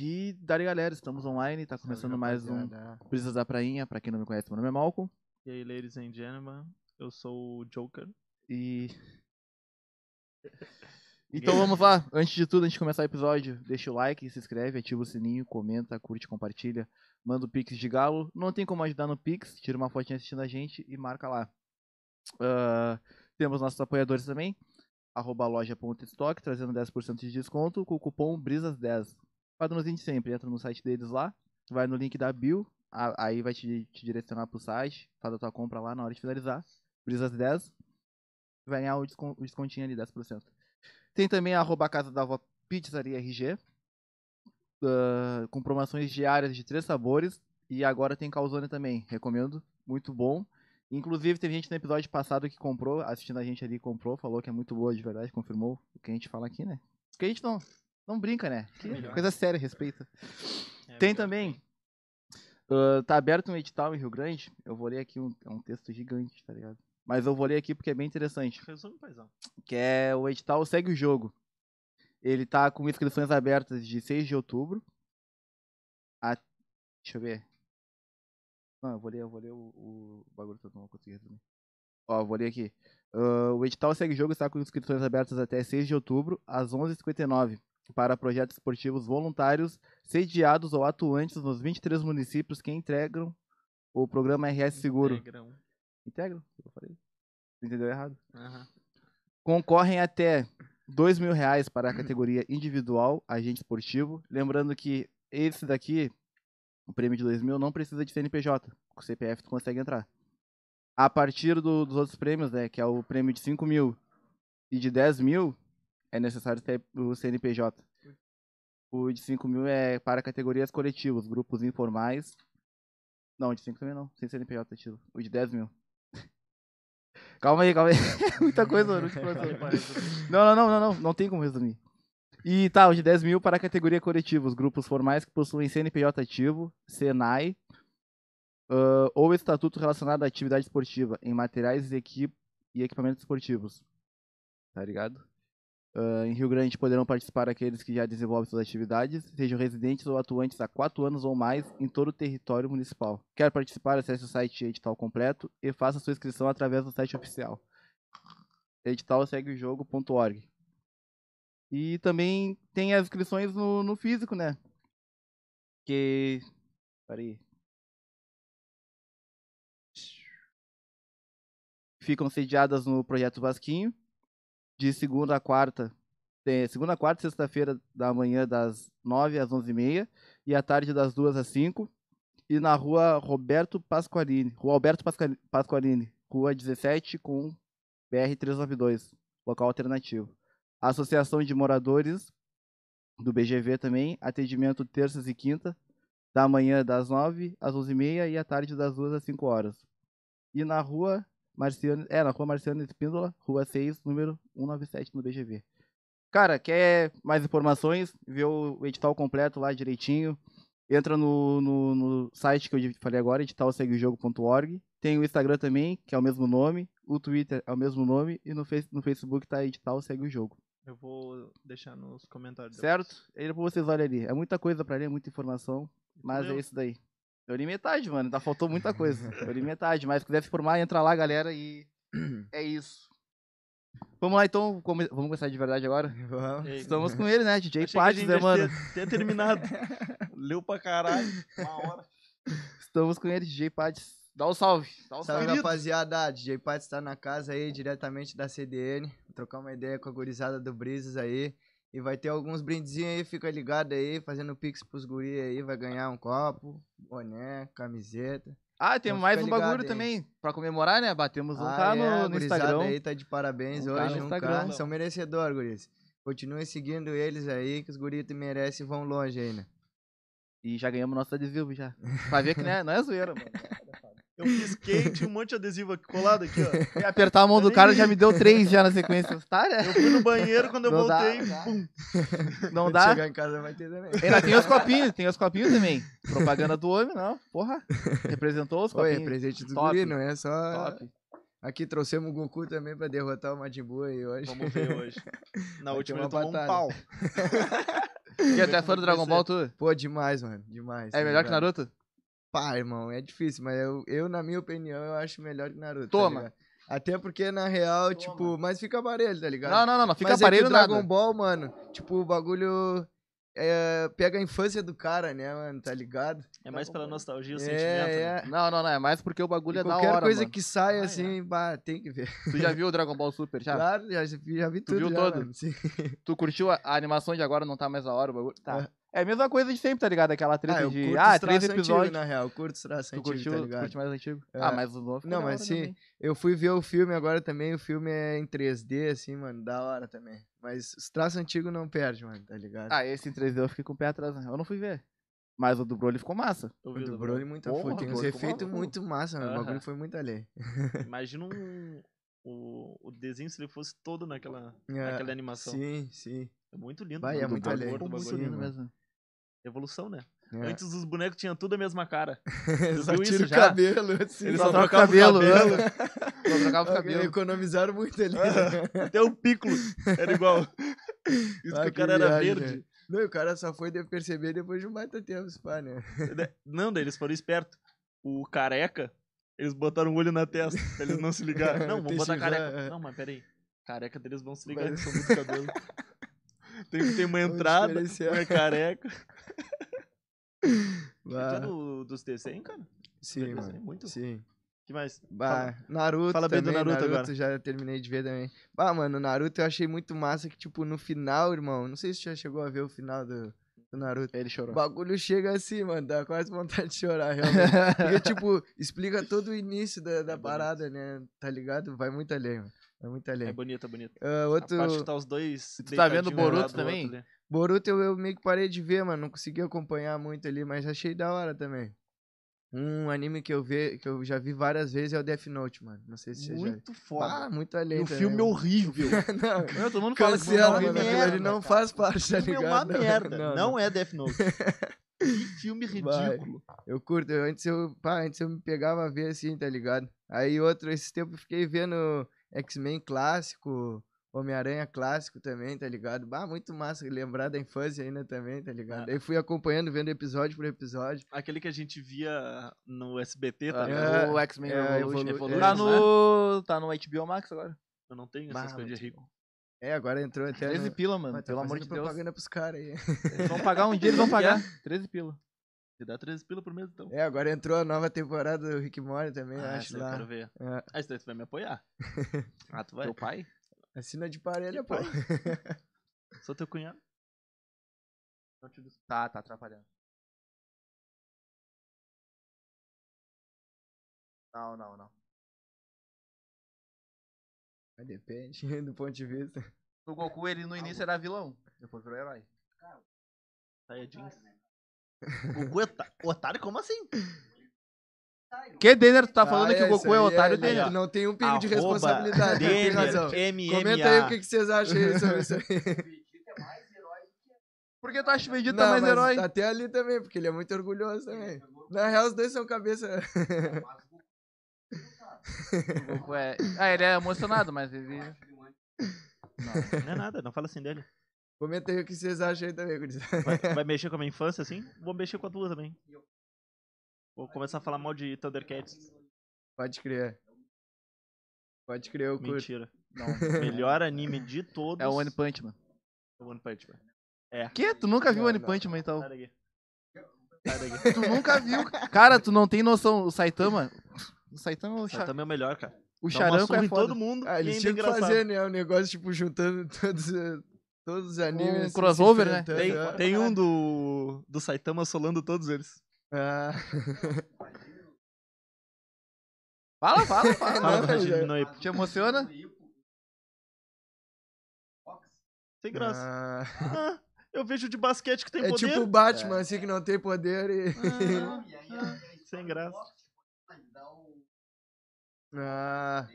E, daí, galera, estamos online, tá começando mais um Brisas da Prainha, pra quem não me conhece, meu nome é Malcolm. é. E aí, ladies and gentlemen, eu sou o Joker. E... Então vamos lá, antes de tudo, antes de começar o episódio, deixa o like, se inscreve, ativa o sininho, comenta, curte, compartilha, manda o Pix de galo. Não tem como ajudar no Pix, tira uma fotinha assistindo a gente e marca lá. Ah, temos nossos apoiadores também, arroba loja.stock, trazendo 10% de desconto com o cupom BRISAS10. Padrãozinho de sempre, entra no site deles lá, vai no link da bio, a- aí vai te, te direcionar pro site, faz a tua compra lá na hora de finalizar, BRISAS10, vai ganhar o, descon- o descontinho ali, 10%. Tem também a arroba casa da avó Pizzaria RG, ah, com promoções diárias de três sabores, e agora tem calzone também, recomendo, muito bom. Inclusive, teve gente no episódio passado que comprou, assistindo a gente ali, comprou, falou que é muito boa de verdade, confirmou o que a gente fala aqui, né? Porque a gente não, não brinca, né? Que É Melhor. coisa séria, respeita. É, Tem obrigado. também. ah, tá aberto um edital em Rio Grande. Eu vou ler aqui um, é um texto gigante, tá ligado? Mas eu vou ler aqui porque é bem interessante. Resume, um paizão. Que é o edital Segue o Jogo. Ele tá com inscrições abertas de 6 de outubro. A... Deixa eu ver. Não, eu vou ler, eu vou ler o, o bagulho todo, não vou conseguir resumir. Ó, eu vou ler aqui. Ah, o edital Segue o Jogo está com inscrições abertas até 6 de outubro, às 11h59, para projetos esportivos voluntários sediados ou atuantes nos 23 municípios que integram o programa RS Seguro. Integrão. Integram? Eu falei. Entendeu errado? Aham. Concorrem até dois mil reais para a categoria individual, agente esportivo. Lembrando que esse daqui, o prêmio de dois mil, não precisa de CNPJ. Com CPF tu consegue entrar. A partir do- dos outros prêmios, né, que é o prêmio de 5 mil e de 10 mil, é necessário ter o CNPJ. O de 5 mil é para categorias coletivas, grupos informais. Não, o de 5 também não, sem CNPJ, é tiro. O de 10 mil. calma aí, calma aí. Muita coisa, não te Falei, conto. parece que Não, não, não, não, não, não tem como resumir. E tá, o de 10 mil para a categoria coletiva, os grupos formais que possuem CNPJ ativo, SENAI, ãh, ou estatuto relacionado à atividade esportiva, em materiais e, equi- e equipamentos esportivos. Tá ligado? Ãh, em Rio Grande poderão participar aqueles que já desenvolvem suas atividades, sejam residentes ou atuantes há 4 anos ou mais em todo o território municipal. Quer participar? Acesse o site edital completo e faça sua inscrição através do site oficial edital segue o jogo.org. E também tem as inscrições no, no físico, né? Que. Peraí. Ficam sediadas no Projeto Vasquinho. De segunda a quarta. eh, Segunda, quarta e sexta-feira da manhã, das 9 às 11h30. E à tarde, das 2 às 5. E na rua Roberto Pasqualini. Rua Alberto Pasca- Pasqualini. Rua 17 com BR-392, local alternativo. A Associação de Moradores do BGV também, atendimento terças e quinta, da manhã das 9 às 11h30 e à tarde das 2 às 5 horas. E na rua Marciano, é, na rua Marciano Espíndola, rua 6, número 197 no BGV. Cara, quer mais informações? Vê o edital completo lá direitinho. Entra no, no- no site que eu falei agora, editalseguejogo.org. Tem o Instagram também, que é o mesmo nome. O Twitter é o mesmo nome. E no, face- no Facebook tá edital segue o jogo. Eu vou deixar nos comentários. Certo? E depois vocês olham ali. É muita coisa pra ler, muita informação. Mas Leu? é isso daí. Eu li metade, mano. Ainda faltou muita coisa. Eu li metade. Mas se quiser se formar, entra lá, galera. E é isso. Vamos lá, então. Come- Vamos começar de verdade agora? E aí, Estamos com ele, né? DJ achei que a Pates, gente né, ia mano? ter- ter terminado. Leu pra caralho. Uma hora. Estamos com ele, DJ Pates. Dá um salve. Dá um Salve, salve. Querido. rapaziada. DJ Pat está tá na casa aí, diretamente da CDN. Vou trocar uma ideia com a gurizada do Brisas aí. E vai ter alguns brindezinhos aí, fica ligado aí, fazendo pix pros guri aí. Vai ganhar um copo, boné, camiseta. Ah, tem Então mais um fica bagulho ligado aí. também. Pra comemorar, né? Batemos um Ah, K é, no- a no, gurizada Instagram. aí tá de parabéns Um K hoje, no um Instagram. cara. São merecedor, guris. Continue seguindo eles aí, que os guris te merecem e vão longe aí, né? E já ganhamos nosso adesivo já. Pra ver que né, não é zoeira, mano. Eu fiz skate, um monte de adesivo aqui colado aqui, ó. E apertar a mão Eu do nem cara vi. já me deu três já na sequência. Tá, né? Eu fui no banheiro quando eu Não dá, voltei. não dá. pum. Não Quando dá? Chegar em casa vai ter também. Ainda tem os copinhos, tem os copinhos também. Propaganda do homem, não. Porra. Representou os Oi, é copinhos. presente do Top. guri, não é só... Top. Aqui trouxemos o Goku também pra derrotar o Majin Buu aí hoje. Vamos ver hoje. Na Vai ter um última uma ele tomou um batalha. pau. Que até fã do Dragon Ball, tu? Pô, demais, mano. Demais. É melhor que Naruto? Naruto? Pá, irmão, é difícil, mas eu, eu, na minha opinião, eu acho melhor que Naruto. tá Toma. ligado? Até porque, na real, tipo, mas fica aparelho, tá ligado? Não, não, não, não. Fica mas é que aparelho o nada. Dragon Ball, mano, tipo, o bagulho é, pega a infância do cara, né, mano, tá ligado? É mais pela nostalgia, o É, sentimento. né? é. Não, não, não. É mais porque o bagulho E é da qualquer hora, coisa mano. que sai, Ah, é. assim, bah, tem que ver. Tu já viu o Dragon Ball Super, já? Claro, já, já vi Tu tudo. viu já, todo? mano, sim. Tu curtiu a, a animação de agora, não tá mais da hora o bagulho? Tá. É a mesma coisa de sempre, tá ligado? Aquela treta Ah, eu de. curto Ah, os três traços antigos, episódios. na real, eu curto os traços tu antigos, curtiu, tá tu ligado? curte mais antigo? É. Ah, mas o novo. ficou Não, da mas hora sim. também. Eu fui ver o filme agora também, o filme é em 3D, assim, mano, da hora também. Mas os traços antigos não perde, mano, tá ligado? Ah, esse em 3D eu fiquei com o pé atrás. né? Eu não fui ver. Mas o do Broly ficou massa. Tu o viu, do Dudu? Broly muito Porra, foda, tem uns Broly, tomar efeitos no cu. muito massa, mano, o Aham. bagulho foi muito além. Imagina um- o, o desenho se ele fosse todo naquela, É, naquela animação. Sim, sim. É muito lindo. Vai, mano, é o Do muito valor Broly além. do ficou Sim, muito bagulho, lindo né? mano. mesmo. Evolução, né? É. Antes os bonecos tinham tudo a mesma cara. só viu isso tira o já? cabelo, assim. Eles Só só troca o trocavam o cabelo, cabelo. né? Só trocava o Eles cabelo. economizaram muito ali. né? Até o Piccolo era igual. Isso Ah, que o que cara era viagem, né? verde. Não, e o cara só foi de perceber depois de um baita tempo, pá, né? Da- é, Não, daí eles foram espertos. O careca, eles botaram o olho na testa pra eles não se ligarem. Não, vamos botar Teixeira, é. careca. Não, mas peraí. Careca deles vão se ligar, Mas- eles são muito cabelo. Tem que ter uma Vamos entrada, diferenciar. uma careca. Bah, Tu é do- dos desenhos, cara? Sim, desenho mano. muito? Sim. que mais? Bah, Naruto Fala bem também, do Naruto agora. já terminei de ver também. Bah, mano, o Naruto eu achei muito massa que, tipo, no final, irmão, não sei se tu já chegou a ver o final do, do Naruto. Ele O chorou. bagulho chega assim, mano, dá quase vontade de chorar, realmente. Porque, tipo, explica todo o início da, da bonito. parada, né? Tá ligado? Vai muito além, mano. Vai muito além. É bonito, é bonito. Ah, outro... A parte que tá os dois. Tu tá vendo deitadinho o um Boruto do outro também? ali. Boruto eu, eu meio que parei de ver, mano. Não consegui acompanhar muito ali, mas achei da hora também. Um anime que eu, ve, que eu já vi várias vezes é o Death Note, mano. Não sei se você já viu. Muito Ah, foda. muito além E o também, filme é mano. horrível. Não, Não, todo mundo fala que o filme é cancela, uma mano. aquilo merda. ali cara. não faz parte, tá O filme é uma ligado? merda. Não, é Death Note. que filme Vai. ridículo. Eu curto, eu- antes eu, pá, antes eu me pegava a ver assim, tá ligado? Aí outro, esse tempo eu fiquei vendo X-Men clássico, Homem-Aranha clássico também, tá ligado? Bah, muito massa lembrar da infância ainda também, tá ligado? Ah. Aí fui acompanhando, vendo episódio por episódio. Aquele que a gente via no SBT, tá ligado? Ah, O X-Men é, né? Evolution. Evolu- Evolution, Tá Tá no. Tá no HBO Max agora. Eu não tenho Bah, essas coisas mas de rico. É, agora entrou até. 13 no... pila, Mas mano. tá Pelo amor fazendo de Deus. propaganda pros caras aí. Eles vão pagar um dia, eles vão pagar. 13 pila. Te dá 13 pila por mês, então. É, agora entrou a nova temporada do Rick Mori também, ah, essa acho eu É, lá. quero ver. É. Ah, isso daí tu vai me apoiar. ah, tu vai. Teu pai? Assina de parelha, pô. Sou teu cunhado. Não te desculpa. Tá, tá atrapalhando. Não, não, não. Depende do ponto de vista. O Goku, ele no início era vilão. Depois virou herói. Saia Tá, jeans. Goku é ota- otário? Como assim? Que Denner, tu tá Ah, falando que é, o isso Goku é aí otário aí, dele. tu Não tem um pingo de responsabilidade, não tem Denner, razão. MMA. Comenta aí o que, que vocês acham aí sobre isso aí. Por que tu acha o Vegeta Não, tá mais mas tá herói? Até ali também, porque ele é muito orgulhoso também. Na real, os dois são cabeça. O Goku é... Ah, ele é emocionado, mas ele... Não é nada, não fala assim dele. Comenta aí o que vocês acham aí também, gurizada. Vai, vai mexer com a minha infância assim? Vou mexer com a tua também. Vou começar a falar mal de Thundercats. Pode crer. Pode crer, eu curto. Mentira. Não. Melhor anime de todos. É o One Punch Man. É o One Punch Man. Que? Tu nunca viu o Não, One não. Punch Man, então? Sai daqui. Sai daqui. Tu nunca viu. Cara, tu não tem noção. O Saitama... O Saitama, é o, Isso aí cha... também é o melhor, cara. o Dá uma charanco surra é em foda. todo mundo Ah, e eles ainda tinha que engraçado. fazer, né? Um negócio, tipo, juntando todos, eh, todos os animes. assim, se crossover, né? enfrentando, Tem, né? tem um do, do Saitama solando todos eles. Ah, Fala, fala, fala. Fala Não, do fala. Hajime já- no Ippo. Te emociona? Sem graça. ah, Ah, eu vejo de basquete que tem é poder. tipo o Batman, assim, que não tem poder e... Ah, ah, sem graça. Ah,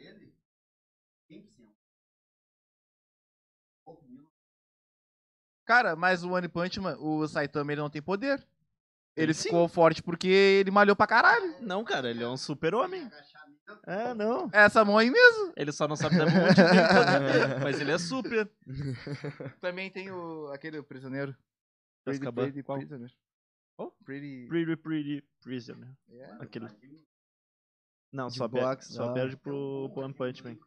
Cara, mas o One Punch Man, o Saitama, ele não tem poder. Ele Sim. ficou forte porque ele malhou pra caralho. Não, cara, ele é um super-homem. É, não. Essa mão aí mesmo. Ele só não sabe dar muito né? bem poder dele, mas ele é super. Também tem o, aquele prisioneiro. Pretty, Azkaban. Pretty Tá Qual? Prisoner. Oh? Pretty... Pretty Pretty Prisoner. Yeah. Aquele. Não, De só, per- boxe, só não. perde pro, pro One Punch Man.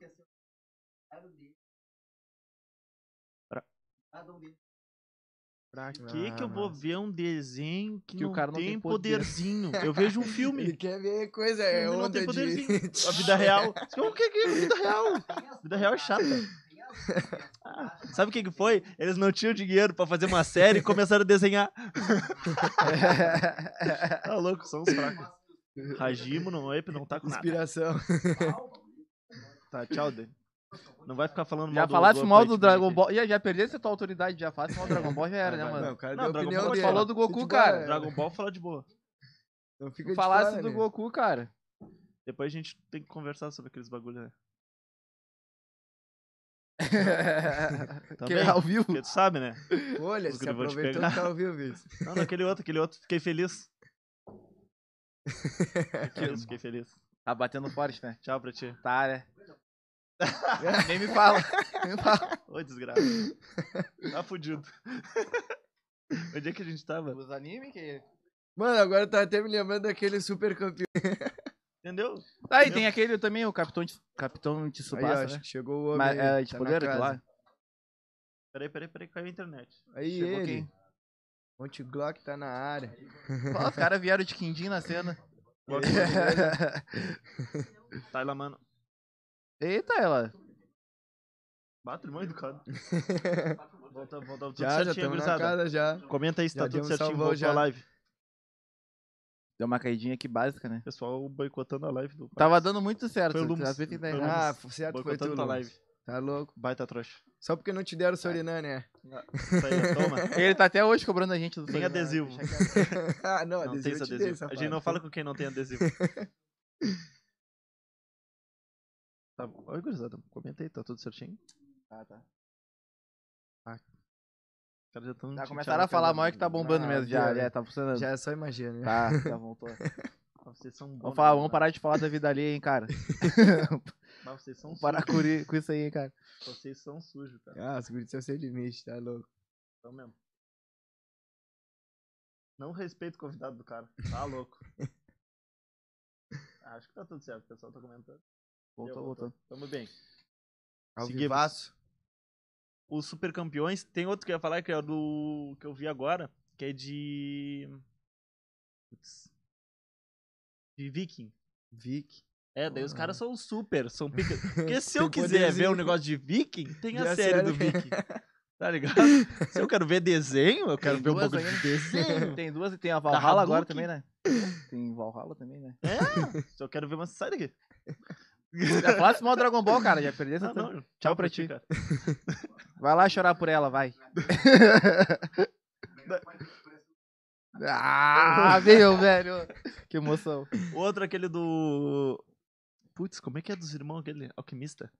Pra Ah, que que eu vou massa. ver um desenho que, Que o não, cara não tem, tem poder. poderzinho? Eu vejo um filme. Ele quer ver coisa, é Ele não tem onda de... poderzinho. A vida real. O que que é vida real? Vida real é chata. Ah, sabe o que que foi? Eles não tinham dinheiro pra fazer uma série e começaram a desenhar. Tá louco, são uns fracos. Hajimo no Ep não tá com nada. Inspiração. Tá, tchau, Dani. Não vai ficar falando mal Já do- falasse do mal One do Punch Man Dragon aqui. Ball. Já, já perdesse a tua autoridade, já falasse mal do Dragon Ball, já era, né, Vai, vai. mano? Não, o cara Não, deu a Dragon opinião Ball dele. falou do Goku, Futebol, cara. é, Dragon Ball fala de boa. Não fica Tu de falasse fora, do né? Goku, cara. Depois a gente tem que conversar sobre aqueles bagulho, né? que Também. é ao vivo. Tá Porque tu sabe, né? Olha, Os se guri vão te aproveitou pegar. que tá ouvindo isso. Não, naquele outro, aquele outro. Fiquei feliz. Fiquei feliz, fiquei feliz. Tá batendo forte, né? Tchau pra ti. Tá, né? Nem me fala. Nem me fala. Oi, desgraça. Tá fudido. Onde é que a gente tava? Os anime que... Mano, agora eu tô até me lembrando daquele super campeão. Entendeu? Tá, e tem aquele também, o Capitão, Ts- Capitão Aí, ó, Tsubasa, acho né? que chegou o homem. Mas, aí, é, tá tipo, na ele era aquele casa. lá? Peraí, peraí, peraí, caiu a internet. Aí Chegou ele. quem? Monte Glock tá na área. Ó, Os caras vieram de quindim na cena. É. Taila, Tá mano. Eita, ela. Bate, irmão educado. Volta, volta, tudo já, já certinho, estamos na gurizada. casa já. Comenta aí se Já tá tudo demos certinho, salvão voltou já. a live. Deu uma caidinha aqui básica, né? Pessoal boicotando a live do... Tava dando muito certo. Foi o Lumos. Às vezes tem que dar Foi o errado. Ah, Lumos. f- certo, foi Boicotando tudo. a live. É. Tá louco. Baita trouxa. Só porque não te deram Sorinã, né? Isso aí, é toma. Ele tá até hoje cobrando a gente do Tem Sorinã, adesivo. deixa quieto. ah, não, Não tem adesivo esse eu te dei, adesivo. a safado. gente não fala com quem não tem adesivo. tá bom. Oi, gurizada. Comenta aí, tá tudo certinho? Os Ah, tá. caras já tão Já tchau, começaram tchau, a falar tchau. maior que tá bombando Ah, mesmo. Já, viu? já, tá funcionando. Já é só imagina, né? Tá, já voltou. Ah, Vocês são bons, Vamos, falar, né, vamos mano? parar de falar da vida ali, hein, cara. Ah, Vocês são Vamos parar sujos. com, ri- com isso aí, hein, cara. Vocês são sujos, cara. Ah, os guris são sem limite, tá louco. Então mesmo. Não respeito o convidado do cara. Tá louco. Ah, Acho que tá tudo certo, o pessoal tá comentando. Voltou, Deu, voltou. Tamo bem. Ao Seguimos. vivaço. Os super campeões, tem outro que eu ia falar que é o do. que eu vi agora, que é de. Putz. De Viking. Vic. É, daí os Ah. caras são super, são pica. Porque se Tem eu quiser ver poderzinho. um negócio de Viking, tem Já a série do série. Viking. Tá ligado? Se eu quero ver desenho, eu quero Tem ver um duas pouco de ainda. desenho. Tem duas e tem a Valhalla agora Hadouken. também, né? Tem Valhalla também, né? É, só quero ver uma. Sai daqui. Ah, Já falasse mal do Dragon Ball, cara. Já perdi essa. Não, não. Tchau, Tchau pra pra ti, ti. cara. Vai lá chorar por ela, vai. ah, veio, velho. Que emoção. Outro, aquele do. Putz, como é que é dos irmãos aquele? Alquimista?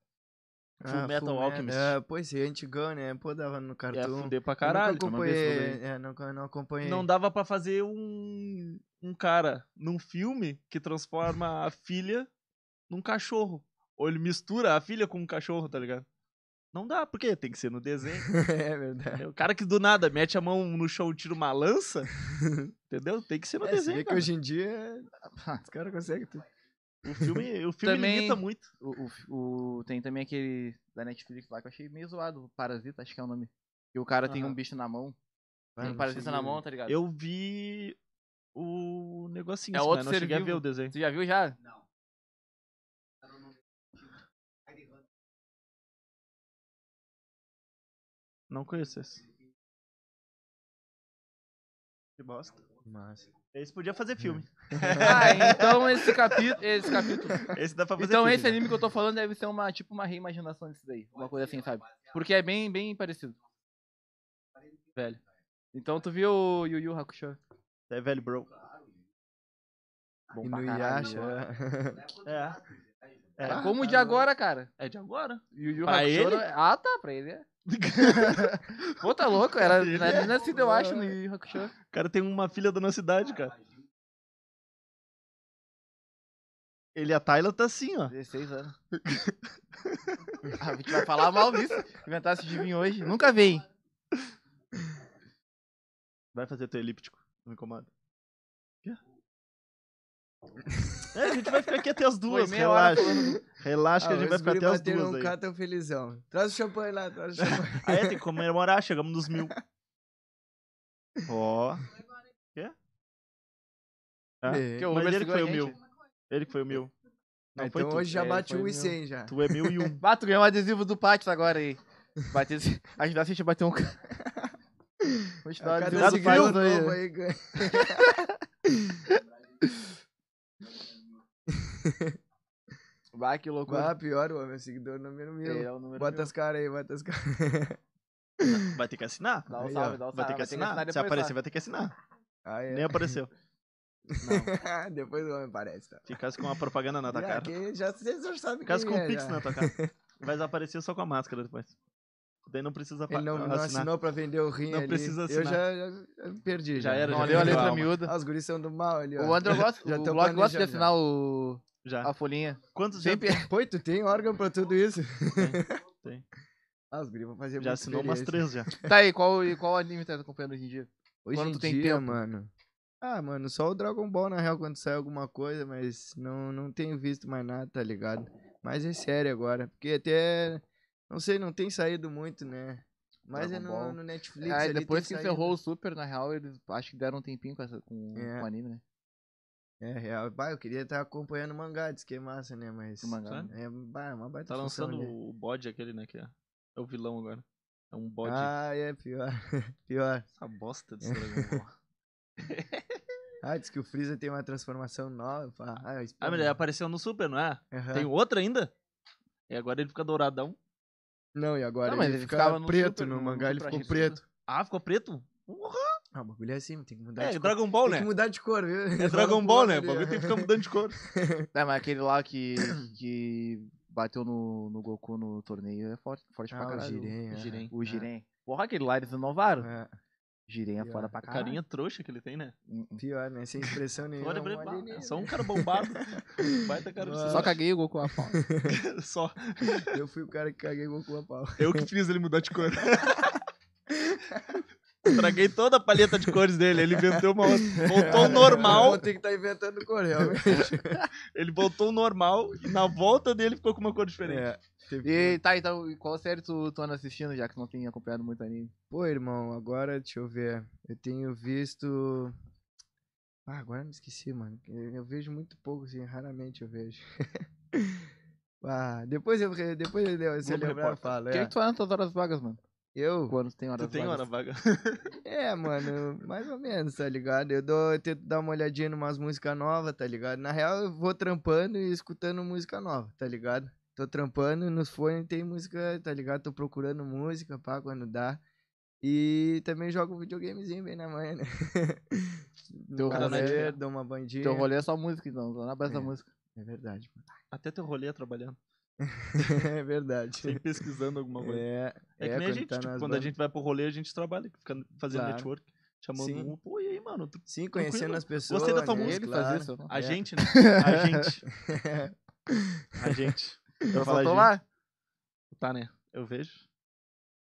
Ah, Full Metal Alchemist. É, pois é, antigão, né? Pô, dava no É, cartoon. fuder pra Eu caralho. nunca Uma vez acompanhei. fudei. é, nunca, não acompanhei. Não dava pra fazer um. Um cara num filme que transforma a filha num cachorro. Ou ele mistura a filha com um cachorro, tá ligado? Não dá, porque tem que ser no desenho. é verdade. entendeu? O cara que do nada mete a mão no chão e tira uma lança, entendeu? Tem que ser no É, você desenho. vê que cara. hoje em dia os caras conseguem tudo. O filme, o filme Também- limita muito. O, o- o- tem também aquele da Netflix lá que eu achei meio zoado. o Parasita, acho que é o nome. Que o cara tem Aham. um bicho na mão. Ah, tem não um parasita cheguei. na mão, tá ligado? Eu vi o negocinho, É assim, outro mas não ser cheguei a vivo. ver o desenho. Tu já viu já? Não conheço esse. Que bosta. Massa. Esse podia fazer filme. Ah, então esse capítulo. Esse capítulo. Esse dá pra fazer né? Então filme. esse anime que eu tô falando deve ser uma tipo uma reimaginação disso daí. Uma coisa assim, sabe? Porque é bem, bem parecido. Velho. Então tu viu o Yu Yu Hakusho? É velho, bro. Bom E pra no caralho, Yasha. né? É. É, Ah, É tá como o de agora, cara. É de agora. Yu Yu Pra Hakusho ele? não- Ah, tá, pra ele é. Pô, tá louco? Era Ele na é. nascido, eu acho, no Yu Yu Hakusho. O cara tem uma filha da nossa idade, cara. Ele e a Tayla tá assim, ó. 16 anos. Ah, A gente vai falar mal disso. Inventasse de mim hoje. Nunca vem. Vai fazer teu elíptico, não me incomoda. Quê? É, a gente vai ficar aqui até as duas, meia hora relaxa. Relaxa que a Ah, gente vai os ficar guri até as bateram duas um aí. cara tão felizão. Traz o champanhe lá, traz o champanhe. Aí tem que comemorar, chegamos nos mil. Ó. Quê? Ah, É. Que o mas Uber ele que foi o segurou a mil. gente. Ele que foi o mil. Não, foi então tu. hoje já É, bate foi 1,100 já. Tu é mil e um. Bato, ganhou um adesivo do Pátio agora aí. Bater, ajudar a gente a bater um cara. Vou te tá dar um Cada adesivo do Pátio seguidor novo aí. aí ganha. Vai, que Ah, loucura. pior, ô, meu seguidor número É, mil. é o número Bota mil. as caras aí, bota as caras. Vai ter que assinar. Dá um Aí, salve, dá um ó. salve. Vai ter que assinar. Se aparecer, vai ter que assinar. Ah, é. Nem apareceu. Depois o homem aparece, tá? Ficasse com a propaganda na tua Já, cara. que já, vocês já sabem quem Ficasse com é, um pix já. na tua cara. Vai desaparecer só com a máscara depois. Daí não precisa Ele não, não assinar. assinou pra vender o rim Não ali. precisa Eu assinar. já, já- já perdi, já. Já era, Não já leu a perdeu letra alma. miúda. Ah, os guris são do mal ali, ó. O André gosta, Já um o tão blog gosta de planejando, assinar o, Já. a folhinha. Quantos já- Sempre Pô, tu tem órgão pra tudo isso? Tem. Ah, os guris vão fazer é Já muita assinou umas experiência. três já. Tá aí, qual, e qual anime tá acompanhando hoje em dia? Hoje Quando em tu tem dia, tempo? mano. Ah, mano, só o Dragon Ball, na real, quando sai alguma coisa, mas não, não tenho visto mais nada, tá ligado? Mas é sério agora, porque até. Não sei, não tem saído muito, né? Mas Dragon é Ball. no, no Netflix. Ah, ali depois que tem encerrou o Super, na real, eles acho que deram um tempinho com, essa, com, É. com o anime, né? saído. É, real. Bah, eu queria estar acompanhando o mangá, diz que é massa, né? Mas. O mangá. Sério? né? É bah, uma baita Tá função, lançando né? o bode aquele, né? Que é, é o vilão agora. É um bode. Ah, é pior. pior. Essa bosta desse Dragon Ball. Ah, diz que o Freeza tem uma transformação nova. Ah, eu Ah, mas ele apareceu no Super, não é? Tem outra ainda? E agora ele fica douradão. Não, e agora? Não, mas ele, ele ficava ficava no preto Super, no no- mangá, no ele ficou Super preto. Ah, ficou preto? Porra! Ah, o bagulho é assim, tem que mudar É, de cor. Dragon Ball, Tem né? que mudar de cor, viu? É Dragon Ball, né? O bagulho tem que ficar mudando de cor. É, mas aquele lá que, que bateu no, no Goku no torneio é forte, forte Ah, pra o caralho. Jiren, é. Jiren. O Jiren. Porra, aquele lá eles inovaram. É, Jiren é Pior. fora pra A caralho. carinha trouxa que ele tem, né? Hum, hum. pior, né? Sem expressão nenhuma. Olha pra ele, um pá, é alienígena. só um cara bombado. Baita cara de Só Só caguei o Goku a pau. Só. Eu fui o cara que caguei Goku a pau. Eu que fiz ele mudar de cor. Estraguei toda a paleta de cores dele. Ele inventou uma outra. Voltou o normal. Tem que estar inventando cor, realmente. Ele voltou o normal. E na volta dele ficou com uma cor diferente. É, teve- E tá, então, e qual série tu, tu anda assistindo, já que tu não tem acompanhado muito anime? Pô, irmão, agora, deixa eu ver. Eu tenho visto... Ah, agora eu me esqueci, mano. Eu, eu vejo muito pouco, assim, raramente eu vejo. ah, depois eu, re- depois eu, se eu Globo lembrar, eu Repórter. falo. O que, é. é que tu anda nas tuas horas vagas, mano? Eu... Quando tu tem horas Tu tem hora vagas? vaga. É, mano, mais ou menos, tá ligado? Eu, dou, eu tento dar uma olhadinha em umas músicas novas, tá ligado? Na real, eu vou trampando e escutando música nova, tá ligado? Tô trampando, nos fones tem música, tá ligado? Tô procurando música, pá, quando dá. E também jogo um videogamezinho bem na manhã, né? Teu No né? rolê- prazer, dou uma bandinha. Teu rolê é só música, então. Tu anda abraço da É. música. É verdade, mano. Até teu rolê trabalhando. é verdade. Sempre pesquisando alguma coisa. É, É, que nem a gente. tá tipo, nas quando a bandas. gente vai pro rolê, a gente trabalha. Fica fazendo Claro. network. Chamando Sim. um. Pô, e aí, mano? Tu- Sim, conhecendo as pessoas. Gostei da tua né? música, Ele Claro. faz isso, não? A É. gente, né? A gente. A gente. Eu só Fala, tô gente. lá. Tá, né? Eu vejo.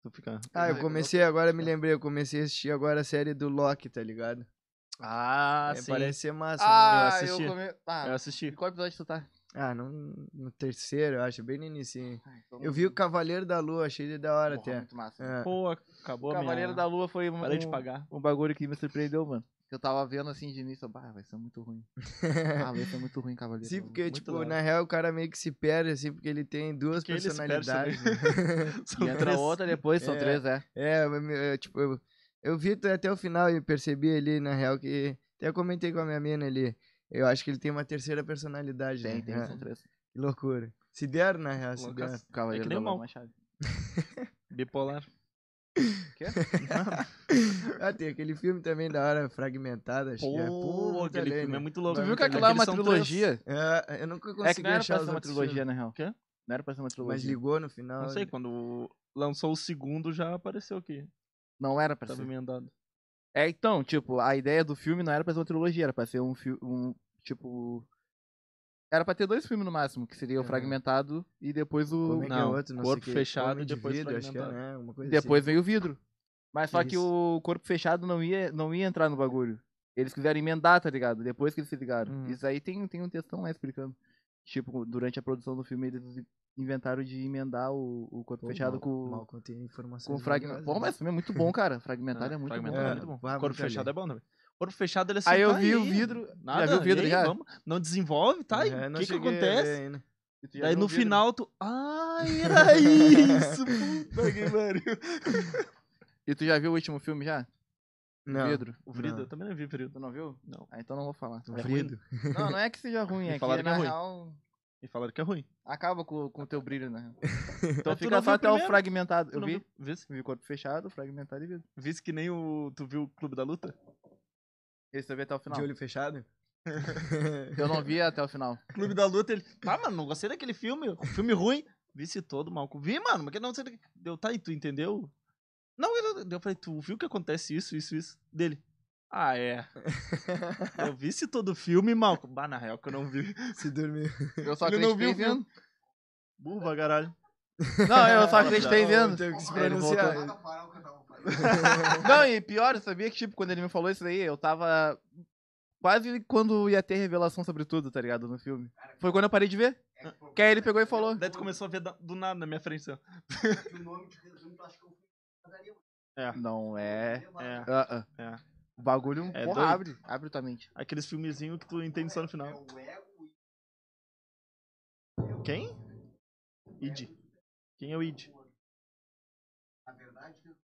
Tu fica. Ah, Ah, eu eu comecei agora, me lembrei, eu comecei a assistir agora a série do Loki, tá ligado? Ah, É, sim. parece ser massa, né? Ah, eu assisti. comi... Eu Ah, assisti. em qual episódio tu tá? Ah, no, no terceiro, eu acho, bem no início. Ah, então- Eu vi o Cavaleiro da Lua, achei ele da hora Porra, até. muito massa. É. Pô, acabou O a Cavaleiro minha... da Lua foi um, Parei de um- pagar. um bagulho que me surpreendeu, mano. Eu tava vendo assim de início, bah, vai ser muito ruim. Ah, vai ser muito ruim, Cavaleiro. Sim, da Lua. porque, muito tipo, da hora. na real o cara meio que se perde, assim, porque ele tem duas Que ele se perde personalidades. né? São E entra três. outra depois, são É. três, é. É, eu me- eu, tipo, eu, eu vi t- até o final e percebi ali, na real, que. Até comentei com a minha mina ali. Eu acho que ele tem uma terceira personalidade, né? Tem, tem, É, são três. Que loucura. Se der, na real, se der. Loucaço. O Cavaleiro É que da nem Lua é mal. uma chave. é Bipolar. Ah, tem aquele filme também da hora fragmentada, acho que é. Pô, muito aquele além, filme é né? muito louco. Tu viu que Muito aquilo lá é além. uma Eles são três. trilogia? É, eu nunca consegui É que não era achar pra os ser uma outros trilogia, filmes, na real. Quê? Não era pra ser uma Mas trilogia. ligou no final. Não sei, quando lançou o segundo já apareceu aqui. Não era pra Tá Tava ser. emendado. É, então, tipo, a ideia do filme não era pra ser uma trilogia, era pra ser um filme. Um, tipo. Era pra ter dois filmes no máximo, que seria o Aham. Fragmentado e depois o. Como é que é Não, outro, não corpo sei o quê. fechado Homem e de depois vidro, acho que é, fragmentado. né? Uma coisa Depois veio o vidro. Mas só que Isso. o corpo fechado não ia, não ia entrar no bagulho. Eles quiseram emendar, tá ligado? Depois que eles se ligaram. Hum. Uhum. Isso aí tem, tem um textão lá explicando. Tipo, durante a produção do filme, eles inventaram de emendar o, o corpo assim. Pô, fechado mal- com, Mal contém informações. né? com fragmento. valiosas, Bom, mas o filme é muito bom, cara. Fragmentário Ah, é muito fragmentário bom. é cara. muito bom. Vai Corpo muito além. fechado é bom também. Corpo fechado ele é assim, Aí eu tá vi o aí, vidro. Nada, já viu o vidro e aí, já? vamos, não desenvolve, tá? E né? É, O não que que cheguei a ver acontece? ainda. Tu já Daí viu no o vidro? final tu, ah, era isso, puta que pariu. E tu já viu o último filme já? Não. Vidro. O Vrido, Não. eu também não vi o Vrido. Tu não viu? Não. Ah, então não vou falar. Tô É ruim. fluido. Não, não é que seja ruim, Me é que, falaram que é na ruim. real E falaram que é ruim. acaba com, com o teu brilho, né? Então Então fica só até o fragmentado. Eu vi, Visse? vi corpo fechado, fragmentado e vidro. Visse que nem o... Tu viu o Clube da Luta? Esse eu vi até o final. De olho fechado? Eu não vi até o final. Clube da Luta, ele. Ah, mano, não gostei daquele filme. Um filme ruim. Visse todo mal. Vi, mano, mas que não sei. do que- Deu, tá aí, tu entendeu? Não, eu, eu falei, tu viu que acontece isso, isso, isso? Dele. Ah, é. Eu visse todo o filme, Malco. Bah, na real que eu não vi. Se dormir. Eu só Ele não acreditei viu o vendo. Burra, caralho. Não, eu só acreditei Não, vendo. Teve que se Aí ele pronunciar. voltou. um, Não, e pior, eu sabia que, tipo, quando ele me falou isso daí, eu tava. Quase quando ia ter revelação sobre tudo, tá ligado? No filme. Foi quando eu parei de ver. é Que aí ele pegou e falou. Daí tu começou a ver da- do nada na minha frente. assim, ó. Não é. É, Ah, ah. É. O bagulho É porra, abre. doido. Abre tua mente. aqueles filmezinhos que tu entende só no final. Quem? Id. Quem é o Id? Na verdade,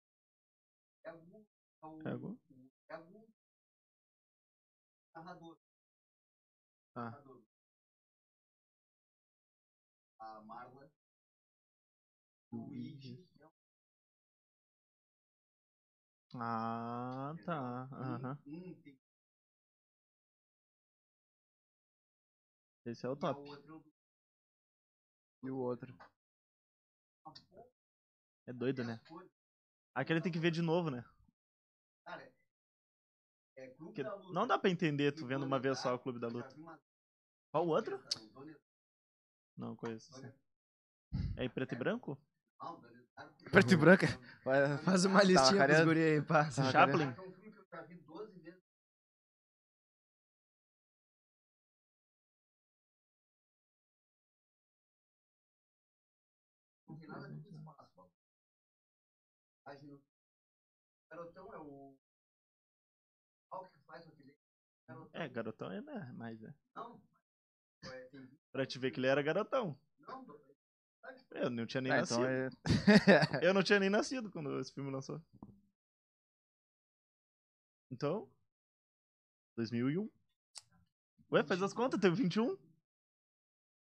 é o, é Então, o, É agora? é o narrador. Ah. Narrador. A Marla. O Uhum. é Id. Ah, tá. Aham. É, Um tem que Esse é o dar top. o outro. E o outro. É doido, né? ator. Aquele tem que ver de Então, novo, né? Cara, é Clube Porque da Luta. não dá pra entender tu E vendo uma vez só o Clube da Luta. Já vi uma- Qual o outro? O Donnie Não, conheço. sim. É em preto e branco? Brown, Donnie Darko. Preto e branca. tá Faz uma listinha pros careando. guri aí, passa. Ah, Tava Chaplin? É um filme que eu já vi 12 vezes. Não tem nada a ver com espaço, ó. Imagina. O garotão é o. Qual que faz aquele. Garotão. É, garotão é, né? Mas é. Não. É, tem- Pra te ver que ele era garotão. Não, do- Eu não tinha nem Ah, nascido. então é... Eu não tinha nem nascido quando esse filme lançou. Então. 2001. Ué, faz as contas, teve 21?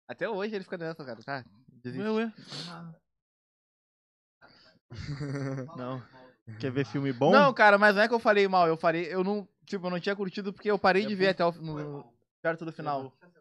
Até hoje ele fica nessa, cara. Tá. desiste. Ué, é. ué. Não. Quer ver filme bom? Não, cara, mas não é que eu falei mal. Eu falei, eu não, tipo, eu não tinha curtido porque eu parei É de bom. ver até o no, perto do final. Chaplin.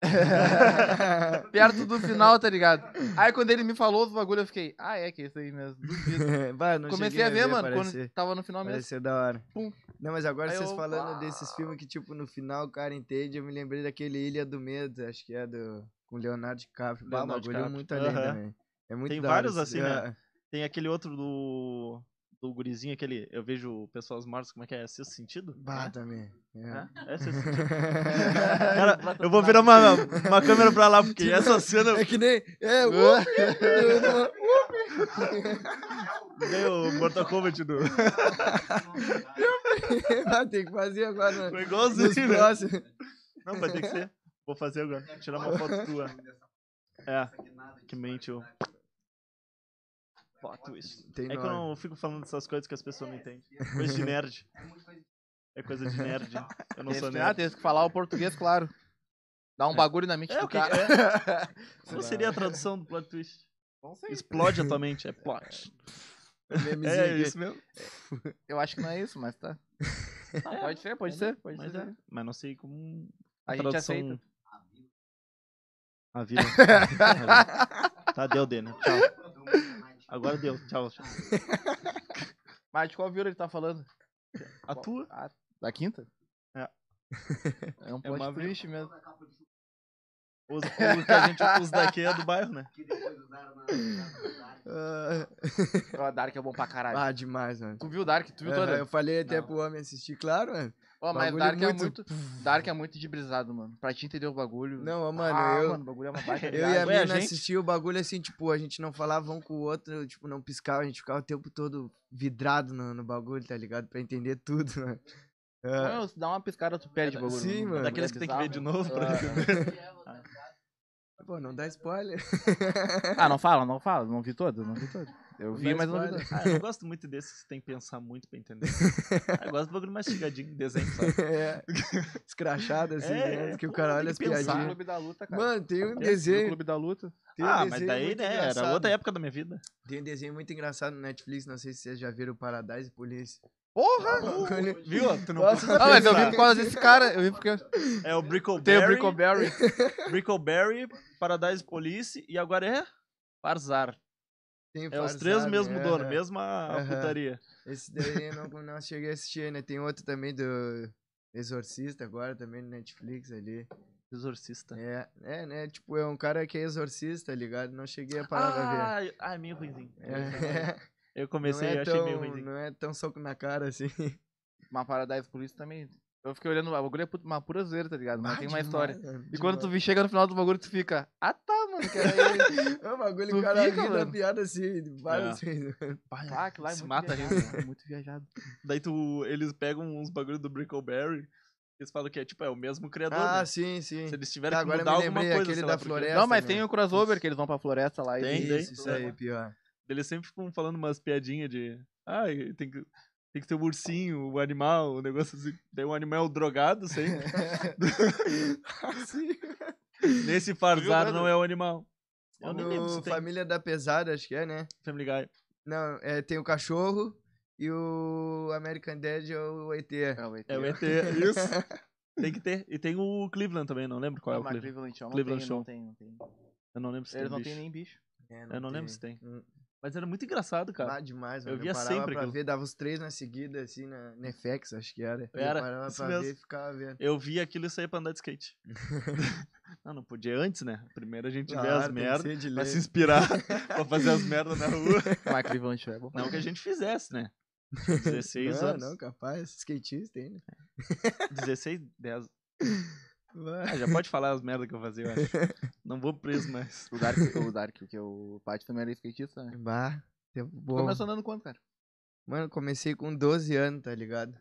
Perto do final, tá ligado? Aí quando ele me falou os bagulho, eu fiquei, ah, é que é isso aí mesmo. Duvido. Bah, não Comecei cheguei a ver, mano, aparecer. quando tava no final mesmo. Pareceu da hora. Pum. Não, mas agora Aí vocês eu- falando desses filmes que, tipo, no final o cara entende, eu me lembrei daquele Ilha do Medo, acho que é do. Com Leonardo DiCaprio. Bah, o Leonardo bagulho é DiCaprio. muito além Aham. também. É muito Tem da hora vários esse- assim, né? é. Tem aquele outro do. Do gurizinho, aquele. Eu vejo pessoas mortas, como é que é? Sexto sentido? Bah, É? também. É. É? É sexto sentido. Cara, eu vou virar uma, uma câmera pra lá, porque essa cena. É que nem. É, o. Tem o Mortal Kombat do. Ah, Tem que fazer Foi agora. Né? Nos igualzinho, né? próximos. Não, vai ter que ser. Vou fazer agora. Tirar uma foto tua. É, que mentiu. Foto isso. Tem É que eu nome. não fico falando dessas coisas que as pessoas não entendem. Coisa de nerd. É coisa de nerd. Eu não Tem sou que- Ah, nerd. tem que falar o português, claro. Dá um bagulho na mente É, do o que cara. Qual seria a tradução do plot twist? Não sei. Explode a tua mente. É plot. Memezinho É aqui. isso mesmo. Eu acho que não é isso, mas tá. É, Pode ser, pode ser, pode mas, ser. é. mas não sei como. um- A gente aceita. A vida. A vida. tá, deu, Dena. Tchau. Agora deu. Tchau. tchau. Mas de qual vila ele tá falando? A tua? Ah, da quinta? É. É um É uma plot triste mesmo. Os, os, que a gente, os daqui é do bairro, né? Que depois eu ajudaram na. na- na- Ah, Ó, Dark é bom pra caralho. ah, demais, mano. Tu viu Dark? Tu viu Aham, toda? eu falei até Não. pro homem assistir, claro, mano. Ó, mas bagulho Dark é muito- muito. Dark é muito de brisado, mano. Pra te entender o bagulho. Não, ó, mano, ah, eu, mano, o bagulho é uma baita. eu e a Ué, a mina gente? assistia o bagulho assim, tipo, a gente não falava um com o outro, tipo, não piscava, a gente ficava o tempo todo vidrado no, no bagulho, tá ligado? Pra entender tudo, mano. Ah, Não, se dá uma piscada, tu perde o bagulho. é Sim, mano. Daqueles que tem que ver de novo tá pra Ah. entender. pô, não dá spoiler. Ah, não fala, não fala. Não vi todo, não vi todo. Eu vi, dá mas não vi todo. spoiler. Ah, eu não gosto muito desses que tem que pensar muito pra entender. Ah, eu gosto do bagulho mastigadinho, desenho, sabe? É, escrachado assim, É, né? Que o pô, cara tem olha que as pensar. né, No piadinhas. Clube da Luta, cara. Mano, tem um No desenho. Clube da Luta. Tem um Ah, mas desenho daí, muito né, era engraçado. outra época da minha vida. Tem um desenho muito engraçado no Netflix, não sei se vocês já viram Paradise e Polícia. Porra! Olha- Viu? Tu não Nossa, precisa Ah, mas eu vi pensar. por causa desse cara. Eu vi porque né? tem É o o Brickleberry, Brickleberry. Brickleberry, Paradise Police e agora é Farzar. tem É os três Farsad, mesmo é, dono, é. mesma Aham. putaria. Esse daí eu não, não cheguei a assistir ainda. Tem outro também do Exorcista agora, também no Netflix ali. Exorcista. É, é, né? Tipo, é um cara que é exorcista, ligado? Não cheguei a parar pra ver. Ah, ah, é meio ruimzinho. É, Eu comecei, não eu é achei meio tão, ruimzinho. não é tão soco na cara assim. Uma Paradise Police também. Eu fiquei olhando, o bagulho é pu- uma pura zoeira, tá ligado? Mas tem Ah, uma história. E quando tu vi- chega no final do bagulho, tu fica, ah tá, mano, que era ele. O É um bagulho, tu o cara fica, fica, mano. piada assim, Ah. várias vezes. Pá, Ah, que lá é Se muito mata a viajado, gente. mano, é muito viajado. Daí tu, eles pegam uns bagulho do Brickleberry, eles falam que é tipo, é o mesmo criador, Ah, né? sim, sim. Se eles tiverem Tá, que agora eu mudar me alguma lembrei, coisa, aquele sei da lá, porque floresta. Não, mas né? tem o crossover, que eles vão pra floresta lá Tem, então, e... tem. Isso, isso aí, pior. Eles sempre ficam falando umas piadinhas de. Ai, tem que, tem que ter o ursinho, o animal, o negócio assim. Tem um animal drogado sempre. Ah, Nesse farzar mano? não é o animal. Eu nem lembro se No tem Família da Pesada, acho que é, né? Family Guy. Não, é, tem o cachorro e o American Dad é o ET. É o ET. É o ET, isso. Tem que ter. E tem o Cleveland também, não lembro qual é Não, o mas Cleveland. Cleveland Show não Cleveland tem, Show. não tem, não tem. Eu não lembro se tem Eles não bicho. tem nem bicho. É, Eu não lembro se tem. Hum, Mas era muito engraçado, cara. Lá demais, Eu mano. via parava sempre pra aquilo. ver, dava os três na seguida, assim, na Nefex, acho que era. Era, Eu parava isso pra ver mesmo. e ficava vendo. Eu vi aquilo e saí pra andar de skate. não, não podia antes, né? Primeiro a gente vê Claro, Ah, tem as que merdas ser de pra lei. se inspirar, pra fazer as merdas na rua. Mas Cleveland Show é bom. Não que a gente fizesse, né? 16 não, anos. Ah, Não, capaz. Skatista ainda. 16, 10. Vai. Ah, já pode falar as merdas que eu fazia, eu acho. Não vou preso mais. O Dark, o Dark, que é o Paty também era skatista, né? Bah, tempo bom. Começou andando quanto, cara? Mano, comecei com 12 anos, tá ligado?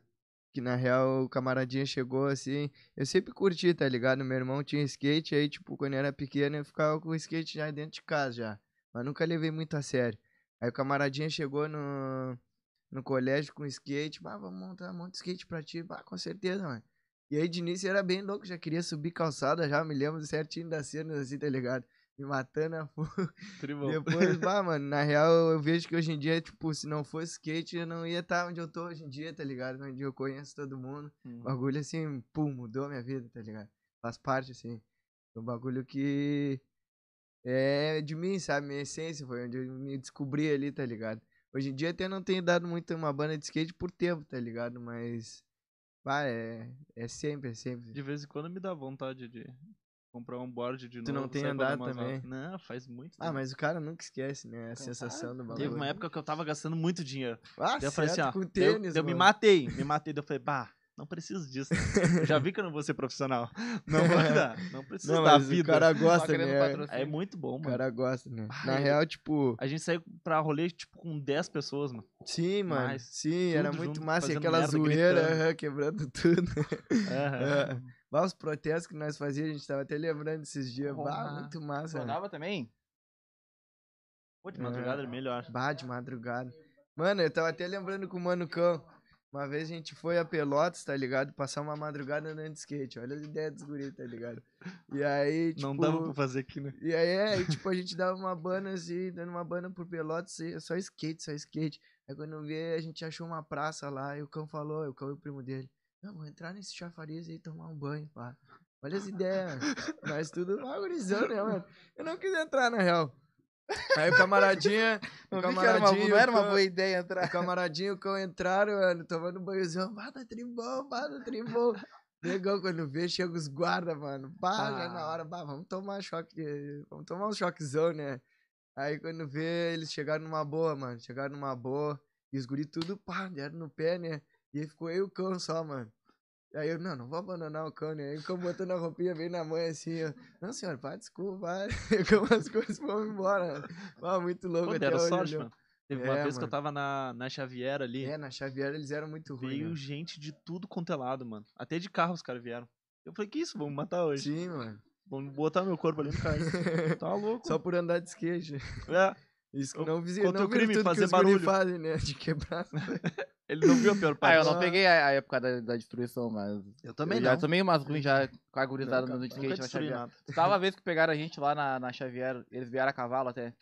Que na real o camaradinha chegou assim. Eu sempre curti, tá ligado? Meu irmão tinha skate, aí, tipo, quando eu era pequeno, eu ficava com o skate já dentro de casa já. Mas nunca levei muito a sério. Aí o camaradinha chegou no, no colégio com skate. Bah, vamos montar, monta skate pra ti. Bah, com certeza, mano. E aí de início eu era bem louco, já queria subir calçada já, me lembro certinho das cenas assim, tá ligado? Me matando a fome. Tribal. Depois, bah, mano, na real eu vejo que hoje em dia, tipo, se não fosse skate, eu não ia estar onde eu tô hoje em dia, tá ligado? Onde eu conheço todo mundo. Hum. O bagulho assim, pum, mudou minha vida, tá ligado? Faz parte, assim. É um bagulho que é de mim, sabe? Minha essência foi onde eu me descobri ali, tá ligado? Hoje em dia até não tenho dado muito uma banda de skate por tempo, tá ligado? Mas, bah, é, é sempre, é sempre. De vez em quando me dá vontade de comprar um board de novo. Tu não tem sair pra dar andado umas também? voltas. Não, faz muito. Ah, tempo. mas o cara nunca esquece, né? A sensação do bagulho. Teve uma época que eu tava gastando muito dinheiro. Ah, Daí eu falei assim, certo, ó. com daí eu- tênis, daí eu me mano. matei, me matei. Daí eu falei, bah, não preciso disso. né? Eu já vi que eu não vou ser profissional. Não vai dar. Não preciso Não, da mas vida. O cara Só gosta, querendo né? patrocínio. É muito bom, O mano. cara gosta, né? Ah, Na eu- real, tipo, A gente saiu pra rolê, tipo, com 10 pessoas, mano. sim, mano. Mas sim, era tudo muito junto, massa. E fazendo aquela merda, zoeira, gritando. aham, quebrando tudo. Aham. É. Bah, os protestos que nós fazíamos, a gente tava até lembrando esses dias. Bah, Porra. muito massa. né? Andava também? Pô, de madrugada É. era melhor. Bah, de madrugada. Mano, eu tava até lembrando com o Mano Cão. Uma vez a gente foi a Pelotas, tá ligado? Passar uma madrugada andando de skate. Olha a ideia dos guris, tá ligado? E aí, tipo... Não dava pra fazer aqui, né? E aí, é, e, tipo, a gente dava uma bana assim, dando uma bana por Pelotas, e só skate, só skate. Aí quando vê, a gente achou uma praça lá, e o cão falou, o cão e o primo dele, não, vou entrar nesse chafariz aí e tomar um banho, pá. Olha as ideias, mano. Nós tudo valorizando, né, mano? Eu não quis entrar, na real. Aí o Eu vi que camaradinha, o era uma, camaradinha, não era o uma cão- boa ideia entrar. o camaradinho e o cão entraram, mano, tomando um banhozão. Bada trimbom, bada trimbom. Negão, quando vê, chega os guarda, mano. Pá, já é Ah. na hora, bah, vamos tomar choque. Vamos tomar um choquezão, né? Aí quando vê, eles chegaram numa boa, mano. Chegaram numa boa. E os guri tudo, pá, deram no pé, né? E aí ficou eu e o cão só, mano. E aí eu, não, não vou abandonar o cão, né? Aí o cão botando a roupinha bem na mãe, assim, eu, não, senhor, pá, desculpa, vai. E como as coisas foram embora. Pá, muito louco Pô, até deram hoje, sorte, olhou. mano. Teve uma É, vez que eu mano. tava na, na Xavier ali. É, na Xavier eles eram muito ruins, Veio né? gente de tudo quanto é lado, mano. Até de carro os caras vieram. Eu falei, que isso? Vamos matar hoje. Sim, mano. Vamos botar meu corpo ali no carro. tá louco. Só por andar de skate. né? É, Isso que Eu- não visita. quanto Não o crime crime tudo fazer que os guri barulho. fazem, né? De quebrar. ele não viu a pior Ah, parte. eu não peguei a, a época da, da destruição, mas. Eu eu já tomei umas ruins já com a gurizada Não, no capaz. skate Nunca na destruí Xavier. nada. Tava a vez que pegaram a gente lá na, na Xavier, eles vieram a cavalo até.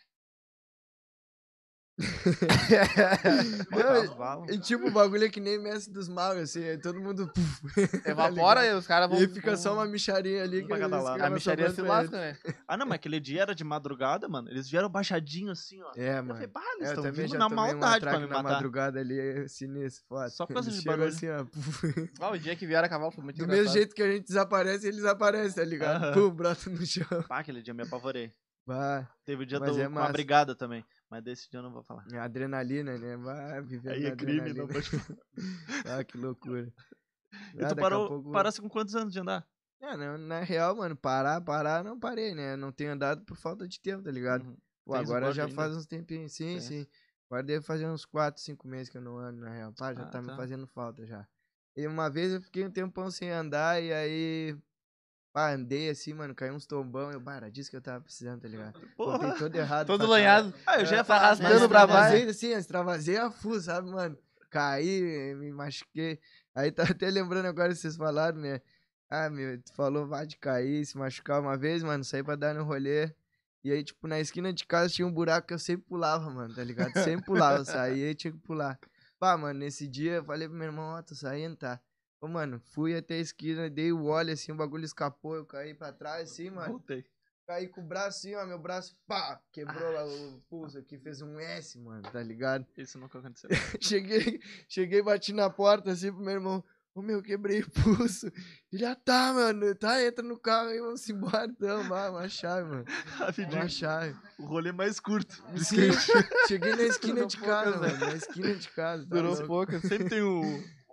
Não, Cavalo. E tipo, o bagulho é que nem Messi dos Magos, assim. Aí todo mundo. puf, É, Evapora tá ligado? e os caras vão. E aí fica só vão- uma micharia ali. um que pra cada eles lado. acabam A micharia se sobrando pra eles. lasca, né? Ah, não, mas aquele dia era de madrugada, mano. Eles vieram baixadinho assim, ó. É, eu falei, mano. bah, É, eles eu estão também vindo já na tomei um maldade pra atraque me na matar. madrugada ali, é sinistro, foda. Só por causa Eles de chegam barulho. assim, ó. puf. Ah, o dia que vieram a cavalo foi muito Do engraçado. mesmo jeito que a gente desaparece, eles aparecem, tá ligado? Aham. Pum, brota no chão. Pá, aquele dia me apavorei. Bah, Teve o dia Mas do, é com a massa. brigada também. Mas desse dia eu não vou falar. a adrenalina, né? Bah, vivendo Aí na é crime, adrenalina. não pode falar. Ah, que loucura. E tu parou, parasse com quantos anos de andar? É, na, assim, na real, mano, parar, parar, não parei, né? Não tenho andado por falta de tempo, tá ligado? Uhum. Pô, Tens o agora guarda já ainda? faz uns tempinhos, sim, Tens. sim. Agora deve fazer uns 4, 5 meses que eu não ando, na real. Pá, já Ah, tá, me tá. fazendo falta já. E uma vez eu fiquei um tempão sem andar e aí. Pá, andei assim, mano, caiu uns tombão. Eu, bara, disse que eu tava precisando, tá ligado? Botei Porra. todo errado. Todo pra caralho. lanhado. Ah, eu já Tá ia falar. raspando né? o pra baixo. Extravasei, assim, extravasei a full, sabe, mano? Caí, me machuquei. Aí tá até lembrando agora que vocês falaram, né? Ah, meu, tu falou, vai de cair, se machucar uma vez, mano, saí pra dar no rolê. E aí, tipo, na esquina de casa tinha um buraco que eu sempre pulava, mano, tá ligado? Sempre pulava, eu saía e tinha que pular. Pá, mano, nesse dia eu falei pro meu irmão, ó, tô saindo, tá? Ô, mano, fui até a esquina, dei o óleo, assim, o bagulho escapou, eu caí pra trás, assim, mano. Voltei. Caí com o braço assim, ó, meu braço, pá, quebrou lá o pulso aqui, fez um S, mano, tá ligado? Isso nunca aconteceu. Cheguei, cheguei, bati na porta assim pro meu irmão, ô meu, quebrei o pulso. Ele, ah tá, mano, tá, entra no carro aí, vamos embora então, vai, uma chave, mano, Rapidinho. uma chave. O rolê mais curto. de Sim, skate. cheguei na esquina Durou de poucas, casa, mano, na esquina de casa. Tá Durou louco? poucas. Sempre tem o,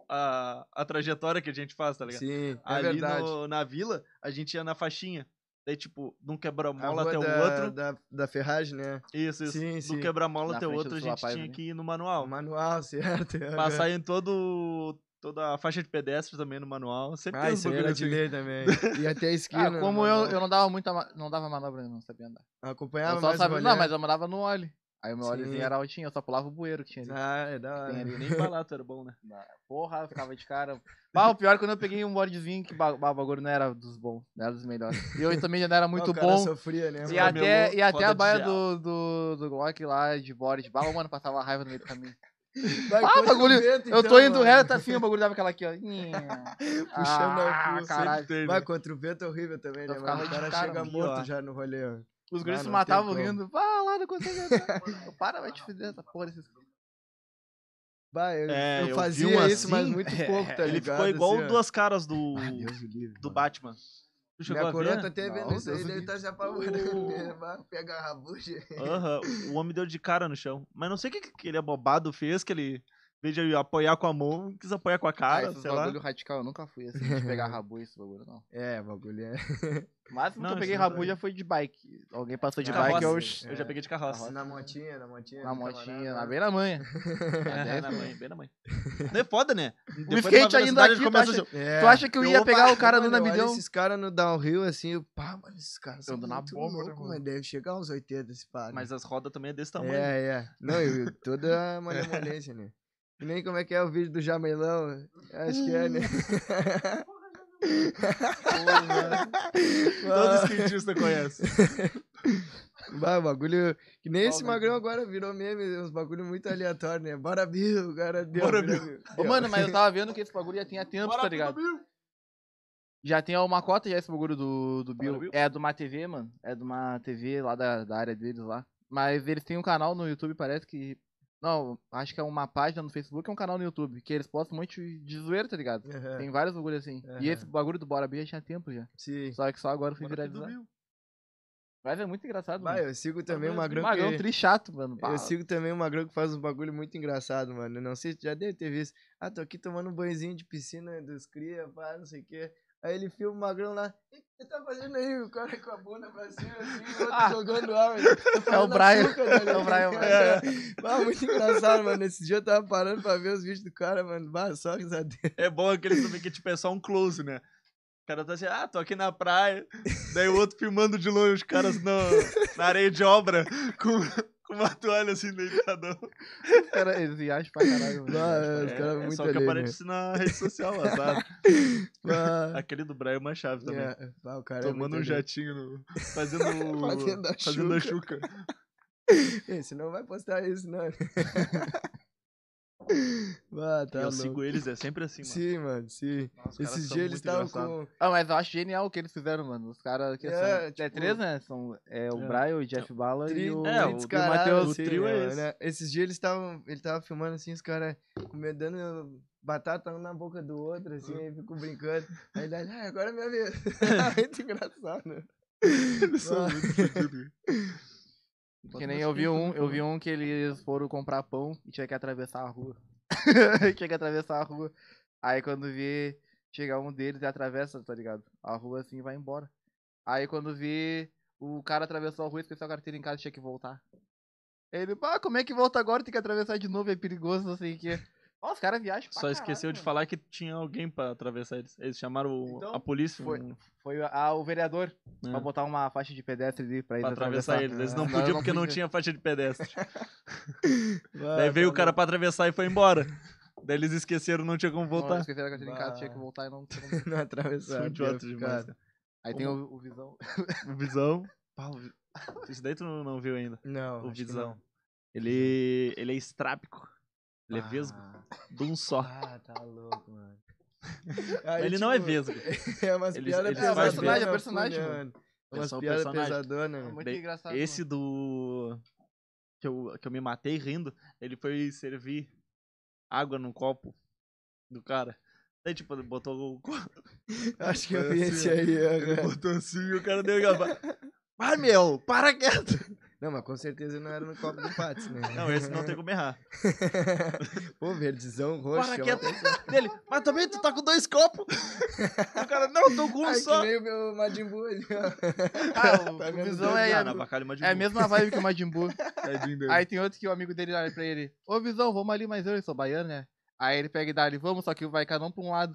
a, a trajetória que a gente faz, tá ligado? Sim, é Ali verdade. no- na vila, a gente ia na faixinha. Daí, tipo, de um A quebra-mola rua até o da, outro. da, da ferragem, né? Isso, isso. Sim, Do sim. quebra-mola Na até o frente outro, a dos gente rapazes tinha ali. que ir no O manual. manual, certo. Passar em todo, toda a faixa de pedestre também no manual. Sempre Ah, tem uns isso aí era bagulho de assim. lei também. E até a Ah, esquina. como mano, eu, eu não dava muita. ma- Não dava manobra, eu não sabia andar. Acompanhava eu só mais sabia. o Não, rolê. mas eu mandava no óleo. Aí o meu Sim. óleozinho era altinho, eu só pulava o bueiro que tinha ali. Ah, é da Tem hora. ali. Nem balato era bom, né? Porra, eu ficava de cara. Mas o pior é quando eu peguei um boardzinho que ba- ba- o bagulho não era dos bons, não era dos melhores. E eu também já não era muito Ah, o cara bom. sofria, né? E a- mano? até, camelô, e até roda a de baia gel. do, do, do Glock lá de board. Bah, mano, passava raiva no meio do caminho. Vai Ah, contra o bagulho, vento, eu então, tô indo mano. reto assim, o bagulho dava aquela aqui, ó. Puxando a ah, pulsa, caralho. Sempre tem, Vai né? contra o vento é horrível também, Tô né? ficando Mano? O de cara cara, chega mano. morto Ó. já no rolê, ó. Os Ah, guris se não tem matavam como. rindo. Vá lá, não consegue andar. Eu, Para, vai te fuder essa porra. Esses... Vai, eu, É, eu eu vi fazia um isso, mas assim, muito é, pouco, tá Ele ligado? ficou igual assim, ó. duas caras do, Ah, Deus me livre, do mano. Batman. Tu chegou Minha a ver? coroa tá até Não, vendo isso Deus aí, me deve livre. estar se apavorando, né? Vai pegar a rabuja. Aham, o homem deu de cara no chão. Mas não sei o que aquele abobado fez, que ele, em vez de apoiar com a mão, quis apoiar com a cara, Ah, esses sei lá. bagulho radical, eu nunca fui assim, de pegar rabu esse bagulho, não. É, bagulho é. O máximo Não, que eu isso peguei não rabu dá. já foi de bike. Alguém passou de Ah, bike, eu... carroça. Eu já peguei de carroça. Na motinha, na motinha. Na do motinha, camarada, na né? beira da manha. É, na mãe, bem na mãe. Não é foda, né? Um Depois de uma tá skate ainda velocidade, aqui, começa tu o acha- jogo. É. Tu acha que eu ia opa, pegar Ah, o cara mano, andando na eu olho milhão? Esses caras no downhill, assim, eu, pá, mano, esses caras são Andando na muito abóbora, loucos, mano. mano. Deve chegar uns 80 esse pá. né? Mas as rodas também é desse tamanho. É, é. Não, e toda a malemolência, né? E nem como é que é o vídeo do Jamelão. Acho que é, né? Todo skatista conhece. Bah, o bagulho. Que nem esse Qual magrão agora virou meme, uns bagulho muito aleatório, né? Bora Bill, cara. Deu, Bora, virou Bill. Ô, Deu. mano, mas eu tava vendo que esse bagulho já tem há tempo, tá ligado? Já tem uma cota já esse bagulho do, do Bill. Bill? É de uma TV, mano. É de uma TV lá da, da área deles lá. Mas eles têm um canal no YouTube, parece que. Não, acho que é uma página no Facebook, é um canal no YouTube. Que eles postam um monte de zoeira, tá ligado? Aham, Tem vários bagulhos assim. É. Aham. E esse bagulho do Bora Bill já tinha tempo já. Sim. Só que só agora foi Bora pro viralizar. Bill. Mas é muito engraçado, Bah, mano. eu sigo também o mas Magrão Magrão que... tri chato, mano. Bah. Eu sigo também o Magrão que faz uns bagulho muito engraçado, mano. Eu Não sei se tu já deve ter visto. Ah, tô aqui tomando um banhozinho de piscina dos cria, pá, não sei o quê. Aí ele filma o Magrão lá. O que você tá fazendo aí? O cara com a bunda pra cima, assim, o outro Ah. jogando água. tá É o Brian. É o Brian, É, Bah, muito engraçado, mano. Esse dia eu tava parando pra ver os vídeos do cara, mano. Bah, só risadeira. É bom aquele também que tipo é só um close, né? O cara tá assim, ah, tô aqui na praia. Daí o outro filmando de longe os caras na, na areia de obra com, com uma toalha assim deitadão. Cara, eles viajam pra caralho, mano. Bah, os É, caras é muito só que ali, né? aparece na rede social, azar. Bah, Aquele do Brian é uma chave também. yeah. Bah, o cara é Tomando muito um alheio. jatinho, no- fazendo, Fazendo a fazendo a chuca. chuca. Esse não vai postar isso, não. né? bah, tá E eu louco. sigo eles, é sempre assim, mano. Sim, mano, sim. Nossa, os caras Esses são dias eles muito estavam engraçados. com. Ah, mas eu acho genial o que eles fizeram, mano. Os caras que É, são. É, tipo, três, né? São é, o é. Brian, o Jeff Bala Tri, e o. É, tri o do descarado, Matheus, o assim, trio é né, esse. né? Esses dias eles estavam. Ele tava filmando assim, os caras comendo dando batata um na boca do outro, assim, aí ficam brincando. Aí ele olha, ah, agora é minha vez. muito engraçado. Eles são Ah. muito fodidos. Que nem eu vi um, eu vi um que eles foram comprar pão e tinha que atravessar a rua. tinha que atravessar a rua. Aí quando vi chegar um deles e atravessa, tá ligado? A rua assim e vai embora. Aí quando vi o cara atravessou a rua, esqueceu a carteira em casa e tinha que voltar. Ele, pá, como é que volta agora? Tem que atravessar de novo, é perigoso, não sei o quê. Ó, os caras viajam pra Só esqueceu caralho, de mano. falar que tinha alguém pra atravessar eles. Eles chamaram o- Então, a polícia foi. um- Foi ah, o vereador É. pra botar uma faixa de pedestre ali pra eles pra atravessar eles. Eles não Ah, podiam porque não podia. tinha faixa de pedestre. Ah, Daí tá veio o cara pra atravessar e foi embora. Daí eles esqueceram, não tinha como Não, voltar. esqueceram a carteira em casa, tinha que Bah. voltar e não tinha como Não São atravessar. idiotas demais. cara. Aí tem o, o Visão. O Visão. Pá, o Vi- Isso daí tu não não viu ainda. Não. O acho que Visão. Ele, ele é estrábico. não. Ele é vesgo. Ah. De um só. Ah, tá louco, mano. Mas Aí, ele não é tipo, vesgo. É umas Ele- piadas ele pesadonas. faz bem. É personagem, fui, né, mano. mano? É Umas só o piadas personagem. pesadonas. É mano. muito Daí, engraçado. Esse do. Que eu, que eu me matei rindo, ele foi servir água num copo do cara. Daí, tipo, ele botou o copo. Acho que eu Foi vi assim, esse ó. aí, ó, Ele cara. botou assim e o cara deu gaba. Vai, meu, para quieto! Não, mas com certeza não era no copo do Pats, né? Não, esse não tem como errar. Pô, verdezão, roxo. Para é ó. quieto! Dele, mas também tu tá com dois copos! o cara, não, tô com um Ai, só! que nem o meu Majin Buu ali, ó. Ah, o, Tá o vendo? Visão é, ah, é, não, abacalho, mas de É é a boa. mesma vibe que o Majin Buu. Tadinho dele. Aí tem outro que o amigo dele olha pra ele: Ô Visão, vamos ali mais eu, eu sou baiano, né? Aí ele pega e dá ali, vamos, só que vai cada um pra um lado.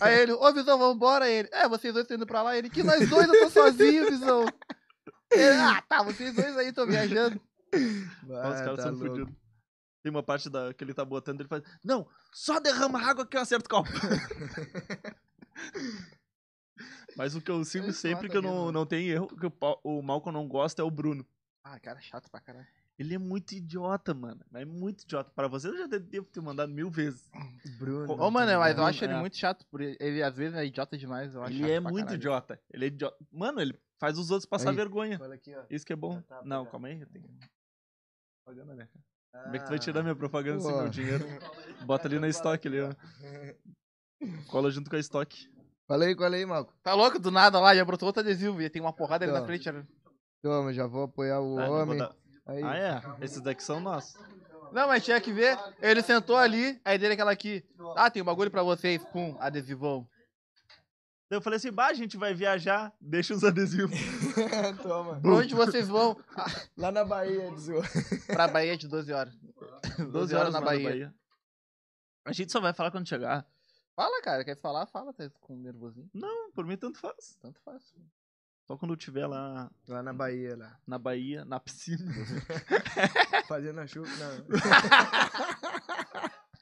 Aí ele, ô Visão, vambora. Aí ele, é, vocês dois estão indo pra lá. Ele, que nós dois, eu tô sozinho, Visão. Ele, ah, tá, vocês dois aí estão viajando. Ah, os Ah, caras tá são louco. fodidos. Tem uma parte da, que ele tá botando, ele faz. Não, só derrama água que eu acerto o copo. Mas o que eu sigo Eles sempre, matam que eu mesmo, não, né? não tem erro, que o, Pau- o Malcolm não gosta, é o Bruno. Ah, cara, chato pra caralho. Ele é muito idiota, mano. É muito idiota. Pra você, eu já de- devo ter mandado mil vezes. Bruno. Ô, mano, mas eu acho ele É. muito chato. por Ele, ele, às vezes é idiota demais. Eu acho Ele chato é pra muito caralho. idiota. Ele é idiota. Mano, ele faz os outros passar Aí. vergonha. Fala aqui, ó. Isso que é bom. tá, tá, não, tá. calma aí. Eu tenho... Propaganda, né? Como é Ah, que tu vai tirar minha propaganda sem Pô. meu dinheiro? Bota ali na estoque ali, ó. Cola junto com a estoque. Fala aí, fala aí, Malco. Tá louco? Do nada lá, já brotou outro adesivo. E tem uma porrada ali na Não. frente. né? era- Toma, já vou apoiar o Tá, não vou homem. dar- Aí. Ah, é. Esses daqui são nossos. Não, mas tinha que ver. Ele sentou ali, aí dele aquela aqui. Ah, tem um bagulho pra vocês. Pum, adesivão. Daí Eu falei assim, bah, a gente vai viajar, deixa os adesivos. é? Toma. Pra onde vocês vão? Ah, Lá na Bahia, diz o outro. pra Bahia de 12 horas. 12 horas na lá Bahia. A gente só vai falar quando chegar. Fala, cara. Quer falar? Fala. Tá com nervosinho. Não, por mim tanto faz. Tanto faz. Só quando eu tiver lá Lá na Bahia, lá. na Bahia, na piscina. Fazendo a chuva. Não.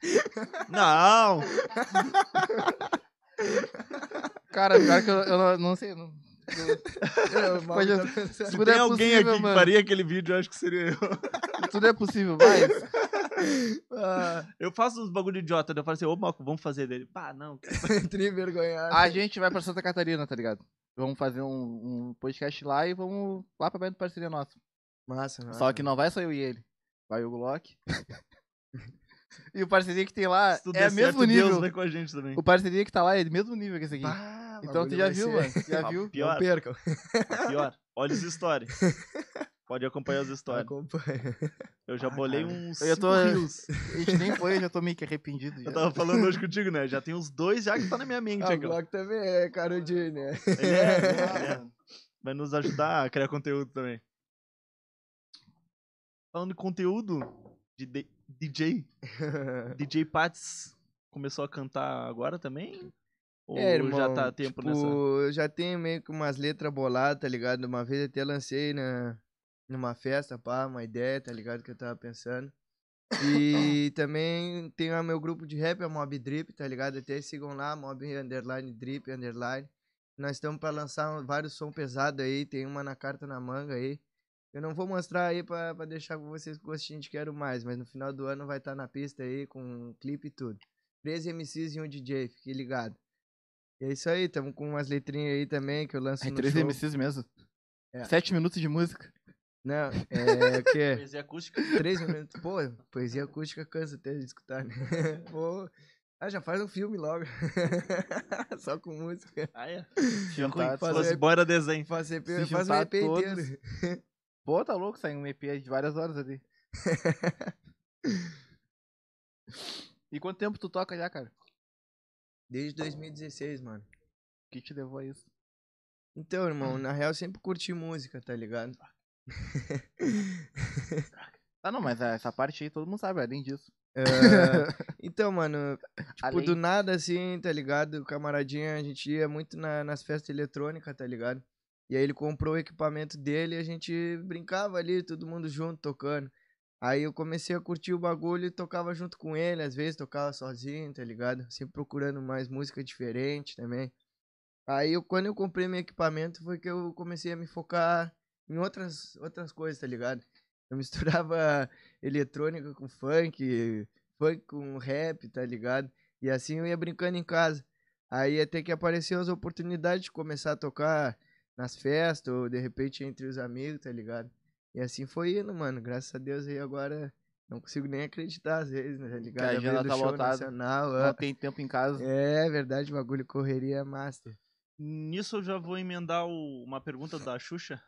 Não! Cara, pior que eu, eu não, não sei. Não... É, o Malco Mas tá eu- pensando. Se Tudo tem é alguém possível, aqui mano. que faria aquele vídeo, eu acho que seria eu. Tudo é possível, mas... Ah, Eu faço uns bagulho idiota, daí eu falo assim, ô Malco, vamos fazer dele. Pá, não. tri envergonhado. Ah, A gente vai pra Santa Catarina, tá ligado? Vamos fazer um, um podcast lá e vamos lá pra perto do parceria nossa. Ah. Massa, massa. Só que não vai só eu e ele. Vai o Glock. E o parceria que tem lá Se tudo é der o mesmo certo, nível. Deus vai com a gente também. O parceria que tá lá é do mesmo nível que esse aqui. Bah, o então tu bagulho já vai viu, ser- mano. Tu Já Ah, viu? Não Pior, percam. pior. Olha as histórias. Pode acompanhar as histórias. Acompanha. Eu já Ah, bolei cara. uns Eu já cinco tô- rios. Ah, A gente nem foi, eu já tô meio que arrependido. um, Eu Já. tava falando hoje contigo, né? Já tem uns dois já que tá na minha mente. Ah, o aqui, ó. Glock também é carudinho, né? Ele é, ele é, ele é. Ah, mano. Vai nos ajudar a criar conteúdo também. Falando em conteúdo, de D- DJ, DJ Pats começou a cantar agora também? Ou É, irmão, já tá tempo tipo, nessa? eu já tenho meio que umas letras boladas, tá ligado? Uma vez até lancei na, numa festa, pá, uma ideia, tá ligado? Que eu tava pensando. E também tem o meu grupo de rap, é Mob Drip, tá ligado? Até sigam lá, Mob Underline Drip Underline. Nós estamos pra lançar um- vários som pesado aí, tem uma na carta na manga aí. Eu não vou mostrar aí pra, pra deixar com vocês com gostinho de quero mais, mas no final do ano vai estar na pista aí com um clipe e tudo. 13 MCs e um DJ, fique ligado. E é isso aí, tamo com umas letrinhas aí também que eu lanço É assim, no três show. MCs mesmo. É. Sete minutos de música. Não, é o quê? Poesia acústica. Três minutos. Pô, poesia acústica cansa até de escutar, né? Pô. Ah, já faz um filme logo. Só com música. Ah, é? Tinha Ruim, tá- se fazer- fosse bora desenho. Faz, EP, Se faz um juntar EP todos. inteiro. Pô, tá louco, saiu um EP de várias horas ali. e quanto tempo tu toca já, cara? Desde 2016, mano. O que te levou a isso? Então, irmão, na real eu sempre curti música, tá ligado? Ah, não, mas ah, essa parte aí todo mundo sabe, além disso. Ah, então, mano, Tipo, Além- do nada, assim, tá ligado? Camaradinha, a gente ia muito na- nas festas eletrônicas, tá ligado? E aí ele comprou o equipamento dele e a gente brincava ali, todo mundo junto, tocando. Aí eu comecei a curtir o bagulho e tocava junto com ele, às vezes tocava sozinho, tá ligado? Sempre procurando mais música diferente também. Aí eu, quando eu comprei meu equipamento foi que eu comecei a me focar em outras, outras coisas, tá ligado? Eu misturava eletrônica com funk, funk com rap, tá ligado? E assim eu ia brincando em casa. Aí até que apareciam as oportunidades de começar a tocar nas festas, ou de repente entre os amigos, tá ligado? E assim foi indo, mano. Graças a Deus aí agora não consigo nem acreditar às vezes, né, tá a ligado? agenda Abrindo tá show lotada. nacional, Não ah. tem tempo em casa. É verdade, o bagulho correria é master. Nisso eu já vou emendar o- uma pergunta da Xuxa.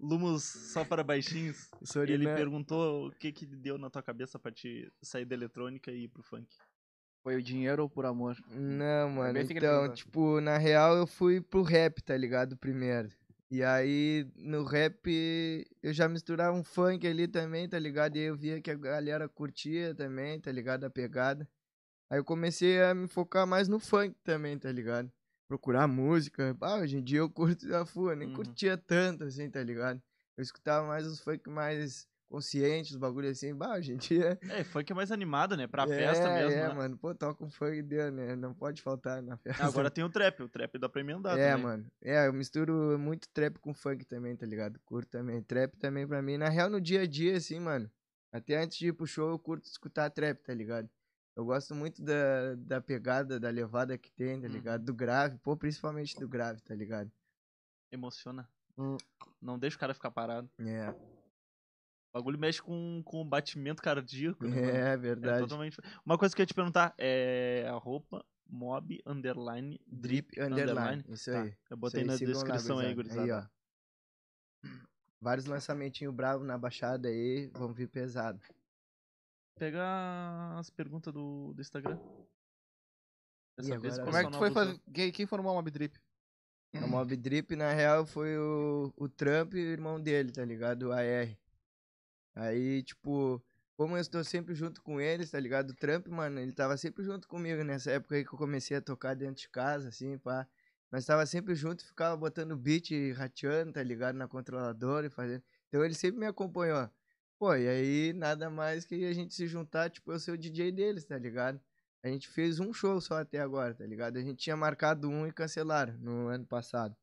Lumos só para baixinhos. Ele Sorina- perguntou o que que deu na tua cabeça pra te sair da eletrônica e ir pro funk. Foi o dinheiro ou por amor? É Não, mano. bem assim que ele Então, perguntou. tipo, na real eu fui pro rap, tá ligado? Primeiro. E aí, no rap, eu já misturava um funk ali também, tá ligado? E aí eu via que a galera curtia também, tá ligado? A pegada. Aí eu comecei a me focar mais no funk também, tá ligado? Procurar música. Ah, hoje em dia eu curto a full, eu nem Uhum. curtia tanto, assim, tá ligado? Eu escutava mais os funk mais conscientes, os bagulho assim. Bah, hoje em dia É, funk é mais animado, né? Pra é, festa mesmo. É, né? mano. Pô, toca um funk deu, né? Não pode faltar na festa. Agora tem o trap, o trap dá pra emendar né? é, também. mano. É, eu misturo muito trap com funk também, tá ligado? Curto também. Trap também pra mim. Na real, no dia a dia, assim, mano. Até antes de ir pro show, eu curto escutar trap, tá ligado? Eu gosto muito da, da pegada, da levada que tem, tá Uhum. ligado? Do grave, pô, principalmente do grave, tá ligado? Emociona. Hum. Não deixa o cara ficar parado. É, O bagulho mexe com, com o batimento cardíaco. né, mano? é É verdade. totalmente... Uma coisa que eu ia te perguntar é a roupa mob underline drip underline, underline. isso Tá, aí. eu botei na descrição aí, gurizada. ó. Vários lançamentinhos bravos na baixada aí, vão vir pesado. Pega as perguntas do, do Instagram. Dessa E vez agora? o Como é que pessoal tu não foi abusou. fazer? Quem, quem formou a Mob Drip? A Mob Drip, na real, foi o, o Trump e o irmão dele, tá ligado? O AR. Aí, tipo, como eu estou sempre junto com eles, tá ligado? O Trump, mano, ele tava sempre junto comigo nessa época aí que eu comecei a tocar dentro de casa, assim, pá. Nós tava sempre junto, ficava botando beat, rateando, tá ligado? Na controladora e fazendo. Então ele sempre me acompanhou. Pô, e aí nada mais que a gente se juntar, tipo, eu ser o DJ deles, tá ligado? A gente fez um show só até agora, tá ligado? A gente tinha marcado um e cancelaram no ano passado.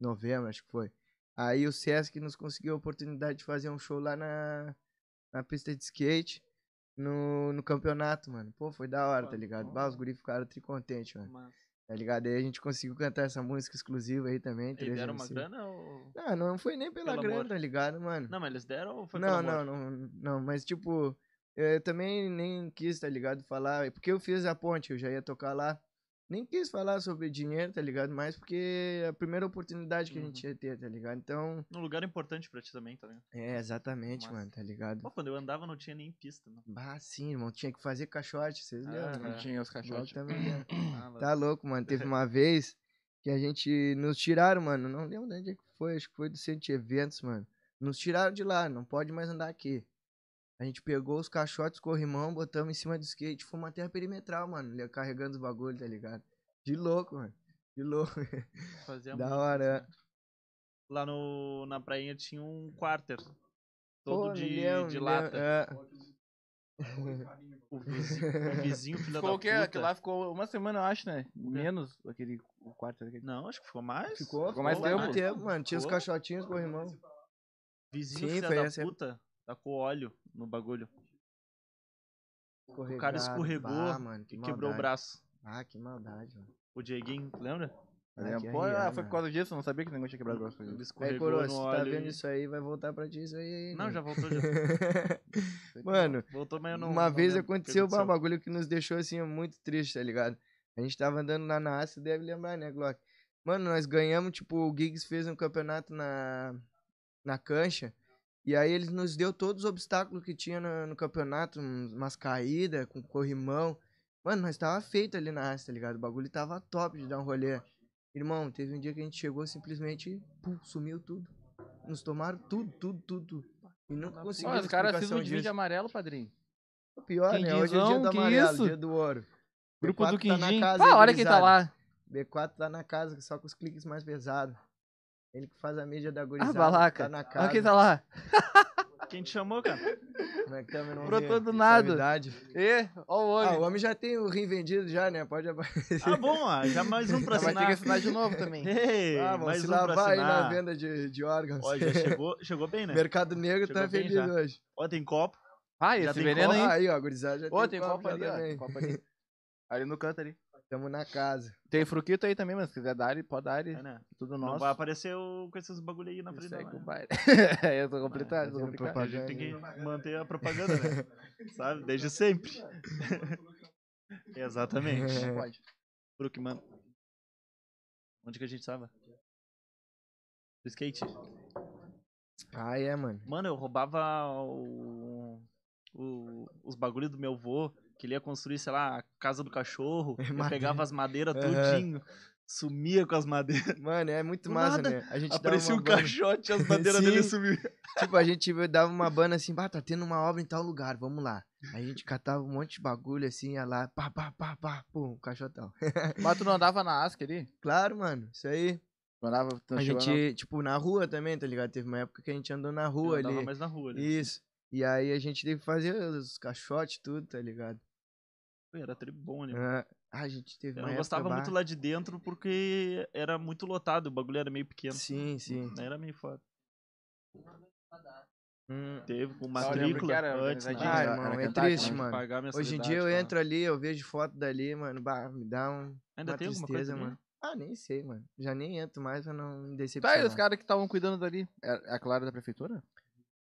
Novembro, acho que foi. Aí o Sesc nos conseguiu a oportunidade de fazer um show lá na, na pista de skate, no, no campeonato, mano. Pô, foi da hora, tá ligado? Bah, os guri ficaram tricontentes, mano. Mas- Tá ligado? Aí a gente conseguiu cantar essa música exclusiva aí também. Eles 3 deram uma MC. Ah, grana ou. Não, não foi nem pela Pelo grana, amor. tá ligado, mano? Não, mas eles deram ou foi Não, pelo amor? não, não, não, mas tipo, Eu também nem quis, tá ligado? Falar. Porque eu fiz a ponte, eu já ia tocar lá. Nem quis falar sobre dinheiro, tá ligado? Mas porque é a primeira oportunidade que a Uhum. gente ia ter, tá ligado? Então. Um lugar importante pra ti também, tá ligado? É, exatamente, Massa. mano, tá ligado? Pô, quando eu andava não tinha nem pista, né? Bah, sim, irmão. Tinha que fazer caixote, vocês lembram? Aham. né? Não tinha os Nós cachorros. também lembra. Ah, lá- Tá louco, mano. Teve uma vez que a gente nos tiraram, mano. Não lembro de onde é que foi, acho que foi do centro de eventos, mano. Nos tiraram de lá, não pode mais andar aqui. A gente pegou os caixotes, corrimão, botamos em cima do skate, fomos até a perimetral, mano, le- carregando os bagulho, tá ligado? De louco, mano. De louco. Fazia Da muito isso, hora. é. né? Lá no, na prainha tinha um quarter. Todo Pô, é. me de, lembro, de me lata. lembro. O vizinho, o vizinho filho da Ficou o quê? puta. Que lá ficou uma semana, eu acho, né? Menos aquele o quarto daquele. Não, acho que ficou É, mais. ficou, Ficou mais tempo. mano. Tinha os Ficou. caixotinhos, corrimão. Vizinho Sim, filho foi da essa- puta tacou óleo no bagulho. O cara escorregou mano, E que quebrou o maldade. braço. Ah, que maldade, mano. O Dieguinho, lembra? Eu Ah, lembro. que Pô, arrear, ah, foi por mano. causa disso, eu não sabia que o negócio tinha quebrado o um braço. Ele escorregou Aí, Coroa, no se tu tá óleo. vendo e- isso aí, vai voltar pra ti isso aí. Não, né? já voltou já. Mano, Voltou, mas eu não. uma não vez lembro o que aconteceu, um bagulho que nos deixou assim muito triste, tá ligado? A gente tava andando lá na Ásia, deve lembrar, né, Glock? Mano, nós ganhamos, tipo, o Giggs fez um campeonato na na cancha. E aí eles nos deu todos os obstáculos que tinha no, no campeonato, uns- umas caídas, com corrimão. Mano, nós tava feito ali na Ásia, tá ligado? O bagulho tava top de dar um rolê. Irmão, teve um dia que a gente chegou simplesmente, pum, sumiu tudo. Nos tomaram tudo, tudo, tudo. tudo. E não conseguimos. Olha, os caras explicação precisam de disso. vídeo amarelo, padrinho. O Pior, Quem né? diz Hoje é o dia não, do que amarelo, isso? dia do ouro. Grupo do B4 tá na Quindim. casa, ah, hein, olha quem tá gurizada? lá. B4 tá na casa, só com os cliques mais pesados. Ele que faz a mídia da Ah, gurizada. balaca. Tá na casa. Olha quem tá lá. aconteceu. Quem te chamou, cara? Como é que também não tá Brotou vê? do nada. Suavidade. Ê, ó o Ah, o homem. homem já tem o rim vendido já, né? Pode aparecer. Ah, bom, ó, já mais um pra Vai ter que assinar. assinar de novo também. Ei, Ah, vão mais se um pra lavar aí na assinar. venda de, de órgãos. Ó, já chegou, chegou bem, né? Mercado Negro tá Chegou bem vendido já. hoje. Ó, tem copo. Ah, Já esse tem veneno Ó, aí. aí, ó, gurizada já Ô, tem tem copo ali, já ó. também. Copo ali. Ali no canto ali. Tamo na casa. Tem fruquito aí também, mas se quiser dar ele, pode dar ele. É, né? Tudo Não nosso. vai aparecer o- com esses bagulho aí na frente é é. da Segue o mãe. baile. É, Eu tô complicado, tô fazendo complicado. A gente tem que Propaganda. manter a propaganda, né? Sabe? Desde sempre. Exatamente. Não pode. Brook, mano. Onde que a gente tava? Do skate. Ah, é, mano. Mano, eu roubava o, o- os bagulhos do meu avô, que ele ia construir, sei lá, a casa do cachorro. Eu É Madeira. pegava as madeiras Aham. tudinho, sumia com as madeiras. Mano, é muito Do massa, nada, né? A gente dá Aparecia uma um banda- caixote, as madeiras dele Sim. sumiam. Tipo, a gente dava uma banda assim, bah, tá tendo uma obra em tal lugar, vamos lá. A gente catava um monte de bagulho assim, ia lá, pá, pá, pá, pá, pum, caixotão. Mas tu não andava na asca ali? Claro, mano, isso aí. Tu andava, Então tu não a chegou gente, tipo, na rua também, tá ligado? Teve uma época que a gente andou na Eu rua andava ali. mais na rua ali. Isso. E aí a gente teve que fazer os caixotes, tudo, tá ligado? Pô, Era tri bom, né? Ah, a gente teve Eu não uma época, gostava bah, muito lá de dentro porque era muito lotado, o bagulho era meio pequeno. Sim, sim. Era meio foda. Hum. Teve Ah, com eu lembro que matrícula era antes, né? organizadinho, Ah, era- irmão, era é cantar, triste, tinha Tinha que mano. pagar a Hoje em mensalidade, dia eu tá? entro ali, eu vejo foto dali, mano, bah, me dá um, Ainda uma tem alguma coisa? né? tristeza, ali? mano. Ah, nem sei, mano. Já nem entro mais pra não me Tá, decepcionar. e os caras que estavam cuidando dali? É é a Clara da prefeitura?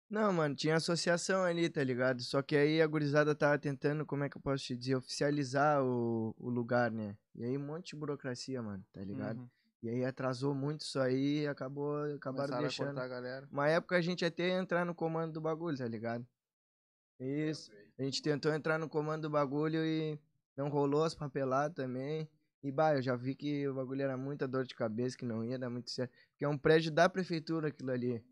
Não, mano, tinha associação ali, tá ligado? Só que aí a gurizada tava tentando, como é que eu posso te dizer, oficializar o, o lugar, né? E aí um monte de burocracia, mano, tá ligado? Uhum. E aí atrasou muito isso aí e acabou, Começaram acabaram a deixando. cortar a galera. Uma época a gente até ia entrar no comando do bagulho, tá ligado? Isso. A gente tentou entrar no comando do bagulho e não rolou as papeladas também. E bah, eu já vi que o bagulho era muita dor de cabeça, que não ia dar muito certo. Porque é um prédio da prefeitura aquilo ali.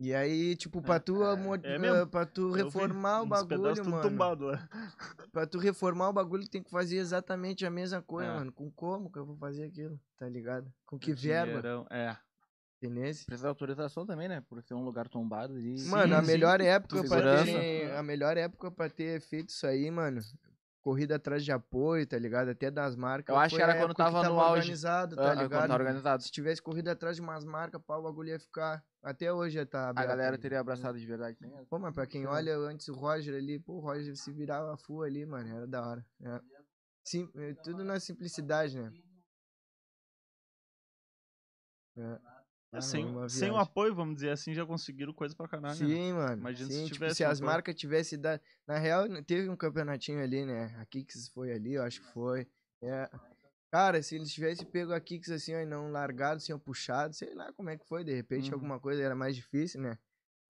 E aí, tipo, pra tu, amo- é mesmo. pra tu Eu vi reformar Ah, o uns pedaços bagulho, tudo mano. tombado lá. Pra tu reformar o bagulho, tem que fazer exatamente a mesma coisa, É. mano. Com como que eu vou fazer aquilo, tá ligado? Com que verba, Dinheirão, É. entendeu? Precisa de autorização também, né? Por ser um lugar tombado ali. Mano, a sim. melhor época Com pra ter, segurança. a melhor época para ter feito isso aí, mano. Corrida atrás de apoio, tá ligado? Até das marcas. Eu acho que foi era a quando época que tava no auge. organizado, Ah, tá ah, quando ligado? tá organizado. Se tivesse corrida atrás de umas marcas, pá, o bagulho ia ficar. Até hoje ia tá A aberto, galera tá teria ligado? abraçado de verdade. né? Pô, mas pra quem olha antes o Roger ali, pô, o Roger se virava a full ali, mano. Era da hora. É. Sim, é tudo na simplicidade, né? É. Ah, sem, uma sem o viagem. apoio, vamos dizer assim, já conseguiram coisa pra caralho. né? Sim, mano. Imagina se Sim, tipo, se, tivesse um as campo. marcas tivessem dado. Na real, n- teve um campeonatinho ali, né? A Kicks foi ali, eu acho que foi. É. Cara, se eles tivessem pego a Kicks assim, ó, e não largado, assim, ó, puxado, sei lá como é que foi. De repente, Uhum. alguma coisa era mais difícil, né?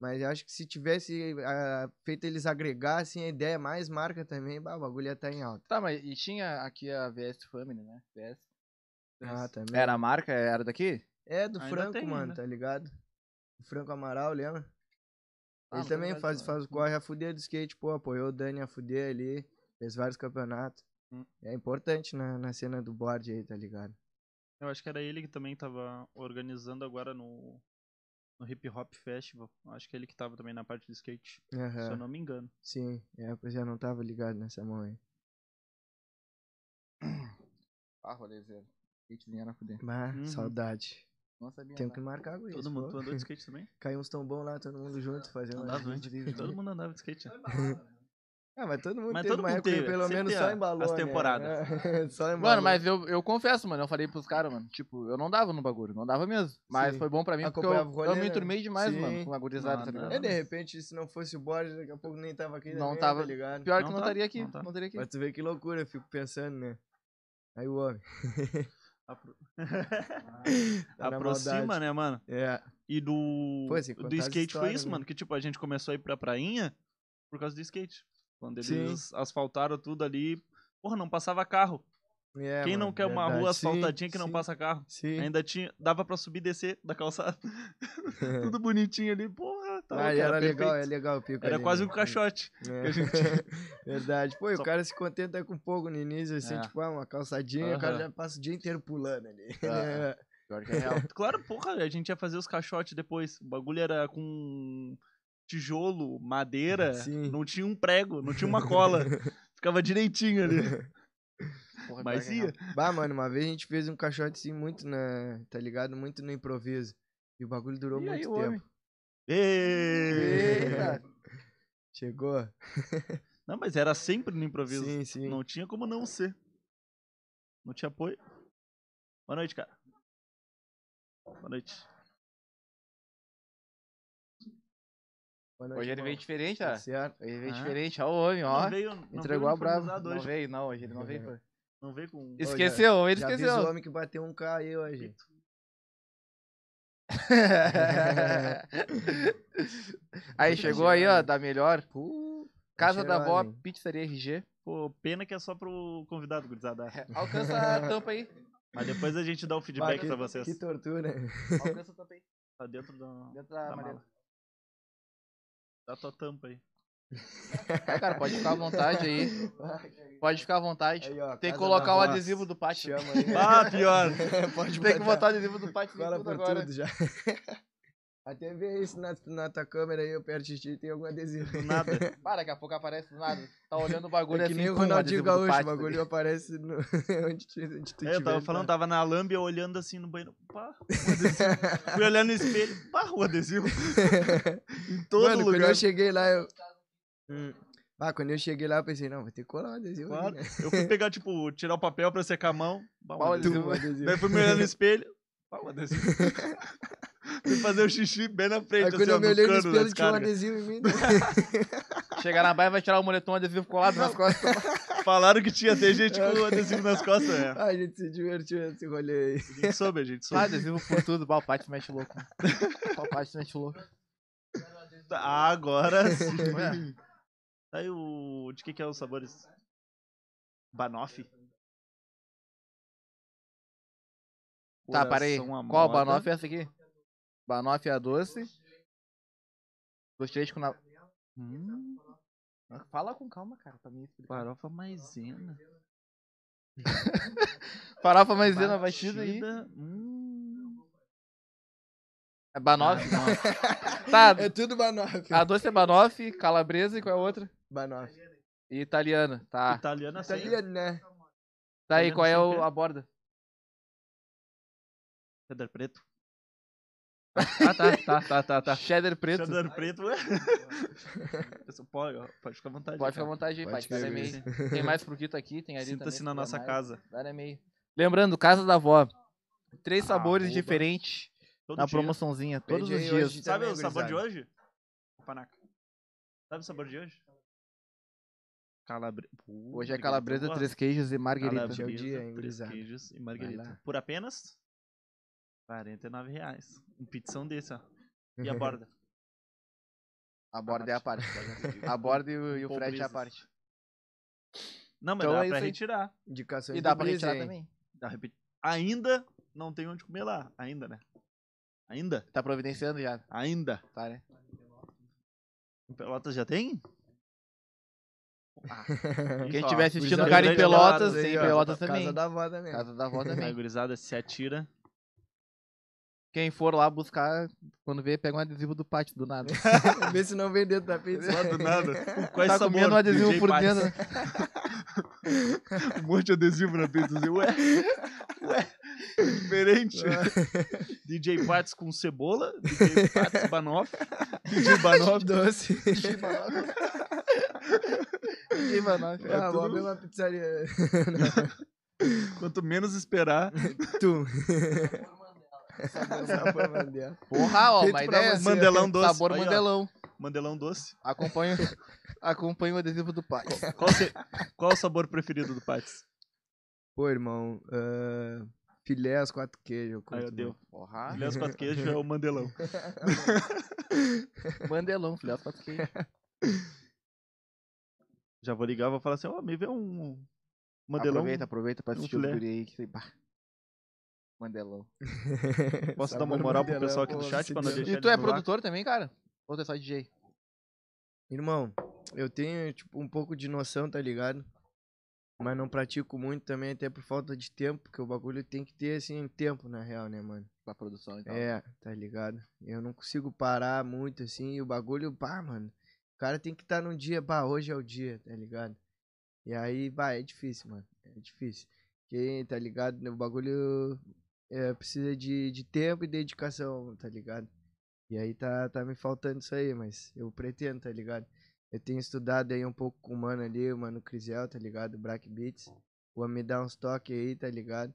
Mas eu acho que se tivesse ah, feito eles agregar, assim, a ideia, mais marca também, bah, o bagulho ia estar em alta. Tá, mas e tinha aqui a VS Family, né? VS. Ah, também. Era a marca? Era daqui? É, do É. Ainda Franco, tem, né? mano, ainda. tá ligado? O Franco Amaral, lembra? Ah, Ele mas também verdade, faz, mano. faz o corre a fuder do skate, pô, apoiou o Dani a fuder ali, fez vários campeonatos. Hum. É importante na, na cena do board aí, tá ligado? Eu acho que era ele que também tava organizando agora no, no Hip Hop Festival. Eu Acho que é ele que tava também na parte do skate, se eu Aham, não me engano. sim. É, pois eu não tava ligado nessa mão aí. Ah, rolê zero. Skatezinho era fuder. Mas, Uhum. saudade. Não sabia. né? Tem um que marcar com isso. Todo mundo, pô. tu andou de skate também? Caiu uns tão bom lá, todo mundo junto, fazendo. Andava, uma- né? Todo mundo andava de skate. né? Ah, mas todo mundo Mas teve todo uma mundo época que teve, pelo sempre menos tem só a- embalou, as né? temporadas. só embalou. Mano, mas eu, eu confesso, mano, eu falei pros caras, mano, tipo, eu não dava no bagulho, não dava mesmo. Mas Sim. foi bom pra mim, porque eu, Acompanhava o rolê, eu me né? enturmei demais, Sim. mano, com a gurizada, Ah, tá ligado? É, não, de mas- repente, se não fosse o board, daqui a pouco nem tava aqui Não também, tava- tá ligado? Pior que Não não tá, estaria aqui, não tá. não estaria aqui. Pra tu ver que loucura, eu fico pensando, né? Aí o homem. Apro- tá na Aproxima, maldade. né, mano? É, E do, Pô, sem do contar as skate foi histórias, isso, né? mano. Que tipo, a gente começou a ir pra prainha por causa do skate. Quando Sim. eles asfaltaram tudo ali. Porra, não passava carro. é, Quem não mano, quer uma verdade. rua Sim, asfaltadinha que não sim, passa carro? Sim. Ainda tinha. Dava pra subir e descer da calçada. tudo bonitinho ali. Porra, tá Ah, louco, e era perfeito. legal, é legal o pico. Era ali, quase né? um caixote. que a É. Verdade. Pô, e Só- o cara se contenta com pouco no início, assim, É. tipo, ah, uma calçadinha, o cara Aham. já passa o dia inteiro pulando ali. Ah, Pior que é real. Claro, porra, a gente ia fazer os caixotes depois. O bagulho era com tijolo, madeira. Sim. Não tinha um prego, não tinha uma cola. Ficava direitinho ali. Porra, pior Mas que é ia. real. Bah, mano, uma vez a gente fez um caixote assim muito na. Tá ligado? Muito no improviso. E o bagulho durou E muito aí, o tempo. homem? Êêêê! Eita! Chegou? Não, mas era sempre no improviso. Sim, sim. Não tinha como não ser. Não tinha apoio. Boa noite, cara. Boa noite. Boa noite, Hoje ele irmão. veio diferente, Tá ó. Certo? Hoje ele veio Ah. diferente, ó o homem, ó. não veio, não Entregou a veio brava. uniformizado Não Hoje. veio, não, hoje ele não veio. Não veio com. Isso. Esqueceu, hoje Já ele avisa o esqueceu. homem que bateu um K aí hoje. aí Hoje chegou aí, ó, chegaram. da melhor. Pô, Casa da cheirosa, Vó, hein? Pizzaria RG. Pô, pena que é só pro convidado, gurizada. É. Alcança a tampa aí. Mas depois a gente dá o Bah, feedback que- pra vocês. Que tortura. Alcança a tampa aí. Tá dentro da, Dentro Ah, da da madeira. mala. Dá tua tampa aí. É, cara, pode ficar à vontade aí. Pode ficar à vontade. Aí, ó, Tem que Casa colocar da o Vó. adesivo do pátio. Chama aí. Ah, pior! Pode Tem que botar o adesivo do pátio em Fala tudo por agora. tudo já. Até ver isso na, na tua câmera aí, eu perto de ti, tem algum adesivo. Do nada. Para, daqui a pouco aparece do nada. Tá olhando o bagulho É que assim. nem o pum, Ronaldinho adesivo do Gaúcho, o pátio, tá bagulho ligado? aparece no... onde, te, onde tu É, eu tava tiver, falando, tá? tava na lâmbia olhando assim no banheiro. Pá, o adesivo. Fui olhar no espelho, pá, o adesivo. em tá todo Mano, quando lugar. eu cheguei lá, eu... Hum. Ah, quando eu cheguei lá, eu pensei, não, vou ter que colar um adesivo aqui, Claro. né? Eu fui pegar, tipo, tirar o papel pra secar a mão. Pá, Pau, o adesivo. adesivo. Um adesivo. Daí fui me olhar no espelho. Pá, o adesivo. fui fazer o xixi bem na Aí frente, quando assim, ó, eu me no olhei no cano da espelho, tinha um descarga. adesivo em mim. né? Chegar na baia vai tirar o moletom adesivo colado né? nas costas. Falaram que tinha até gente com o adesivo nas costas, né? Ah, a gente se divertiu nesse rolê aí. A gente soube, a gente Ah, soube. adesivo por tudo. Bah, o pátio mexe louco. Bah, O pátio mexe louco. Ah, agora sim. Tá Ué, Aí o. De que que é os sabores? Banoffee? Tá, parei. Coração à Qual? moda. Banoff é essa aqui? Banoff é a doce. Doce de leite com... Na... Hum, Fala com calma, cara, pra mim é explicar. farofa maisena. Farofa maisena batida aí. Hum. Ah, É Banoff? Banoffee. Tá, É tudo banoff. a doce é Banoff, calabresa e qual é a outra? Banoff. E italiana, tá. Ah. Italiana Tá sem. ligado, né? Tá aí, italiana qual é sem o- quê? a borda? Cheddar preto. Ah, tá, tá, tá, tá, tá. Cheddar preto. Cheddar preto, ué. Pessoal, Pode, ó, pode ficar à vontade. Pode ficar à cara. vontade aí, Pode pai. Cara, é meio. escrever. Tem mais pro Quito aqui, tem ali também. Sinta-se se na quiser nossa mais. casa. Cara, é meio. Lembrando, Casa da Vó. Três sabores Arroba. diferentes Todo Na dia. promoçãozinha, todos PJ os dias. hoje- Sabe o Também, sabor de gurizada. hoje? Panaca. Sabe o sabor de hoje? Calabresa. Hoje é calabresa, três queijos né? e marguerita. Calabresa, É o dia, três hein, gurizada. queijos e Vai lá. margarita. Por apenas R$49,00. reais. Um pizzão desse, ó. E a borda? A borda é a parte. A borda e o, e o frete é a Pobrezas. parte. Não, mas Então dá é pra isso aí. retirar. Indicações E dá do pra Brisa, retirar hein? também. Dá pra reti- Ainda não tem onde comer lá. Ainda, né? Ainda? Tá providenciando já, Ainda. tá, né? Em Pelotas já tem? Ah, Quem só. estiver assistindo o Gurizada, cara em grande Pelotas, abraço aí, tem ó. Pelotas Casa também. da avó também. Casa da avó Aí, também. gurizada, se atira. Quem for lá buscar, quando vê, pega um adesivo do pátio do nada. Vê se não vender da pizza. Lá do nada. Quais tá sabor? comendo um adesivo DJ por Pax. dentro. né? um monte de adesivo na pizza. Assim, ué, ué, diferente. DJ Patz com cebola, DJ Patz Banoff, DJ Banoff. Doce. Tipo, Ih, mano, É Ah, vou tudo- abrir uma pizzaria. Quanto menos esperar, Tu. Porra, ó, Feito uma pra ideia. assim, você. Mandelão doce. Sabor Aí, Assim, ó, mandelão. mandelão doce. Acompanha, acompanha o adesivo do pátio. Qual, se- qual o sabor preferido do Patz? Pô, irmão. ah, filé aos quatro queijos. eu curto, Aí, um- ó, deu. né? Porra, Aliás, quatro queijos é o mandelão. mandelão, filhote pra queijo. Já vou ligar, vou falar assim, ó, me vê um mandelão. Um Aproveita, aproveita pra assistir o filé. guri aí. Que... tem- bah. Mandelão. Posso dar Sabor uma moral pro mandelão, pessoal aqui do pô, chat se pra não deu. deixar E eles tu é no vácuo? produtor também, cara? Ou tu é só DJ? Irmão, eu tenho, tipo, um pouco de noção, tá ligado? Mas não pratico muito também, até por falta de tempo, porque o bagulho tem que ter, assim, tempo, na real, né, mano? Pra produção então? e tal. É, tá ligado? Eu não consigo parar muito, assim, e o bagulho, pá, mano. O cara tem que estar num dia, pá, hoje é o dia, tá ligado? E aí, pá, é difícil, mano. É difícil. Porque, tá ligado? O bagulho é, precisa de, de tempo e dedicação, tá ligado? E aí tá, tá me faltando isso aí, mas eu pretendo, tá ligado? Eu tenho estudado aí um pouco com o mano ali, o mano Crisel, tá ligado? O Brack Beats. Vou me dar uns toques aí, tá ligado?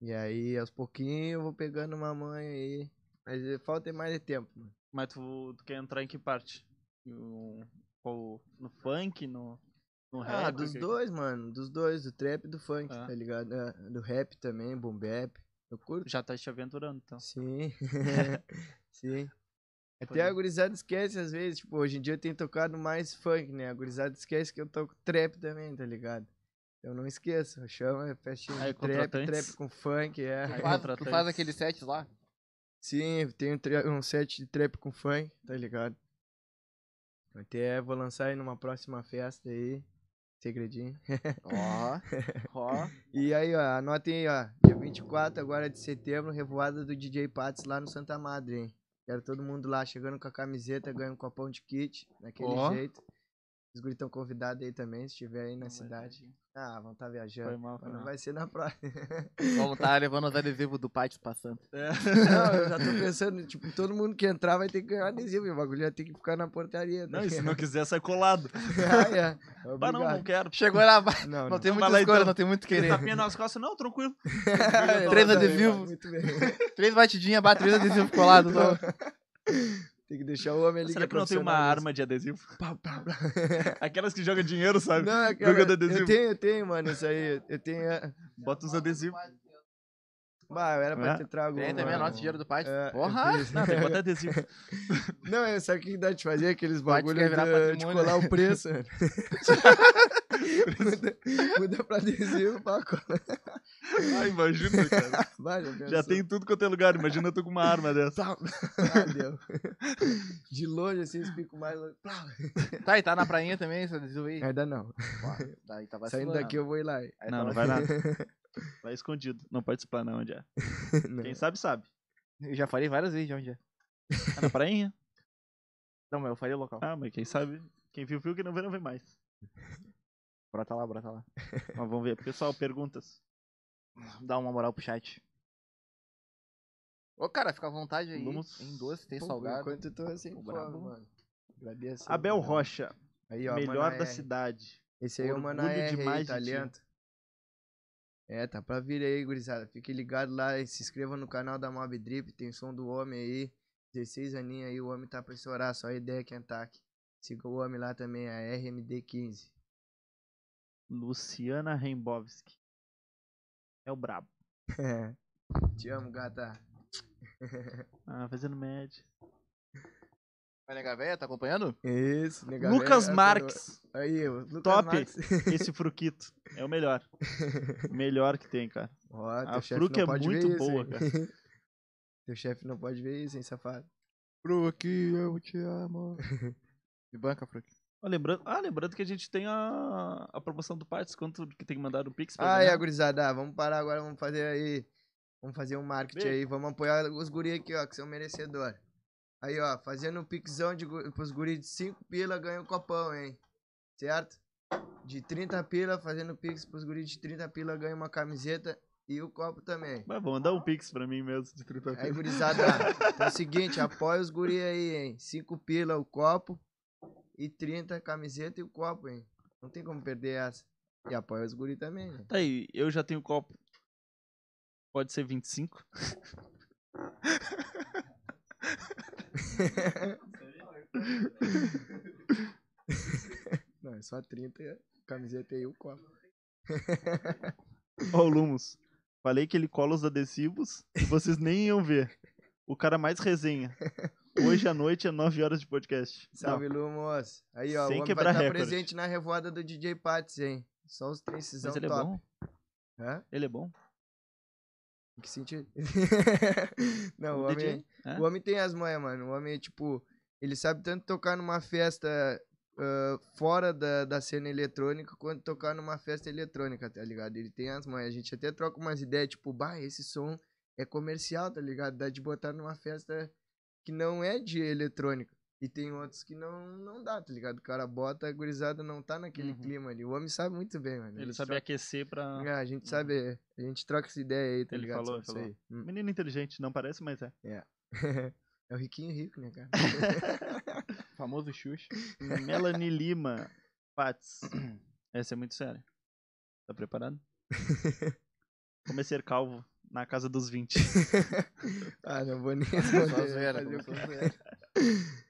E aí, aos pouquinhos, eu vou pegando uma mãe aí. Mas eh, falta é mais de tempo, mano. Mas tu, tu quer entrar em que parte? No, qual- no funk, no, no rap? Ah, dos que- dois, mano. Dos dois, do trap e do funk, é, Ah. tá ligado? Ah, Do rap também, boom bap. Eu curto. Já tá te aventurando, então. Sim. Sim. Até Pode- a gurizada esquece às vezes, tipo, hoje em dia eu tenho tocado mais funk, né? A gurizada esquece que eu toco trap também, tá ligado? Eu não esqueço, chama festinha Aí, de trap, Ah, é contratantes. trap com funk, é. Aí, Tu faz, tu contratante. faz aqueles sets lá? Sim, tem um, tra- um set de trap com funk, tá ligado? Até vou lançar aí numa próxima festa aí. Segredinho. Ó, ó. E aí, ó, anotem aí, ó. Dia 24 agora de setembro, revoada do DJ Patz lá no Santa Madre, hein? Quero todo mundo lá, chegando com a camiseta, ganhando um copão de kit, daquele Ó. jeito. Os guris estão convidados aí também, se estiver aí Não na vai cidade. Ah, vão estar Foi viajando. mal, foi Mas não mal. vai ser na próxima. Vamos tá levando os adesivos do pátio passando. É, Não, eu já tô pensando, tipo, todo mundo que entrar vai ter que ganhar adesivo. e O bagulho vai ter que ficar na portaria. tá Não, e se ligado? não quiser, sai colado. ah, é. Bah, não, não Obrigado. quero. Chegou na barra. Não, Não tem Vai muita lá, escolha, então. não tem muito Ele querer. tapinha nas costas, não, tranquilo. Três Tá bem, adesivos. tá Muito bem. Três batidinhas, bate três adesivos colados. ó. Tem que deixar o homem ali. Será que não tem uma arma de adesivo? Aquelas que jogam dinheiro, sabe? Não, é que Joga do eu, adesivo. eu tenho, eu tenho, mano, isso aí. Eu tenho. é. Bota uns adesivos. Bah, eu era pra É? ter trago. Tem também uma- é nosso dinheiro do pátio. É, eu Porra! fiz- Não, tem que botar adesivo. Não, é, sabe o que dá de fazer? Aqueles Bate bagulho que vai virar de, de patrimônio. colar o preço. mano. muda, muda pra adesivo, pá, cola. Ah, imagina, cara. Vai, já, Já pensou? tem em tudo quanto é lugar. Imagina eu tô com uma arma dessa. Ah, deu. De longe, assim, os picos mais longe. Pá. Tá, e tá na prainha também esse adesivo É. aí. Ainda não. Porra, tá, aí tá Saindo vacilando. daqui, eu vou ir lá. Aí tá Não, não vai nada. Vai escondido. Não pode explanar onde é. Não. Quem sabe, sabe. Eu já falei várias vezes de onde é. É na prainha. Não, mas eu falei o local. Ah, mas quem sabe, quem viu, viu, quem não viu, não vê mais. Brota lá, brota lá. Mas vamos ver. Pessoal, perguntas. Dá uma moral pro chat. Ô, cara, fica à vontade aí. Vamos. Tem doce, tem Pô, salgado. Enquanto eu tô assim, Pô, brabo. mano. Agradeço. aí, Abel mano. Rocha, Aí, ó, melhor Mano da AR. cidade. Esse aí é o Mano Orgulho AR, demais aí, de ti. talento. É, tá pra vir aí, gurizada. Fique ligado lá e se inscreva no canal da Mob Drip. Tem som do homem aí. 16 aninhos aí, o homem tá pra estourar. Só a ideia é Kentucky. Siga o homem lá também, a RMD15. Luciana Rembovski. É o brabo. Te amo, gata. Ah, fazendo média. Vai negar velha, tá acompanhando? É Isso, nega. Lucas velha, Marques. adorou. Aí, o Lucas Top. Marques. Esse fruquito. É o melhor. O melhor que tem, cara. Ó, Ah, teu A chefe fruca não é pode ver muito isso, boa, hein? cara. Teu chefe não pode ver isso, hein, safado. Fruki, eu te amo. Me banca, Fruki. Ó, lembrando, ah, lembrando que a gente tem a, a promoção do Partes, quanto que tem que mandar o Pix pra né? Ah, é, ganhar. gurizada, ah, vamos parar agora, vamos fazer aí. Vamos fazer um marketing Beijo. aí, vamos apoiar os guri aqui, ó, que são merecedores. Aí, ó, fazendo um pixão de, gu- pros guri de 5 pila ganha um copão, hein? Certo? De 30 pila, fazendo pix pros guri de 30 pila ganha uma camiseta e o copo também. Mas vão mandar um Pix pra mim mesmo de 30 Aí, pila. gurizada, então é o seguinte, apoia os guri aí, hein? 5 pila o copo e 30 camiseta e o copo, hein? Não tem como perder essa. E apoia os guri também, né? Tá aí, eu já tenho copo. Pode ser 25. Não, é só 30, camiseta e o copo. Ó, o Lumos. Falei que ele cola os adesivos e vocês nem iam ver. O cara mais resenha. Hoje à noite é 9 horas de podcast. Salve, Lumos. Aí, ó, Sem o homem vai quebrar estar recorde. presente na revoada do DJ Patz, hein? Só os Não, trencisão Mas ele é top. bom? Hã? Ele é bom? Em que sentido? Não, o O DJ? homem, É? o homem tem as manhas, mano. O homem, tipo, ele sabe tanto tocar numa festa ah, fora da, da cena eletrônica quanto tocar numa festa eletrônica, tá ligado? Ele tem as manhas. A gente até troca umas ideias, tipo, bah, esse som é comercial, tá ligado? Dá de botar numa festa que não é de eletrônica. E tem outros que não, não dá, tá ligado? O cara bota, a gurizada não tá naquele Uhum. clima ali. O homem sabe muito bem, mano. A Ele gente sabe troca- aquecer pra. É, a gente sabe, a gente troca essa ideia aí, tá Ele ligado? falou, Sobre ele isso aí. Hum. Menino inteligente, não parece, mas é. é o riquinho rico, né, cara? Famoso Xuxa. Melanie Lima. Pats. Essa é muito séria. Tá preparado? Comecei a ser calvo na casa dos 20. ah, não vou nem Só responder. zoeira, fazer o começou quê? a zoeira.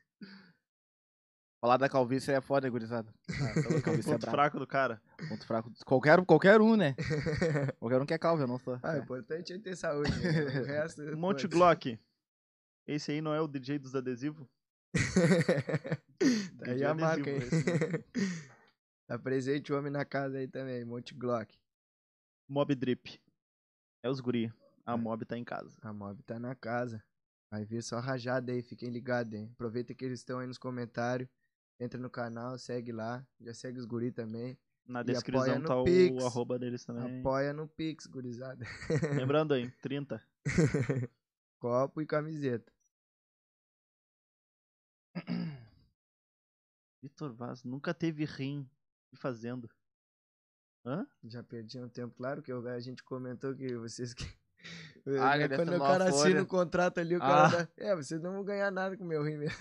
Falar da calvície é foda, gurizada. calvície é Ponto brabo. fraco do cara. Ponto fraco. Qualquer, qualquer um, né? Qualquer um que é calvo, eu não sou. Ah, o importante é ter saúde. Né? O resto. Um Monte foda-se. Glock. Esse aí não é o DJ dos adesivos? Tá aí a marca, hein? né? tá presente o homem na casa aí também, Monte Glock. Mob Drip. É os guri. A Mob tá em casa. A mob tá na casa. Vai vir só rajada aí, fiquem ligados, hein? Aproveita que eles estão aí nos comentários. Entra no canal, segue lá. Já segue os guri também. Na E apoia descrição no tá o Pix. arroba deles também. Apoia no Pix, gurizada. Lembrando aí, 30. Copo e camiseta. Vitor Vaz nunca teve rim de fazendo. Hã? Já perdi um tempo, claro que eu- a gente comentou que vocês que. Ah, ele quando o defendeu a cara Folha. assina o contrato ali, o cara Ah. dá. É, vocês não vão ganhar nada com o meu rim mesmo.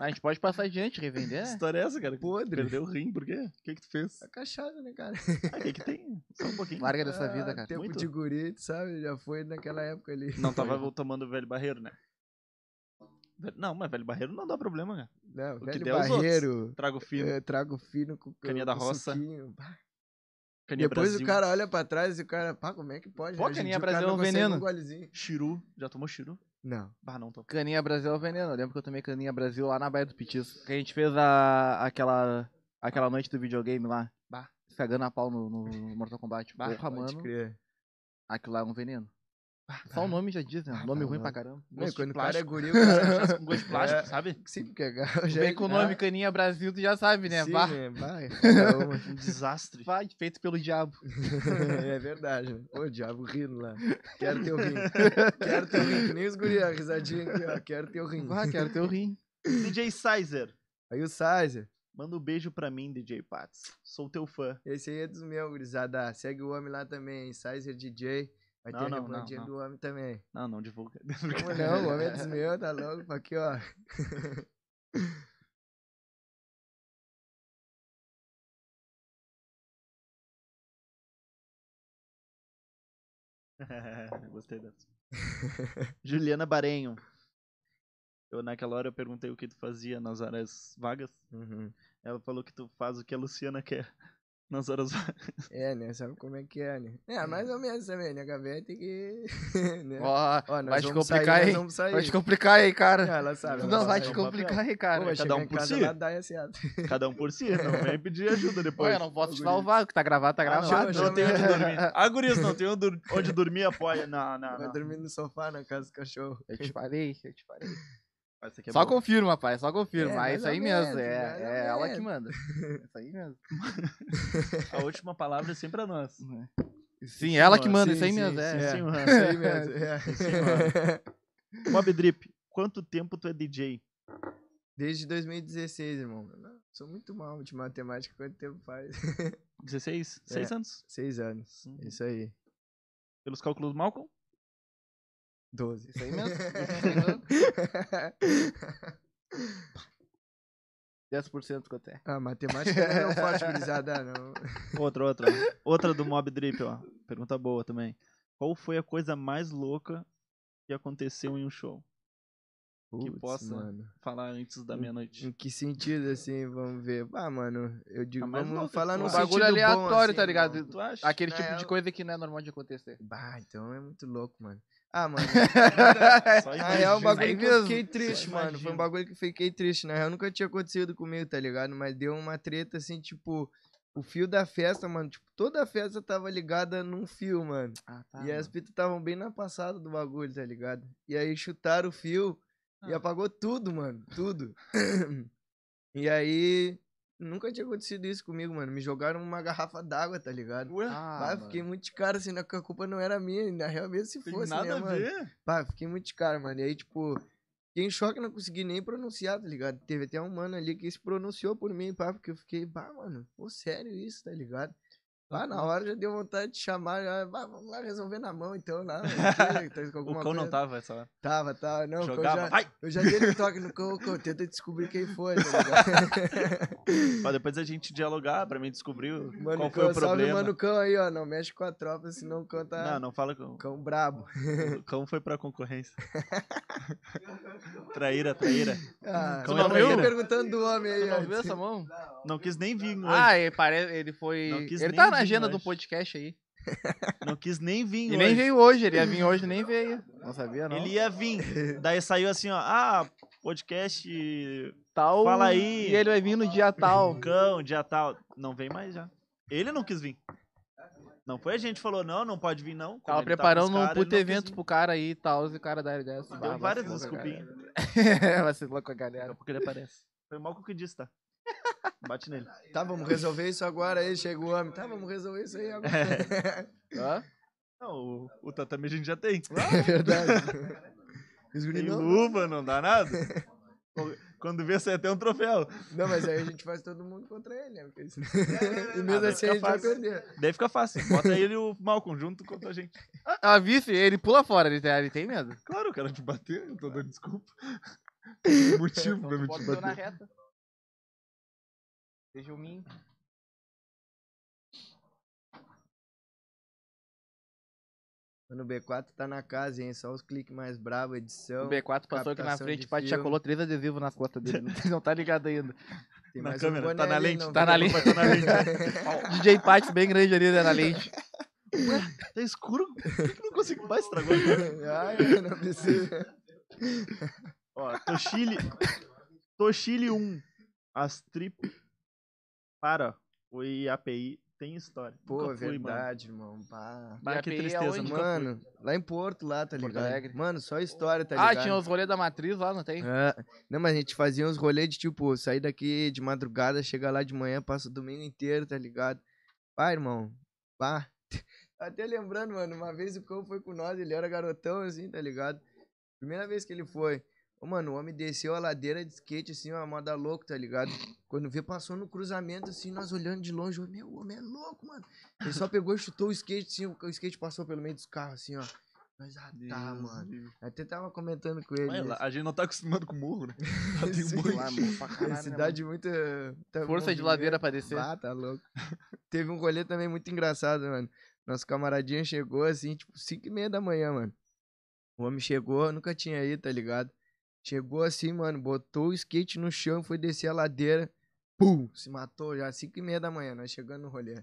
A gente pode passar adiante, revender, Que né? história é essa, cara? Podre. Perdeu o rim, por quê? O que que tu fez? Tá cachado, né, cara? Ah, o que que tem? Só um pouquinho. Larga dessa vida, Ah, cara. Tempo Muito. de guri, tu sabe? Já foi naquela época É. ali. Não tá, tava tomando o velho barreiro, né? Velho- Não, mas velho barreiro não dá problema, cara. Não, que velho der os outros. barreiro. Trago fino, É, eh, trago fino com Caninha com da roça. suquinho. Bah, caninha Depois Brasil. o cara olha pra trás e o cara, pá, como é que pode? Pô, Hoje em caninha dia o cara Brasil é não um consegue veneno. Um golezinho. Chiru. Já tomou chiru? Não. Bah, não tô. Caninha Brasil é o veneno. Eu lembro que eu tomei Caninha Brasil lá na Baía do Petis. Que a gente fez a, aquela, aquela noite do videogame lá. Bah. Cagando a pau no, no Mortal Kombat. Bah, Porra, Pode mano. crer. Aquilo lá é um veneno. Só o nome já diz, né? Ah, Nome tá ruim pra louco. caramba. Não, Gosto de quando o cara é plástico. guri, o Cachaça cara. com gosto de plástico, É. sabe? Sempre que é galo, já Vem com o nome Caninha Brasil, tu já sabe, né? Sim, Vá, né? Vai, cada uma. Um desastre. vá, feito pelo diabo. é verdade, né? Pô, o diabo rindo lá. Quero teu rim. Quero teu rim. Que nem os guri, a risadinha aqui, ó. Quero teu rim. Vá, quero teu rim. DJ Sizer. Aí o Sizer. Manda um beijo pra mim, DJ Pats. Sou teu fã. Esse aí é dos meus, gurizada. Segue o homem lá também, hein? Sizer DJ. Vai Não, ter não, a não, rebandinha não. do homem também. Não, não divulga. Como não? O homem é dos meus, tá louco? Aqui, ó. Gostei dessa. Juliana Barenho. Eu, naquela hora eu perguntei o que tu fazia nas horas vagas. Uhum. Ela falou que tu faz o que a Luciana quer nas horas vagas. É, né? Sabe como é que é, né? É, mais ou menos também, né? A Gabi tem que. né? Ó, Ó, nós vai te vamos complicar sair, nós aí. vamos sair. Vai te complicar aí, cara. Ah, ela sabe. Tu ela não vai sabe. te é um complicar né? aí, Pô, vai cara. Tá Cada chegar um em por casa, si. ela dá essa- Cada um por si, não vem pedir ajuda Pô, depois. Ah, eu não posso te salvar, que tá gravado, tá Ah, não, gravado. eu Não tem onde dormir. Ah, gurias, não tem onde dur- onde dormir, apoia. Não, não, Vai não. dormir no sofá na casa do cachorro. Eu te falei, eu te falei. Essa aqui é só boa. confirma, pai, só confirma. É, É, mais isso ou aí menos, mesmo, mais ou é, é ela menos. que manda. É isso aí mesmo. A última palavra é sempre a nós. Sim, ela que manda, mano, sim, isso aí sim, mesmo. sim, é. Sim, senhor. Isso aí mesmo. é. Mob Drip, quanto tempo tu é DJ? Desde 2016, irmão. Não, Sou muito mal de matemática. Quanto tempo faz? 16? É. 6 anos? Seis anos. Uhum. Isso aí. Pelos cálculos do Malcolm? Doze. Isso aí mesmo. isso aí mesmo. 10% quanto é. ah, matemática não é um forte, gurizada, não. Outra, outra. né? Outra do Mob Drip, ó. Pergunta boa também. Qual foi a coisa mais louca que aconteceu em um show? Putz, possa. mano. Falar antes da meia-noite. Em que sentido, assim, vamos ver? Ah, mano, eu Tá digo, Ah, mas vamos não, falar tipo, num um sentido bagulho bom, aleatório, assim, tá ligado? irmão. Tu acha? Aquele Na tipo de real- coisa que não é normal de acontecer. Bah, então é muito louco, mano. Ah, mano, É Só na imagina. real, um Aí bagulho que eu mesmo. fiquei triste, Só mano. imagina. Foi um bagulho que eu fiquei triste. Na real, nunca tinha acontecido comigo, tá ligado? Mas deu uma treta, assim, tipo, o fio da festa, mano. Tipo, toda a festa tava ligada num fio, mano. Ah, tá. E as pitas estavam bem na passada do bagulho, tá ligado? E aí chutaram o fio e Ah. apagou tudo, mano. Tudo. e aí. Nunca tinha acontecido isso comigo, mano. Me jogaram uma garrafa d'água, tá ligado? Ué, Ah, Pá, mano. fiquei muito de cara, assim, na- que a culpa não era minha. e Na real, mesmo se tem fosse, né, nada a mano? ver. Pá, fiquei muito de cara, mano. E aí, tipo, fiquei em choque, não consegui nem pronunciar, tá ligado? Teve até um mano ali que se pronunciou por mim, pá, porque eu fiquei, bah, mano, pô, sério isso, tá ligado? Lá Uhum. na hora já deu vontade de chamar, já, bah, vamos lá resolver na mão então, lá. mano, que tá com O alguma cão não coisa. tava essa hora. Tava, tava, não, o cão Jogava. já- Vai! eu já dei um toque no cão, o cão, tenta descobrir quem foi, tá ligado? Pra depois a gente dialogar, pra mim descobrir Mano, qual foi cão, o salve, problema. mano, cão aí, ó, não mexe com a tropa, senão o cão tá... Não, não fala que o Cão brabo. o cão foi pra concorrência. traíra, traíra. Ah, Hum, Cão é mas não eu viu? perguntando do homem é aí, Você não ó. viu essa mão? assim. Não quis nem vir hoje. Ah, ele, pare... ele Não foi. quis Ele nem tá na vir agenda hoje. do podcast aí. Não quis nem vir E hoje. nem veio hoje, ele ia vir hoje nem veio. Não sabia, não. Ele ia vir. Daí saiu assim, ó. Ah, podcast tal. Fala aí. E ele vai vir no dia tal. um cão, dia tal. Não vem mais já. Ele não quis vir. Não foi a gente que falou, não, não pode vir, não. Como Tava ele tá com preparando os um cara, ele puto não quis evento vir. pro cara aí e tal, e o cara da ideia assim. Deu "Ah, várias vacilou com a desculpinhas. galera." Vacilou com a Daqui galera. a pouco É ele aparece. Foi mal que eu disse, tá? Bate nele. Tá, vamos resolver isso agora aí, chega o homem. Tá, vamos resolver isso aí É. agora. Hã? Não, o, o tatame a gente já tem. É verdade. Os Tem guris não, luva, não dá nada. Quando vê, sai até um troféu. não, mas aí a gente faz todo mundo contra ele, né? Porque senão- e Ah, mesmo daí assim a fica gente vai fácil. perder. Daí fica fácil. Bota ele e o Malcolm junto contra a gente. A, a vice, ele pula fora, ele tem, ele tem medo. Claro, eu quero te bater, eu tô dando desculpa. um Motivo pra me te na bater. reta. Seja o mim. Mano, o B4 tá na casa, hein? Só os cliques mais brabo, edição. O B4 passou aqui na captação frente, de pai, já filme. colou três adesivos nas costas dele. Não, não tá ligado ainda. Tem na mais um câmera, boné tá na ali, lente, não tá na tem? lente. Tá na lente. DJ Patch bem grande ali, né, na lente. Tá escuro? Por que eu não consigo mais estragar? a câmera? Ai, não precisa. Ó, Toshili. Toshili 1. As trip. Para. O IAPI tem história. Pô, Nunca é fui, mano. verdade, irmão. Pá. Bah, que IAPI tristeza, aonde? nunca Mano, lá em Porto, lá, tá Porto ligado? Alegre. Mano, só história, tá ah, ligado? tinha os rolês da matriz lá, não tem? É, não, mas a gente fazia uns rolês de tipo, sair daqui de madrugada, chegar lá de manhã, passa o domingo inteiro, tá ligado? Pá, irmão, pá. Até lembrando, mano, uma vez o cão foi com nós, ele era garotão assim, tá ligado? Primeira vez que ele foi. Ô, mano, o homem desceu a ladeira de skate assim, uma moda louco, tá ligado? Quando vê, passou no cruzamento assim, nós olhando de longe, ô, meu, o homem é louco, mano. Ele só pegou e chutou o skate assim, o skate passou pelo meio dos carros assim, ó. Nós, ah, tá, mano. Até tava comentando com ele. né? Vai lá, isso. a gente não tá acostumado com murro, né? Lá tem Sim. murro. Lá, mano, pra caralho, né, mano? Cidade é muito. tá Força de ladeira pra descer. Ah, tá louco. Teve um rolê também muito engraçado, mano. Nosso camaradinho chegou assim, tipo, 5 e meia da manhã, mano. O homem chegou, eu nunca tinha ido, tá ligado? Chegou assim, mano, botou o skate no chão, foi descer a ladeira. Pum! Se matou já, 5 e meia da manhã, nós chegando no rolê.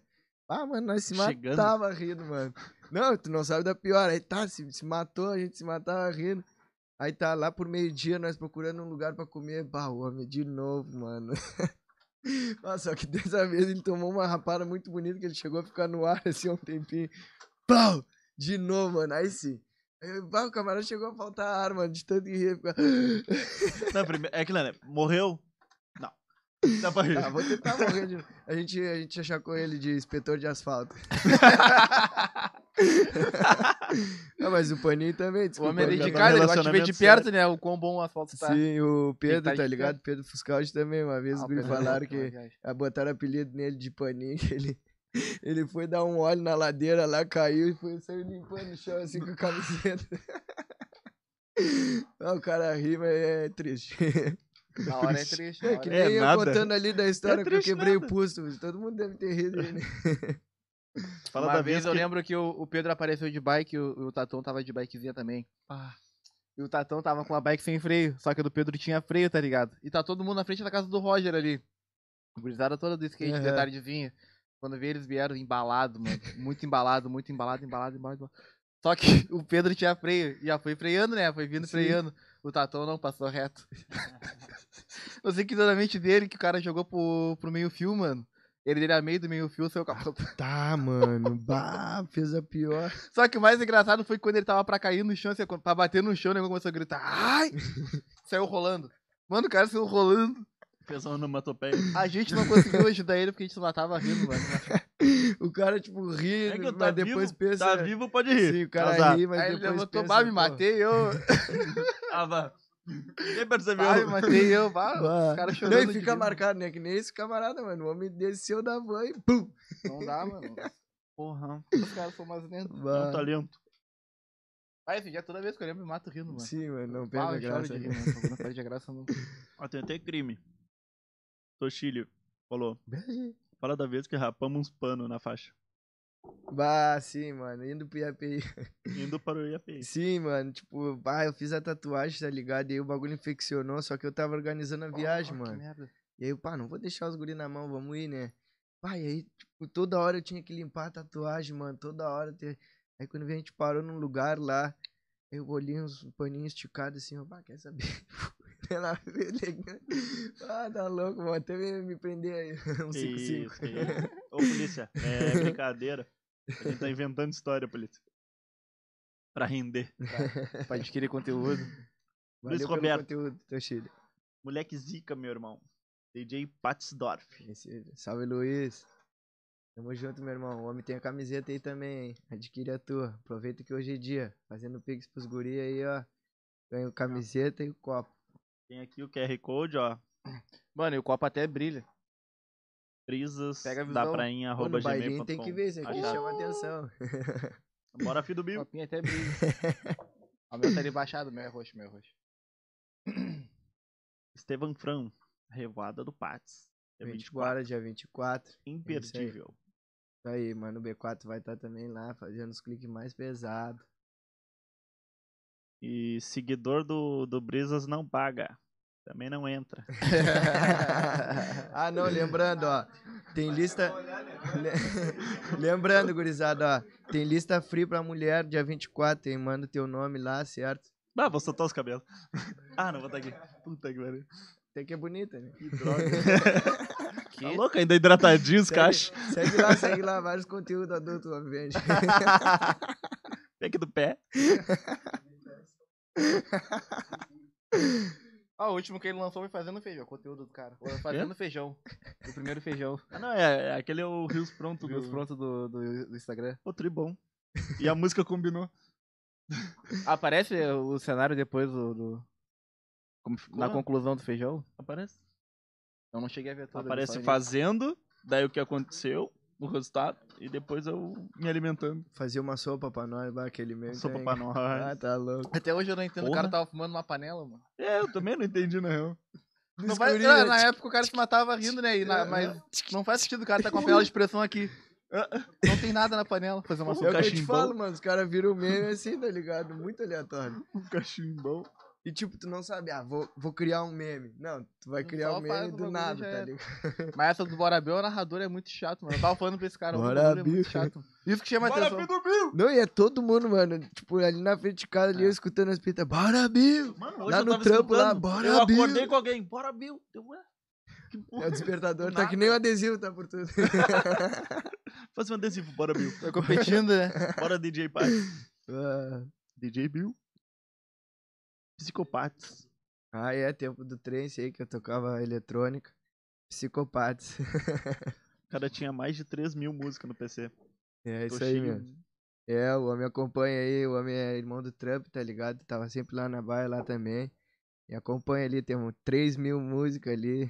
Ah, mano, nós se Chegando? matava rindo, mano. Não, tu não sabe da pior. Aí tá, se, se matou, a gente se matava rindo. Aí tá lá por meio-dia, nós procurando um lugar pra comer. Bah, o homem de novo, mano. Ah, só que dessa vez ele tomou uma rapada muito bonita que ele chegou a ficar no ar assim há um tempinho. Pau! De novo, mano. Aí sim. Aí, bah, Ah, o camarada chegou a faltar ar, mano, de tanto que ria. Ficar... Não, prime- É que, né, morreu? Não. Dá pra rir. Tá, vou tentar morrer de novo. A gente, a gente achacou ele de inspetor de asfalto. Não, Ah, mas o Paninho também, O desculpa. homem é aí, de Gabriel. dedicado, ele gosta de ver de relacionamento perto, né? O quão bom o asfalto tá. Sim, o de Pedro, tá pé. ligado? Pedro Fuscaldi também, uma vez Ah, os guris pera- falaram que... Ah, Botaram apelido nele de paninho, que ele, ele foi dar um óleo na ladeira lá, caiu e foi saiu limpando o chão assim com a camiseta. Ah, o cara ri, mas é triste. Na hora é triste. na É hora que é- nem eu nada. contando ali da história que eu triste quebrei o nada. pulso, mas todo mundo deve ter rido. Né? Fala Uma da vez vez eu que- lembro que o, o Pedro apareceu de bike e o, o Tatão tava de bikezinha também. Ah. E o Tatão tava com a bike sem freio, só que a do Pedro tinha freio, tá ligado? E tá todo mundo na frente da casa do Roger ali. Gurizada toda do skate, Aham. de tardezinha. Quando eu vi eles vieram embalado, mano. Muito embalado, muito embalado, embalado, embalado. embalado. Só que o Pedro tinha freio, e já foi freando, né? Foi vindo Sim. freando. O Tatão não passou reto. eu sei que na mente dele, que o cara jogou pro, pro meio-fio, mano. Ele era meio do meio-fio, saiu com a ponta. Tá, mano. Bah, fez a pior. Só que o mais engraçado foi quando ele tava pra cair no chão, assim, quando- pra bater no chão, o negócio começou a gritar. Ai! saiu rolando. Mano, o cara saiu rolando. Fez uma onomatopeia. A gente não conseguiu ajudar ele porque a gente se matava rindo, mano. O cara, tipo, ri, É que mas eu tá depois vivo, pensa. tá vivo, pode rir. Sim, o cara Azar. ri, mas Aí ele depois levantou, pensa, bah, me pô, matei eu, Ah, vá. Ninguém bah, me percebeu. matei eu, bah. bah. Os caras Não, chorando. e de fica rir. marcado, né? Que nem esse camarada, mano. O homem desceu da van e pum! Não dá, mano. Porra. Os caras são mais lentos. É um Bah. talento. Mas enfim, já toda vez que eu lembro, eu me mato rindo, mano. Sim, mano, não Bah, perde a eu choro graça. né? de rir, mano. Essa banda perde a graça nunca. Ah, tem até crime. Toshilio falou. né? Fala da vez que rapamos uns panos na faixa. Bah, sim, mano, indo pro IAPI. Indo para o IAPI. Sim, mano, tipo, bah, eu fiz a tatuagem, tá ligado? E aí o bagulho infeccionou, só que eu tava organizando a viagem, Ah, que mano. merda. E aí, eu, pá, não vou deixar os guri na mão, vamos ir, né? Pá, e aí, tipo, toda hora eu tinha que limpar a tatuagem, mano, toda hora. Ter... Aí quando veio, a gente parou num lugar lá, eu olhei uns paninhos esticados assim, ó, pá, quer saber? Pela vida, Ah, tá louco, mano, até me, me prender aí, um 5-5. Isso, isso. Ô, polícia, é brincadeira. A gente tá inventando história, polícia. Pra render. Pra adquirir conteúdo. Valeu pelo Roberto. conteúdo, teu filho. Moleque zica, meu irmão. DJ Patsdorf. Esse- Salve, Luiz. Tamo junto, meu irmão. O homem tem a camiseta aí também, hein? Adquire a tua. Aproveita que hoje é dia. Fazendo pix pros guri aí, ó. Ganha o camiseta e o copo. Tem aqui o QR Code, ó. Mano, e o copo até brilha. Brisas Pega a da visão. prainha, Pô, arroba no bailinho gmail.com. tem que ver isso aqui, Achar. chama atenção. Bora, filho do O Bill. copinho até brilha. O meu tá ali baixado, meu é roxo, meu é roxo. Estevan Fran, Revoada do Pats. É 24. Agora, dia 24. É Imperdível. Isso Tá aí, mano. O B4 vai estar também lá, fazendo os cliques mais pesados. E seguidor do, do Brisas não paga. Também não entra. ah, não, lembrando, ó. Tem lista. né? Le- lembrando, gurizada, ó. Tem lista free pra mulher, dia 24, hein? Manda o teu nome lá, certo? Ah, vou soltar os cabelos. Ah, não vou estar aqui. Puta que pariu. Até que é bonita, né? Que droga. Que? Tá louco? Ainda hidratadinho os Sério? cachos. Segue lá, segue lá, vários conteúdos adultos, obviamente. Pega do pé. Ah, o último que ele lançou foi fazendo feijão, o conteúdo do cara. Foi Fazendo feijão. É? O primeiro feijão. Ah, não, é, é aquele é o Rios Pronto. Tudo os Do... prontos do, do, do Instagram. O Tribom. E a música combinou. Aparece o cenário depois do. do- Como ficou? na conclusão do feijão? Aparece. é? Eu não cheguei a ver tudo. Aparece fazendo, daí o que aconteceu, o resultado, e depois eu me alimentando. Fazer uma sopa pra nós, vai, aquele mesmo. Sopa pra Ah, nós. tá louco. Até hoje eu não entendo, o Porra. cara tava fumando uma panela, mano. É, eu também não entendi, na real. Não faz, Escurinha, ah, na época o cara se matava rindo, né? E na- mas não faz sentido o cara tá com a panela de pressão aqui. Não tem nada na panela, fazer uma Pô, É o sopa. que eu te cachimbão. falo, mano. Os caras viram meme assim, tá ligado? Muito aleatório. Um cachimbão. E tipo, tu não sabe, ah, vou, vou criar um meme. Não, tu vai Só criar um faz o meme do bagulho nada, já tá era. ligado? Mas essa do Bora Bill, o narrador é muito chato, mano. Eu tava falando pra esse cara, o Bora narrador é Bill. muito chato. Isso que chama a Bora atenção. pro domingo! Não, e é todo mundo, mano. Tipo, ali na frente de casa, É. ali, eu escutando as pitas. Bora, Bill! Mano, Lá hoje eu no tava trampo, lá, escutando, bora, Eu acordei Bill. com alguém. Bora, Bill. Eu, ué, que É o porra. despertador, tá Nada. que nem o adesivo, tá por tudo. Fazer um adesivo. Bora, Bill. Tá competindo, né? Bora, DJ Pai. Ah. DJ Bill. Psicopatas. Ah, é, tempo do trance aí que eu tocava eletrônica. Psicopatas. O cara tinha mais de 3 mil músicas no PC. É isso aí, Toshinho. meu. É, o homem acompanha aí, o homem é irmão do Trump, tá ligado? Tava sempre lá na baia lá também. E acompanha ali, temos 3 mil músicas ali.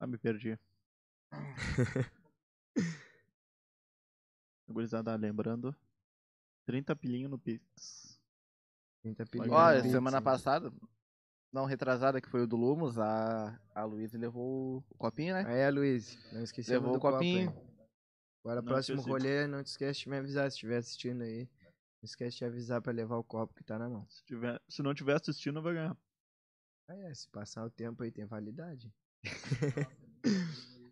Ah, me perdi. Gurizada, lembrando. 30 pilinho no Pix. Quem tá Olha, pedindo Olha, pizza, semana hein? passada, não retrasada, que foi o do Lumos, a, a Luísa levou o copinho, né? Aí, é, Luiz, não esqueci Levou o copinho. Agora, Não próximo esqueci. rolê, não te esquece de me avisar se estiver assistindo aí. Não esquece de avisar pra levar o copo que tá na mão. Se, tiver, se não tiver assistindo, vai ganhar. Ah, é, se passar o tempo aí tem validade.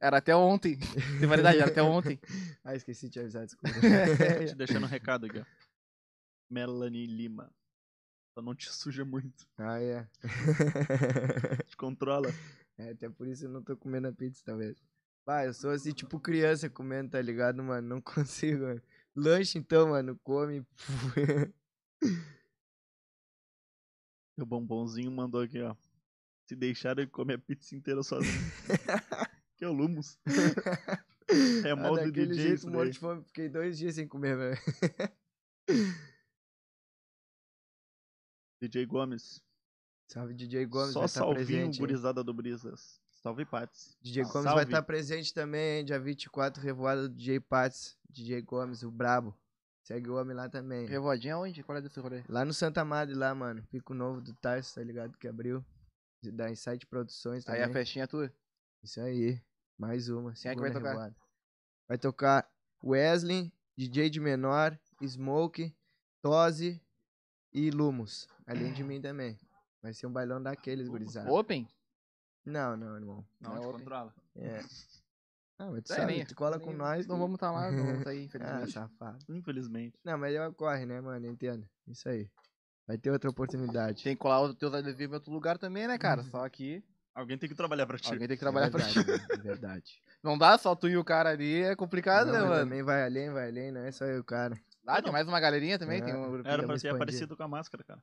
Era até ontem. É. Tem validade, era até ontem. Ah, esqueci de te avisar, desculpa. É. Te deixando um recado aqui, ó. Melanie Lima. Só não te suja muito. ah, é. Te controla. É, até por isso eu não tô comendo a pizza, talvez. Pá, eu sou assim, tipo criança comendo, tá ligado, mano? Não consigo, mano. Lanche então, mano, come. Meu bombonzinho mandou aqui, ó. Se deixar ele comer a pizza inteira sozinho. que é o Lumos. É mal Ah, do daquele DJ jeito, isso morto daí. de fome. Fiquei dois dias sem comer, velho. DJ Gomes. Salve, DJ Gomes, Só vai estar salvinho, presente. hein? gurizada do Brisas. Salve, Pats. DJ Ah, Gomes vai salve. estar presente também, hein? Dia 24, revoada do DJ Pats. DJ Gomes, o brabo. Segue o homem lá também. Revoadinha onde? Qual é desse rolê? Lá no Santa Madre, lá, mano. Pico novo do Tarso, tá ligado? Que abriu. Da Insight Produções Aí também. a festinha é tua. Isso aí. Mais uma. Quem é que vai segunda tocar? revoada. Vai tocar Wesley, DJ de menor, Smoke, Tose e Lumos. Além de mim também. Vai ser um bailão daqueles, gurizada. Open? Não, não, irmão. Não, te controla. É. Ah, mas tu Sai, sabe, nem- tu cola com nem- nós. tá Não tu- vamos estar lá, não vamos estar aí, Ah, infelizmente. safado. Infelizmente. Não, mas ele corre, né, mano? Entendo. Isso aí. Vai ter outra oportunidade. É. Tem que colar os teus adesivos em outro lugar também, né, cara? Só que Alguém tem que trabalhar pra ti. alguém tem que trabalhar Uhum. é pra ti. verdade, mano, é verdade. Não dá só tu e o cara ali, é complicado, Não, né, mas mano? Também vai além, vai além, não é só eu, cara. Ah, tem mais uma galerinha também, É. tem um grupinho. Era Dá pra uma ser expandida. parecido com a máscara, cara.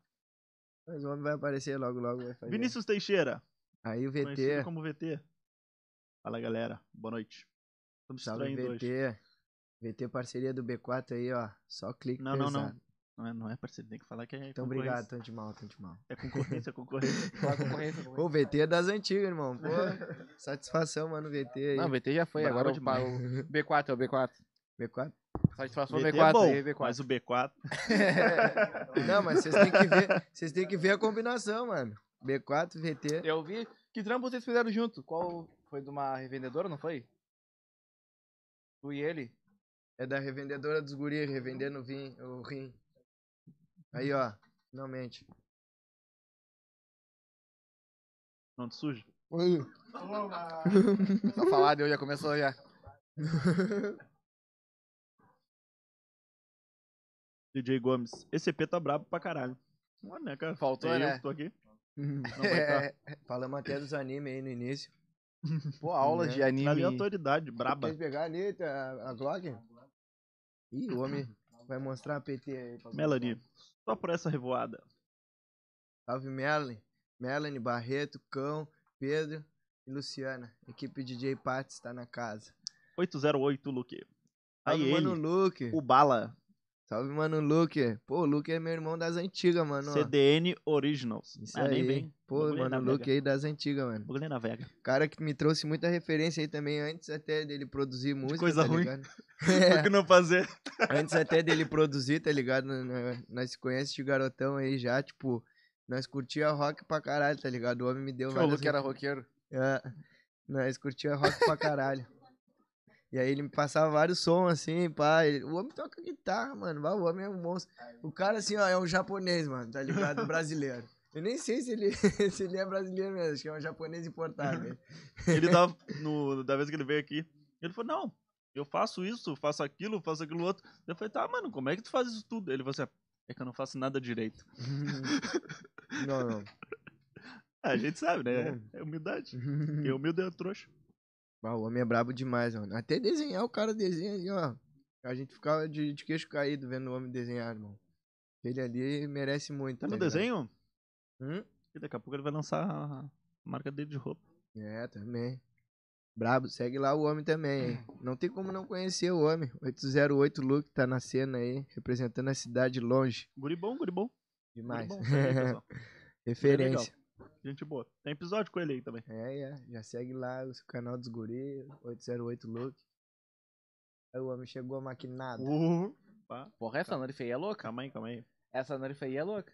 Mas o homem vai aparecer logo, logo vai fazer. Vinícius Teixeira. Aí o Conhecido VT, como VT. Fala, galera. Boa noite. Estamos salve distraindo hoje. VT. VT parceria do B4 aí, ó. Só clique Não, não, não. pesado. Não é, não é parceiro, tem que falar que é Então concorrência. obrigado, tanto de mal, tanto de mal. É concorrência, é concorrência. Fala concorrência, concorrência. Ô, VT é das antigas, irmão. Pô, satisfação, mano, VT aí. Não, o BT já foi, Bravo agora o, demais. o B4 é o B4. B4? Satisfação VT é B4 bom, aí, B4. mas o B4... Não, mas vocês têm que ver, vocês têm que ver a combinação, mano. B4, VT. Eu vi. Que trampo vocês fizeram junto? Qual foi de uma revendedora, não foi? Tu e ele? É da revendedora dos guris, revendendo o vinho, o rim. Aí, ó, finalmente. Não te suja. Só falar, deu, já começou já. DJ Gomes. Esse EP tá brabo pra caralho. Mano, né, cara? Faltou, É né? Eu que tô aqui. Não vai tá. É, Falamos até dos animes aí no início. pô, aula de anime. Aleatoriedade, braba. Quer pegar ali tá, a, a Glock? Ih, o homem vai mostrar a PT aí. pra- Melanie, só por essa revoada. Salve, Melanie. Melanie, Barreto, Cão, Pedro e Luciana. Equipe DJ Pats tá na casa. 808, Luke. Aí Salve, ele, mano, Luke. o Bala, Salve, mano, Luke. Pô, o Luke é meu irmão das antigas, mano. ó. CDN Originals. Isso ah, nem aí. vem. Pô, Bagulho mano, na o Luke Vega. aí das antigas, mano. Bagulho na Vega. Cara que me trouxe muita referência aí também, antes até dele produzir música. coisa tá ruim. ligado? É. O que não fazer? Antes até dele produzir, tá ligado? Nós- nós- Nós se conhece de garotão aí já, tipo, nós curtia rock pra caralho, tá ligado? O homem me deu Falou várias... que era roqueiro. É, nós curtia rock pra caralho. E aí ele me passava vários sons, assim, pá. ele- o homem toca guitarra, mano. Bah, o homem é um monstro. O cara, assim, ó, é um japonês, mano, tá ligado? Brasileiro. Eu nem sei se ele, se ele é brasileiro mesmo, acho que é um japonês importado. né? Ele tava, no, da vez que ele veio aqui, ele falou, não, eu faço isso, faço aquilo, faço aquilo outro. Eu falei, tá, mano, como é que tu faz isso tudo? Ele falou assim, é que eu não faço nada direito. não, não. A gente sabe, né? É humildade. Hum. Quem é humilde é trouxa. Bah, o homem é brabo demais, mano. Até desenhar o cara desenha ali, ó. A gente ficava de, de queixo caído vendo o homem desenhar, irmão. Ele ali merece muito. Tá no ligado? desenho? Hum? E daqui a pouco ele vai lançar a marca dele de roupa. É, também. Brabo, segue lá o homem também, hein? Não tem como não conhecer o homem. 808 Luke tá na cena aí, representando a cidade longe. Guri bom, guri bom. Guri Demais. bom, segue aí, pessoal. Ele é legal. Referência. Gente boa. Tem episódio com ele aí também. É, é. Já segue lá o canal dos guri, 808 Luke. Aí o homem chegou maquinado. Uh, pá. Porra, essa Nerf aí é louca. Calma aí, calma aí. Essa Nerf aí é louca.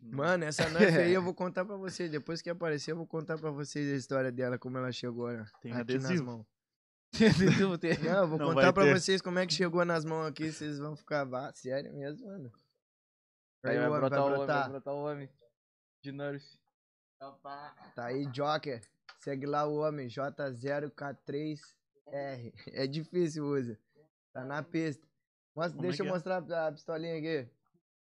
Mano, essa Nerf aí eu vou contar pra vocês. Depois que aparecer, eu vou contar pra vocês a história dela, como ela chegou né? Tem aqui nas adesivo. mãos. Adesivo tem. Não, eu vou Não contar vai pra ter. vocês como é que chegou nas mãos aqui. Vocês vão ficar, "Bah, sério mesmo, mano. Tá Aí o vai homem brotar o homem, vai brotar o homem. De Nerf. Tá aí, Joker. Segue lá o homem, J0K3R. É difícil, usa. Tá na pista. Mostra, Como é deixa eu que é? mostrar a pistolinha aqui.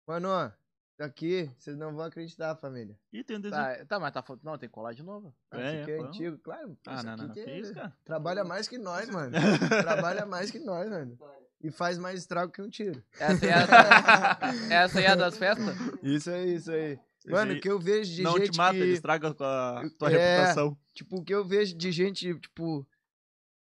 Mano, ó, tá aqui, vocês não vão acreditar, família. Ih, tem um desenho. Tá, tá, mas tá faltando. Não, tem que colar de novo. Ah, É, isso aqui é, é, pô. antigo, claro. ah, isso não, aqui não. Que que é- isso, cara? Trabalha mais que nós, mano. Trabalha mais que nós, mano. E faz mais estrago que um tiro. Essa, essa, essa aí é a das festas? Isso aí, isso aí. Esse Mano, aí o que eu vejo de não gente te mata, que... ele estraga com a tua É. reputação. Tipo, o que eu vejo de gente, tipo...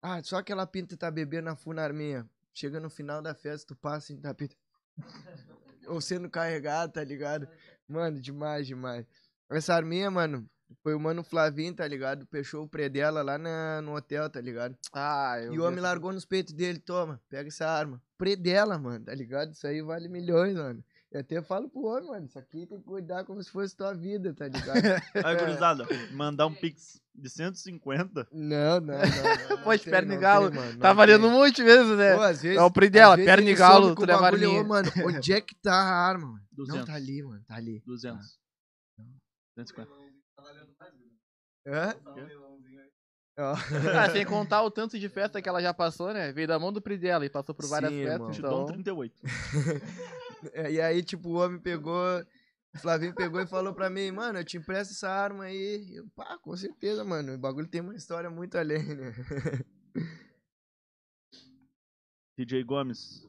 Ah, só aquela pinta tá bebendo na funarminha. Chega no final da festa, tu passa em da pinta. Ou sendo carregado, tá ligado? Mano, demais, demais. Essa arminha, mano, foi o mano Flavinho, tá ligado? Fechou o pré dela lá na, no hotel, tá ligado? Ah, eu E vi o homem essa- largou nos peitos dele, toma, pega essa arma. Predela, mano, tá ligado? Isso aí vale milhões, mano. Eu até falo pro homem, mano, isso aqui tem que cuidar como se fosse tua vida, tá ligado? Aí, gurizada, mandar um pix de 150. não, não, não. não, não Pô, de tem, perna de não galo, tem, mano, não Tá valendo tem. muito mesmo, né? Pô, às vezes, É o prêmio dela, perna de galo, tu leva a minha. arminha. mano, onde é que tá a arma, mano? 200. Não, tá ali, mano, tá ali. 200. 250. Hã? Ó. Ah, sem contar o tanto de festa que ela já passou, né? Veio da mão do pri dela e passou por várias Sim, festas, irmão. Te dou um então... 38. É, E aí, tipo, o homem pegou. O Flavinho pegou e falou pra mim, mano, eu te empresto essa arma aí. Eu, pá, com certeza, mano. O bagulho tem uma história muito além, né? DJ Gomes.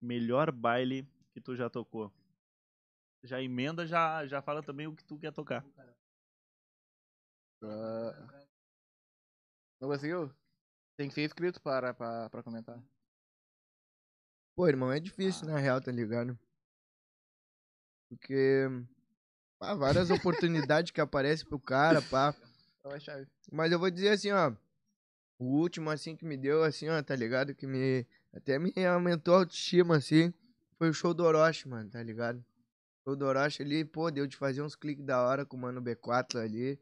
Melhor baile que tu já tocou. Já emenda, já, já fala também o que tu quer tocar. Ah. Não conseguiu? Tem que ser inscrito para, para, para comentar. Pô, irmão, é difícil, na real, tá ligado? Porque. Pá, várias oportunidades que aparecem pro cara, pá. Então é chave. Mas eu vou dizer assim, ó. O último, assim, que me deu, assim, ó, tá ligado? Que me. Até me aumentou a autoestima, assim. Foi o show do Orochi, mano, tá ligado? O show do Orochi ali, pô, deu de fazer uns cliques da hora com o mano B4 ali.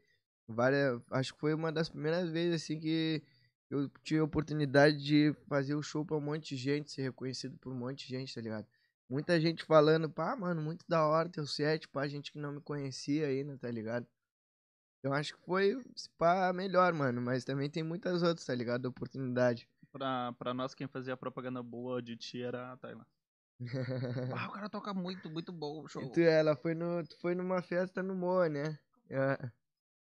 Várias, acho que foi uma das primeiras vezes, assim, que eu tive a oportunidade de fazer o show pra um monte de gente, ser reconhecido por um monte de gente, tá ligado? Muita gente falando, pá, mano, muito da hora teu set, pá, gente que não me conhecia ainda, tá ligado? Eu acho que foi se pá, a melhor, mano. Mas também tem muitas outras, tá ligado? Oportunidade. Pra, pra nós, quem fazia a propaganda boa de ti era a Tayla. Ah, o cara toca muito, muito bom o show. E tu, ela foi, no, tu foi numa festa no Moa, né? É.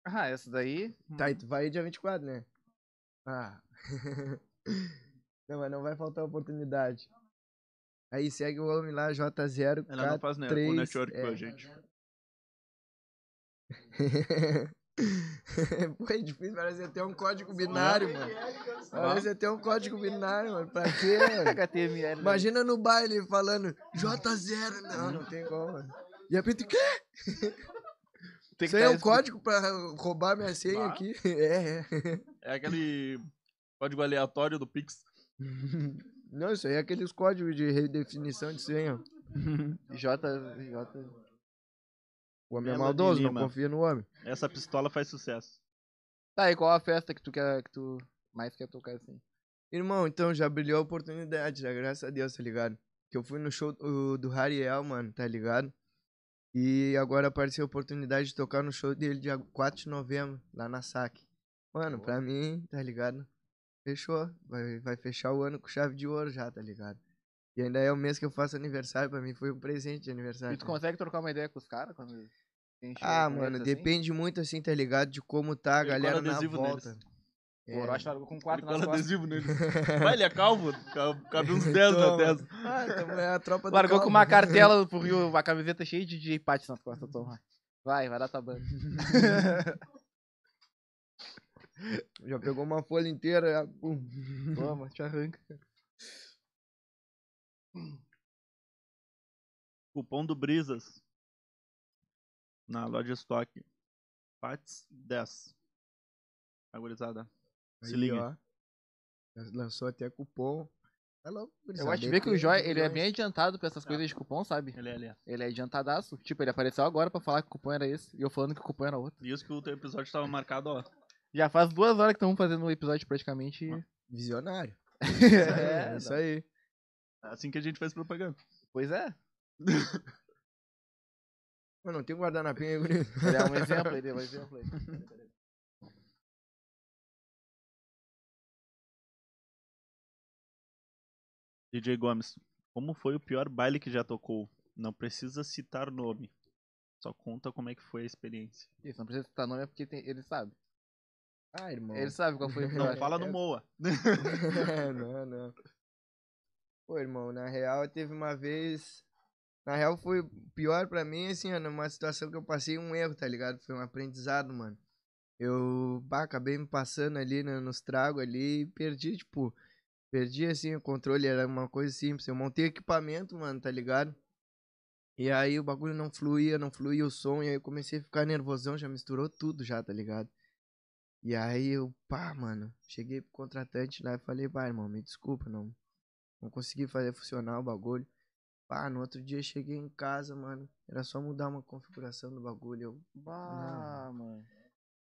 Ah, essa daí... Hum. Tá, e tu vai dia 24, né? Ah. não, mas não vai faltar oportunidade. Aí segue o homem lá, J0. Ela não faz né, o três, network com é. a gente. Pô, é difícil, parece até um código binário, mano. Parece até um código binário, mano. Pra quê, mano? HTML. Imagina no baile falando J0. Não, não tem como. mano. E a Pinto, quê? tem Isso aí é tá um escrito. código pra roubar minha senha Bah. aqui? É, é. É aquele código aleatório do Pix. Não, isso aí é aqueles códigos de redefinição de senha. J... J... O homem é Bela maldoso, de não Lima. confia no homem. Essa pistola faz sucesso. Tá, e qual a festa que tu quer que tu mais quer tocar assim. Irmão, então já brilhou a oportunidade, já, graças a Deus, tá ligado? Que eu fui no show do, do Hariel, mano, tá ligado? E agora apareceu a oportunidade de tocar no show dele dia 4 de novembro, lá na SAC. Mano, Boa. pra mim, tá ligado? Fechou. Vai, vai fechar o ano com chave de ouro já, tá ligado? E ainda é o mês que eu faço aniversário, pra mim foi um presente de aniversário. E tu tá consegue trocar uma ideia com os caras quando enche Ah, o mano, planeta, assim? depende muito, assim, tá ligado? De como tá a Ele cola um galera na adesivo volta. É. O Orochi largou com quatro Ele nas cola costas. adesivo nele. Vai, ele é calvo. ca- Cabe uns 10 na Toma. 10. Ah, então é a tropa do Largou com calmo. uma cartela pro Rio, uma camiseta cheia de DJ Pat nas costas. Toma. Vai, vai dar tabana. Já pegou uma folha inteira, já, pum. Toma, te arranca. Cupom do Brisas. Na loja estoque. Pats 10. Tá, Agorizada. Se Aí, liga. ó. Já Lançou até cupom. Tá louco, Eu acho que vê que o Joy, ele é bem adiantado pra essas coisas de cupom, sabe? Ele é ali. ó. Ele é adiantadaço. Tipo, ele apareceu agora pra falar que o cupom era esse e eu falando que o cupom era outro. Por Isso que o teu episódio tava marcado, ó. Já faz duas horas que estamos fazendo um episódio praticamente. e- Visionário. É, É, isso aí. É Assim que a gente faz propaganda. pois é. Mano, não tem guardanapinha aí, guri. Ele é um exemplo, ele é um exemplo. aí. DJ Gomes. Como foi o pior baile que já tocou? Não precisa citar nome. Só conta como é que foi a experiência. Isso, não precisa citar nome, é porque tem- ele sabe. Ah, irmão. Ele sabe qual foi o Não, pior. fala no Moa. não, não. Pô, irmão, na real, teve uma vez. Na real, foi pior pra mim, assim, ó, numa situação que eu passei um erro, tá ligado? Foi um aprendizado, mano. Eu bah, acabei me passando ali no- nos tragos ali e perdi, tipo. Perdi, assim, o controle, era uma coisa simples. Eu montei equipamento, mano, tá ligado? E aí o bagulho não fluía, não fluía o som, e aí eu comecei a ficar nervosão, já misturou tudo já, tá ligado? E aí eu, pá, mano, cheguei pro contratante lá e falei, pá, irmão, me desculpa, não, não consegui fazer funcionar o bagulho. Pá, no outro dia cheguei em casa, mano, era só mudar uma configuração do bagulho. Eu, Bah, mano.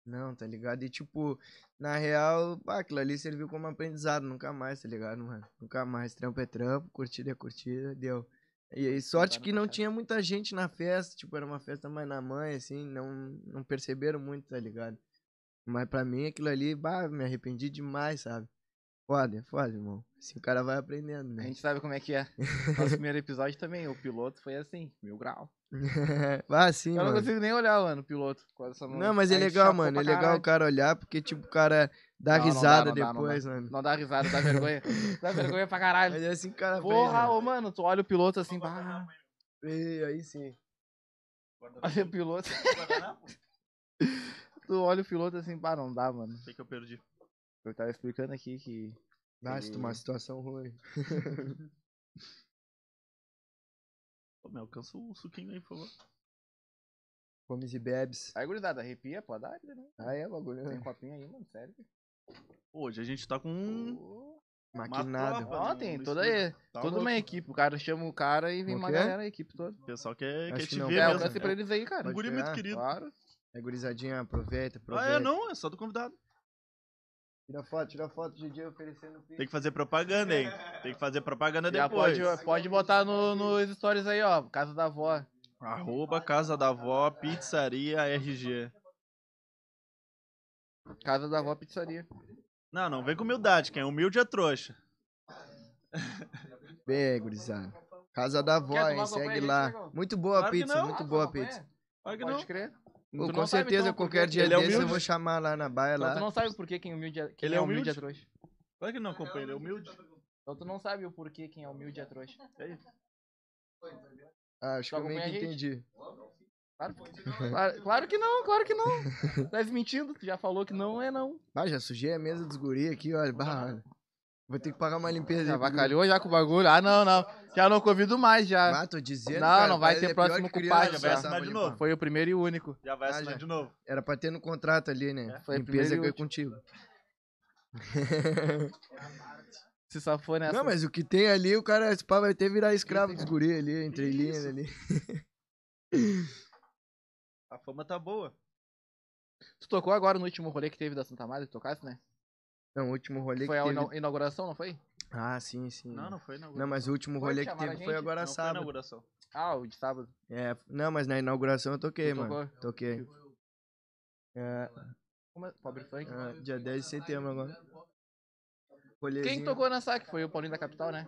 não, tá ligado? E tipo, na real, pá, aquilo ali serviu como aprendizado, nunca mais, tá ligado, mano? Nunca mais, trampo é trampo, curtida é curtida, deu. E, e sorte Levaram que pra não casa. tinha muita gente na festa, tipo, era uma festa mais na mãe, assim, não, não perceberam muito, tá ligado? Mas pra mim aquilo ali, bah, me arrependi demais, sabe? Foda, foda, irmão. Assim o cara vai aprendendo, A né? gente sabe como é que é. Nosso primeiro episódio também, o piloto foi assim, mil grau. Vá sim, Eu não mano. consigo nem olhar, mano, o piloto. com essa mão. Não, mas é A gente legal, chapou mano. pra É legal caralho. o cara olhar, porque, tipo, o cara dá Não, não dá, risada não dá, não dá. depois, mano. Não dá risada, dá vergonha. dá vergonha pra caralho. Mas é assim que o Tá cara Porra, né? aprende, ô mano, tu olha o piloto assim, bah, E aí sim. olha o piloto. tu olha o piloto assim, bah, não dá, mano. O que, que eu perdi? Eu tava explicando aqui que. Basta Uhum. uma situação ruim. Pô, me alcança o suquinho aí, por favor. Comes e bebes. Aí, gurizada, arrepia, pode dar, né? Ah, é, bagulho. Tem né? copinho aí, mano, sério. Hoje a gente tá com um. Pô. Maquinado. Matou a- Ó, no- tem no toda, estúdio. aí, Tá toda louco. uma equipe. O cara chama o cara e vem O uma quê? galera, a equipe toda. O pessoal quer, Acho quer que te não. ver É, mesmo. eu cansei pra eles aí, É um cara. guri Pode muito pegar. querido. Claro. É, gurizadinha, aproveita, Ah, aproveita. é, não, é só do convidado. Tira foto, tira foto, DJ oferecendo Tem que fazer propaganda, hein? Tem que fazer propaganda Já depois. pode, pode botar no, nos stories aí, ó. Casa da avó. Arroba Casa da Vó, Pizzaria RG. Casa da avó pizzaria. Tá Não, não, vem com humildade. Quem é humilde é trouxa. Bem, gurizada. Casa da avó, tomar hein? uma Segue companhia, lá. Diego? Muito boa Claro a que pizza, não. muito Ah, boa a tu não pizza. é? Claro que Pode não. crer. Com não sabe, certeza, então, por qualquer quê? dia Ele é desse eu humilde? vou chamar lá na baia Então tu lá. não sabe por que quem, humilde é, quem Ele é é humilde é humilde? trouxa. Claro que não acompanha, ele é humilde. Então tu não sabe o porquê quem é humilde é trouxa. Ah, acho que Só eu meio acompanha que a gente. entendi. Claro, claro, claro que não, claro que não. Tá mentindo, tu já falou que não é não. Ah, já sujei a mesa dos guri aqui, olha. Bah, olha. Vou ter que pagar uma limpeza aí. Então Já pro guri. avacalhou já com o bagulho. Ah, não, não. Já não convido mais já. Ah, tô dizendo, Não, cara, não vai parece ter que é próximo pior que com criança, pai, já vai assinar de sabe, novo. pá. Foi o primeiro e único. Já vai Ah, assinar já. de novo. Era pra ter no contrato ali, né? É, foi a Limpeza primeira e que é contigo. Se safou nessa. Não, mas o que tem ali, o cara esse pá, vai até virar escravo dos guri ali, entre Isso. linhas ali. A fama tá boa. Tu tocou agora no último rolê que teve da Santa Maria, tu tocasse, né? Não, o último rolê Foi que a teve... ina- inauguração, não foi? Ah, sim, sim. Não, não foi na inauguração. Não, mas o último Foi, rolê que chamaram teve a foi gente? agora Não foi na sábado. é inauguração. Ah, o de sábado. É, não, mas na inauguração eu toquei, Tu mano. tocou? Toquei. É, Como é? Pobre funk? ah, dia 10 de setembro agora. Rolezinho. Quem tocou na saque? Foi o Paulinho da Capital, né?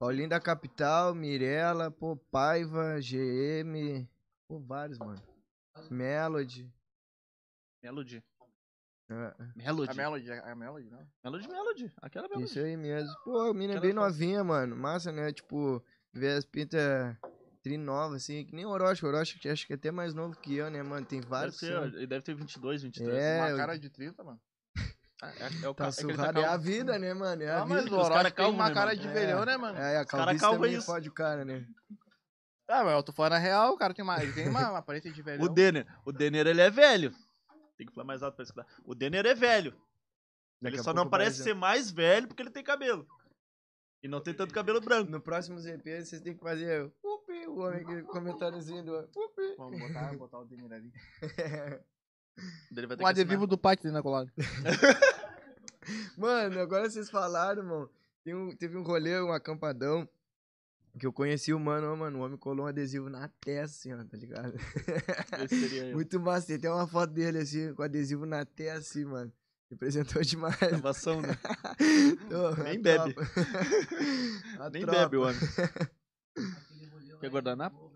Paulinho da Capital, Mirella, pô, Paiva, GM, pô, vários, mano. Melody. Melody. é, A Melody. Melody, a Melody, não? Melody, Melody. Aquela é Melody. Isso aí mesmo. Pô, a mina é Aquela bem fala- novinha, mano. Massa, né? Tipo, ver as pintas trinovas, assim, que nem o Orochi. O Orochi que acho que é até mais novo que eu, né, mano? Tem Deve vários. ser, sons. ó, ele deve ter 22, 23. É, Uma eu- cara de 30, mano. Ah, É, é o Tá ca- é que ele surrado. É a calmo. vida, né, mano? É a Ah, mas vida. o os cara Orochi tem calmo, uma né, cara mano? de velhão, né, mano? É, a cara calvície calma também isso. fode o cara, né? Tá, mas eu tô falando a real, o cara tem uma, ele tem uma, uma aparência de velhão. O Denner. O Denner, ele é velho. Tem que falar mais alto pra escutar. O Denner é velho. Daqui ele a só não pouco vai parece já- ser mais velho porque ele tem cabelo. E não tem tanto cabelo branco. No próximo EP vocês têm que fazer upi, o homem que comentáriozinho do upi. Vamos botar, botar o Denner ali. Ele vai Um ter O que assinar. adesivo do pátio dentro da colada. Mano, agora vocês falaram, mano. Tem um- teve um rolê, um acampadão, que eu conheci o mano, ó, mano. O homem colou um adesivo na testa, assim, ó, tá ligado? Esse seria eu. Muito massa. Tem até uma foto dele, assim, com adesivo na testa, assim, mano. Representou demais. Gravação, né? Tô, Nem a bebe. tropa. A Nem tropa. bebe o homem. Quer guardanapo?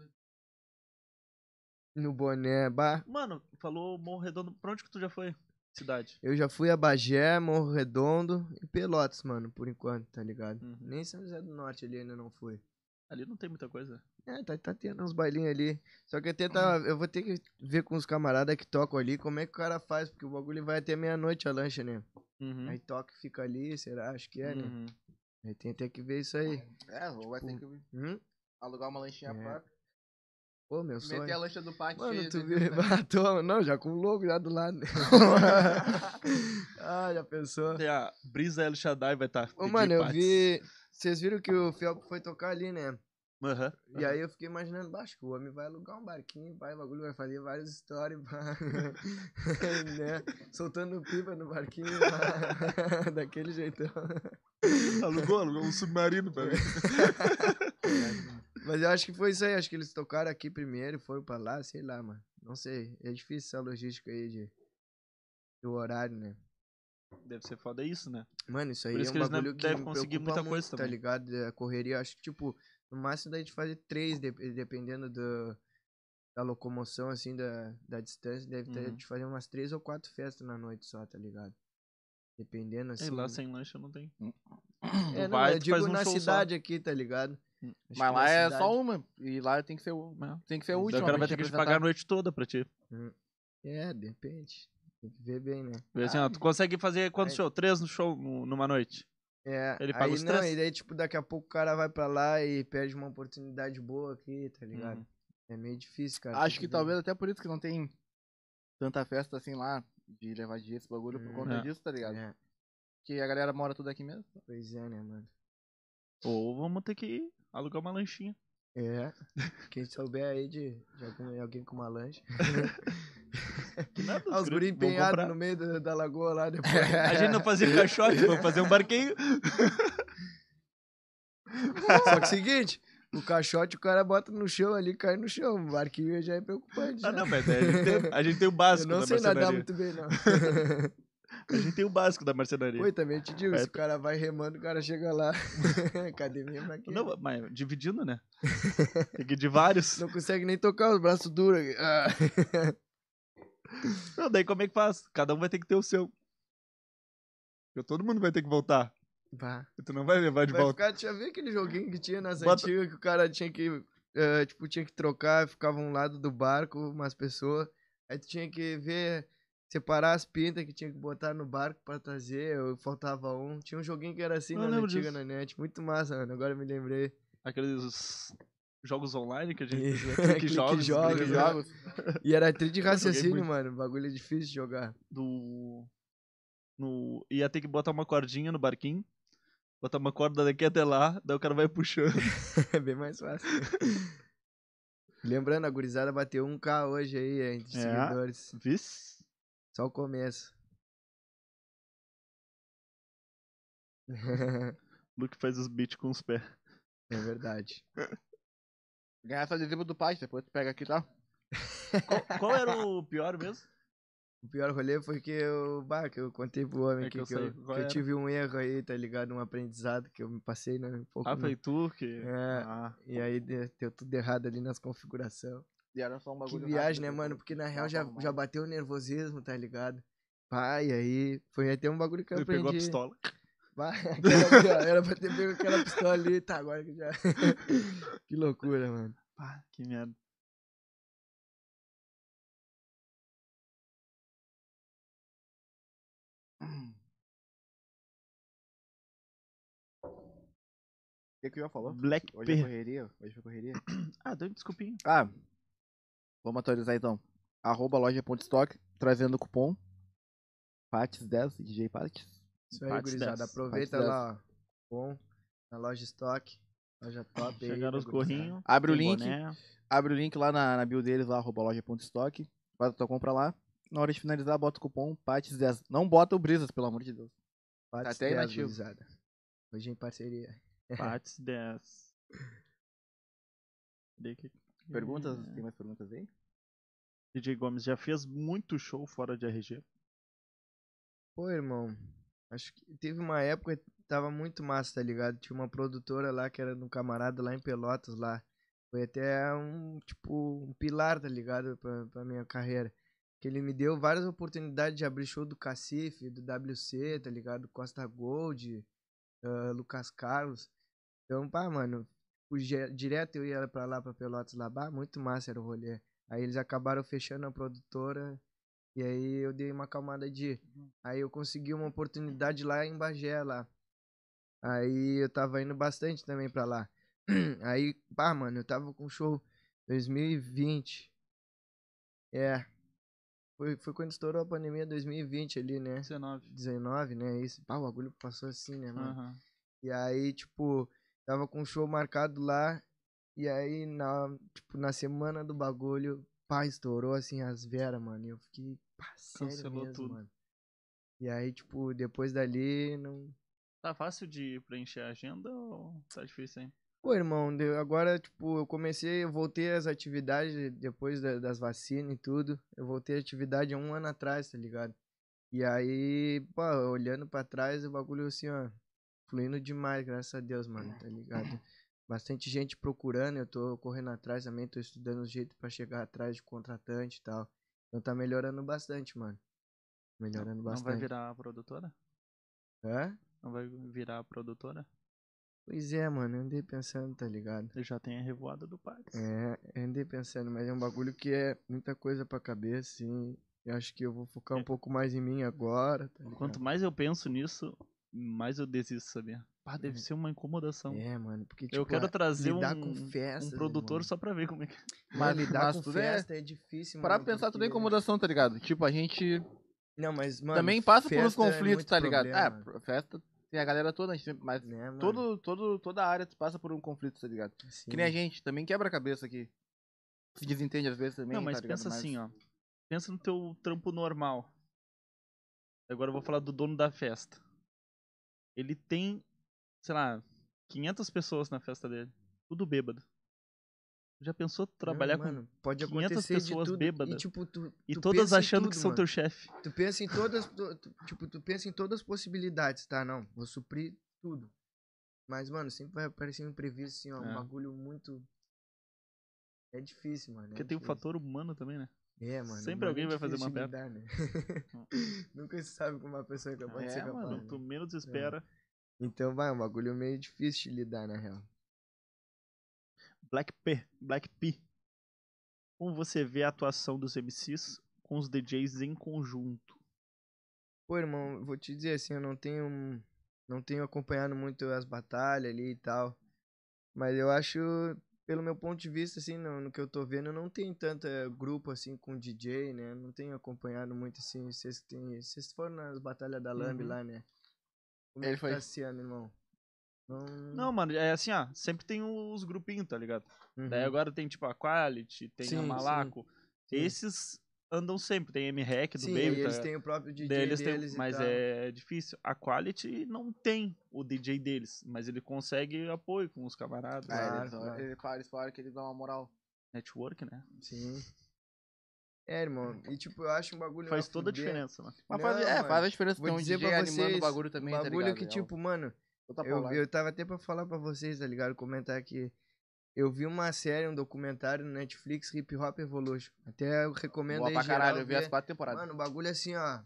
No boné, bah. Mano, falou Morro Redondo. Pra onde que tu já foi? Cidade. Eu já fui a Bagé, Morro Redondo e Pelotas, mano, por enquanto, tá ligado? Uhum. Nem São José do Norte ali ainda não fui. Ali não tem muita coisa. É, tá, tá tendo uns bailinhos ali. Só que eu, tenta, eu vou ter que ver com os camaradas que tocam ali como é que o cara faz, porque o bagulho vai até meia-noite a lancha, né? Uhum. Aí toca e fica ali, será? Acho que é, né? Uhum. Aí tem até que ver isso aí. É, vai ter que Hum? alugar uma lanchinha É, própria. Pô, meu Meter a sonho. lancha do pátio Mano, cheia tu de- viu? Ah, tô- não, já com o logo já do lado. ah, já pensou? Tem a Brisa El Shaddai vai tá estar. Ô, mano, eu vi. Vocês viram que o Felpo foi tocar ali, né? Aham. E aí eu fiquei imaginando, baixo, que o homem vai alugar um barquinho, vai, o bagulho vai fazer várias histórias, pá. né? Soltando pipa no barquinho, pá. daquele jeitão. Alugou, alugou um submarino pra mim. Mas eu acho que foi isso aí, acho que eles tocaram aqui primeiro, foram pra lá, sei lá, mano. Não sei, é difícil essa logística aí de... do horário, né? Deve ser foda isso, né? Mano, isso aí Por isso é que um eles não bagulho que devem me conseguir preocupa muita muito, coisa tá também. ligado? É, A correria, acho que, tipo, no máximo dá de fazer três, dep- dependendo da, da locomoção, assim, da, da distância, deve ter Uhum. de fazer umas três ou quatro festas na noite só, tá ligado? Dependendo, assim. Sei lá, sem lanche não tem. é, não, vai, eu tu digo faz um na show só. cidade aqui, tá ligado? Hum. Mas Acho que na lá é cidade- só uma. E lá tem que ser, o- Não. tem que ser a Então O última. cara pra vai gente ter que te apresentar. pagar a noite toda pra ti. um É, de repente. Tem que ver bem, né? Vê assim, ó, tu consegue fazer quantos Aí- shows? Três no show no- numa noite. É, Ele paga aí os não, três? e daí, tipo, daqui a pouco o cara vai pra lá e perde uma oportunidade boa aqui, tá ligado? Uhum. É meio difícil, cara. tem Acho que ver. talvez até por isso que não tem tanta festa assim lá, de levar dinheiro, esse bagulho, por Hum. conta É. disso, tá ligado? É, Porque a galera mora tudo aqui mesmo. pois é, né, mano? Uhum. Ou vamos ter que alugar uma lanchinha. É. Quem souber aí de, de algum- alguém com uma lanche. Que é nada, Ah, os guri- guri vão comprar. empenhados no meio da, da lagoa lá depois. A gente não fazia caixote, vamos fazer um barquinho. Só que seguinte, o caixote o cara bota no chão ali, cai no chão. O barquinho já é preocupante. Ah, já. não, mas daí a gente tem, a gente tem o Eu básico não da sei nadar marcenaria. muito bem, não. A gente tem o básico da marcenaria. Oi, também te digo, Vai se o cara vai remando, o cara chega lá. Academia é pra quê? Não, mas dividindo, né? Tem que ir de vários. Não consegue nem tocar os braços duros. aqui. Ah. Não, daí como é que faz? Cada um vai ter que ter o seu. Porque todo mundo vai ter que voltar. Bah. Tu não vai levar de Vai volta. ficar, já viu aquele joguinho que tinha nas Bota- antigas que o cara tinha que, eh, tipo, tinha que trocar, ficava um lado do barco, umas pessoas, aí tu tinha que ver, separar as pintas que tinha que botar no barco pra trazer, ou faltava um. Tinha um joguinho que era assim, Eu nas lembro antigas, disso. na net, muito massa, mano, agora eu me lembrei. Aqueles jogos online que a gente. E, Clique jogos, jogos, clique né? jogos. E era tri de joguei raciocínio, muito. mano, o bagulho é difícil de jogar. do. No, ia ter que botar uma cordinha no barquinho. Botar uma corda daqui até lá, daí o cara vai puxando. É bem mais fácil. Lembrando, a gurizada bateu 1k hoje aí, eh, entre É. seguidores. Vice? Só o começo. Luke faz os beats com os pés. é verdade. Garrafa de adesivo do pai, depois tu pega aqui, tá? Qual, qual era o pior mesmo? O pior rolê foi que eu, bah, que eu contei pro homem É aqui que eu que, eu, sei que qual eu era. tive um erro aí, tá ligado? Um aprendizado que eu me passei, né? Um pouco. Ah, né? foi tu que. É, Ah, e aí de- deu tudo errado ali nas configurações. E era só um Que bagulho viagem, rápido, né, depois mano? tu- Porque na dá real pra já, arrumar. já bateu o nervosismo, tá ligado? Pai, aí foi até um bagulho que eu ele aprendi. pegou a pistola. Bah, aquela ali, ó, era pra ter pego aquela pistola ali, tá, agora que já. que loucura, mano. Pá, que merda. O que que eu ia Hum. falar? Black Hoje é P. correria, hoje foi correria. Ah, deu um desculpinho. Ah, vamos atualizar então. Arroba loja.stock, trazendo cupom PATS10, DJ PATS. Isso aí, Partes gurizada. dessas, Aproveita partes lá, ó. Bom, na loja estoque. Loja top aí. Chegaram da os gurizada. gorrinhos. Abre o tem link. boné. Abre o link lá na, na bio deles, lá, arroba loja.stock. Faz a tua compra lá. Na hora de finalizar, bota o cupom PATS10. Não bota o Brisas, pelo amor de Deus. Partes Tá até dessas, inativo. gurizada. Hoje em parceria. Partes 10. Cadê que- Perguntas? É. Tem mais perguntas aí? DJ Gomes já fez muito show fora de RG. Pô, irmão, acho que teve uma época que tava muito massa, tá ligado? Tinha uma produtora lá que era de um camarada lá em Pelotas lá. Foi até um, tipo, um pilar, tá ligado? Pra, pra minha carreira. Que ele me deu várias oportunidades de abrir show do Cacife, do WC, tá ligado? Costa Gold, ah, Lucas Carlos. Então, pá, mano, o ge- direto eu ia pra lá, pra Pelotas lá, bah, muito massa era o rolê. Aí eles acabaram fechando a produtora e aí eu dei uma acalmada de... ir. Aí eu consegui uma oportunidade lá em Bagé, lá. Aí eu tava indo bastante também pra lá. Aí, pá, mano, eu tava com show 2020. É. Foi, foi quando estourou a pandemia 2020 ali, né? 19. 19, né? Isso. Pá, o bagulho passou assim, né, mano? E aí, tipo, tava com um show marcado lá. E aí, na, tipo, na semana do bagulho, pá, estourou assim as veras, mano. E eu fiquei, pá, sério Cancelou mesmo, tudo. mano. E aí, tipo, depois dali, não. Tá fácil de preencher a agenda ou tá difícil, hein? Pô, irmão, de- agora, tipo, eu comecei, eu voltei às atividades depois da- das vacinas e tudo. Eu voltei à atividade há um ano atrás, tá ligado? E aí, pô, olhando pra trás, o bagulho assim, ó, fluindo demais, graças a Deus, mano, tá ligado? Bastante gente procurando, eu tô correndo atrás também, tô estudando o jeito pra chegar atrás de contratante e tal. Então tá melhorando bastante, mano. Melhorando Não vai bastante. virar a produtora? Hã? Não vai virar a produtora? Pois é, mano, eu andei pensando, tá ligado? Eu já tenho a revoada do Pax. É, eu andei pensando, mas é um bagulho que é muita coisa pra cabeça, assim. Eu acho que eu vou É. focar um pouco mais em mim agora, tá ligado? Quanto mais eu penso nisso, mais eu desisto, sabia? Pá, deve Uhum. ser uma incomodação. Então, É, mano, porque tipo, eu quero a- trazer um, lidar com um festas, produtor irmão. só pra ver como é que. Mas- mas, lidar mas com tudo é- festa é, difícil, Parar mano. pra pensar tudo é porque- incomodação, tá ligado? Tipo, a gente Não, mas, mano, também passa por uns festa é conflitos, muito tá ligado? problema, é, pro- festa tem a galera toda, a gente, mas né, mano? todo, todo, toda área tu passa por um conflito, tá ligado? Sim. Que nem a gente, também quebra a cabeça aqui. Se desentende às vezes também, Não, mas tá ligado? pensa assim, ó. Pensa no teu trampo normal. Agora eu vou falar do dono da festa. Ele tem, sei lá, 500 pessoas na festa dele. Tudo bêbado. Já pensou tu Não, trabalhar com. mano, pode 500 acontecer pessoas de tudo, bêbadas E, tipo, tu, E tu todas pensa em achando tudo, que são mano. teu chefe. Tu pensa em todas, tu, tu- tipo, tu pensa em todas as possibilidades, tá? Não, vou suprir tudo. Mas, mano, sempre vai aparecer um imprevisto, assim, ó, É. um bagulho muito... É difícil, mano. é Porque tem o difícil. fator humano também, né? É, mano. Sempre bagulho alguém vai fazer difícil uma de lidar, né? Nunca se sabe como uma pessoa é capaz de ser é, capaz. mano, né? tu menos espera. Então, vai, é um bagulho meio difícil de lidar, na real. Black P, Black P. Como você vê a atuação dos MCs com os DJs em conjunto? Pô, irmão, eu vou te dizer assim, eu não tenho. Não tenho acompanhado muito as batalhas ali e tal. Mas eu acho, pelo meu ponto de vista, assim, no, no que eu tô vendo, não tem tanto eh, grupo assim com DJ, né? Não tenho acompanhado muito assim. Vocês que têm. Vocês foram nas batalhas da Lamb Uhum. lá, né? Como é Ele que foi. tá esse ano, irmão? Não. Não, mano, é assim, ó. Sempre tem os grupinhos, tá ligado? Uhum. Daí agora tem tipo a Quality, tem Sim, a sim. Malaco. Sim. Esses andam sempre. Tem M-Hack do Sim, Baby. e eles tá? têm o próprio DJ Daí deles, eles têm- e mas tal. é difícil. A Quality não tem o DJ deles, mas ele consegue apoio com os camaradas. Ah, né? eles- claro. Ele, claro, eles falaram que eles dão uma moral. Network, né? Sim. É, irmão. E tipo, eu acho um bagulho. Faz a toda a fuder. diferença, né? mano. Mas Não, faz, é, mano. faz a diferença Vou ter um dizer DJ pra animando o vocês, bagulho também, tá bagulho ligado? que, É um- tá tipo, mano, outra eu, paulada. eu tava até pra falar pra vocês, tá ligado? Comentar aqui. Eu vi uma série, um documentário no Netflix, Hip Hop Evolution. Até eu recomendo Boa aí pra geral caralho, eu vi ver. as quatro temporadas. Mano, o bagulho é assim, ó.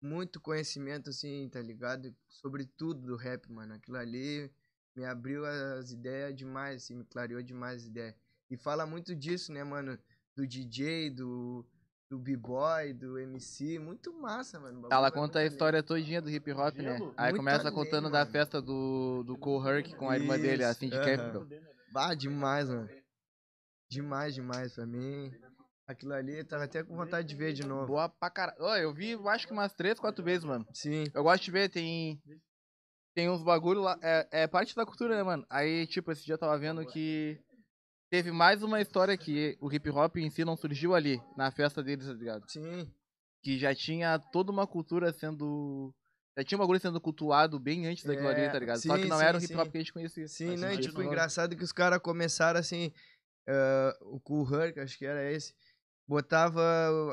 Muito conhecimento, assim, tá ligado? Sobre tudo do rap, mano. Aquilo ali me abriu as ideias demais, assim, me clareou demais as ideias. E fala muito disso, né, mano? Do DJ, do, do B-Boy, do MC. Muito massa, mano. o bagulho Ela é muito conta Tá a além. história todinha do hip hop, né? Gelo? Aí Muito começa além, contando da mano. festa do, do Cole Herc com a irmã dele, a Isso, Cindy aham. Campbell. Bah, Ah, demais, mano. Demais, demais pra mim. Aquilo ali, eu tava até com vontade de ver de novo. Boa pra caralho. Ó, eu vi, eu acho que umas três, quatro vezes, mano. Sim. Eu gosto de ver, tem. Tem uns bagulho lá. É, é parte da cultura, né, mano? Aí, tipo, esse dia eu tava vendo que. Teve mais uma história que o hip hop em si não surgiu ali, na festa deles, tá ligado? Sim. Que já tinha toda uma cultura sendo. Já tinha um bagulho sendo cultuado bem antes daquilo É, ali, tá ligado? Só sim, que não sim, era o hip hop sim. que a gente conhecia. Sim, Faz não, e sentido, tipo, né? engraçado que os caras começaram assim, ah, o Cool Herc, acho que era esse, botava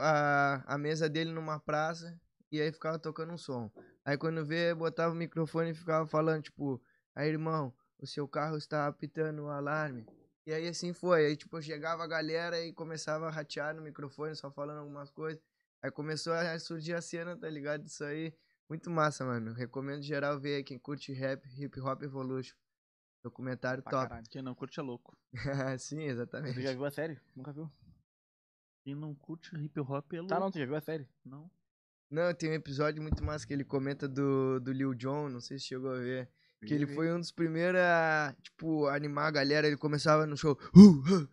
a, a mesa dele numa praça e aí ficava tocando um som. Aí quando vê, botava o microfone e ficava falando, tipo, aí irmão, o seu carro está apitando o alarme. E aí assim foi, aí tipo, chegava a galera e começava a ratear no microfone, só falando algumas coisas. Aí começou a surgir a cena, tá ligado? Isso aí, muito massa, mano. Recomendo geral ver aí quem curte rap, hip hop evolution. Documentário Pra top. caralho. Quem não curte é louco. Sim, Tu já exatamente. viu a série? Nunca viu? Quem não curte hip hop é louco. Tá, não, tu já viu a série? Não. Não, tem um episódio muito massa que ele comenta do, do Lil Jon, não sei se chegou a ver. Que ele foi um dos primeiros a, tipo, animar a galera. Ele começava no show. "Uh, uh,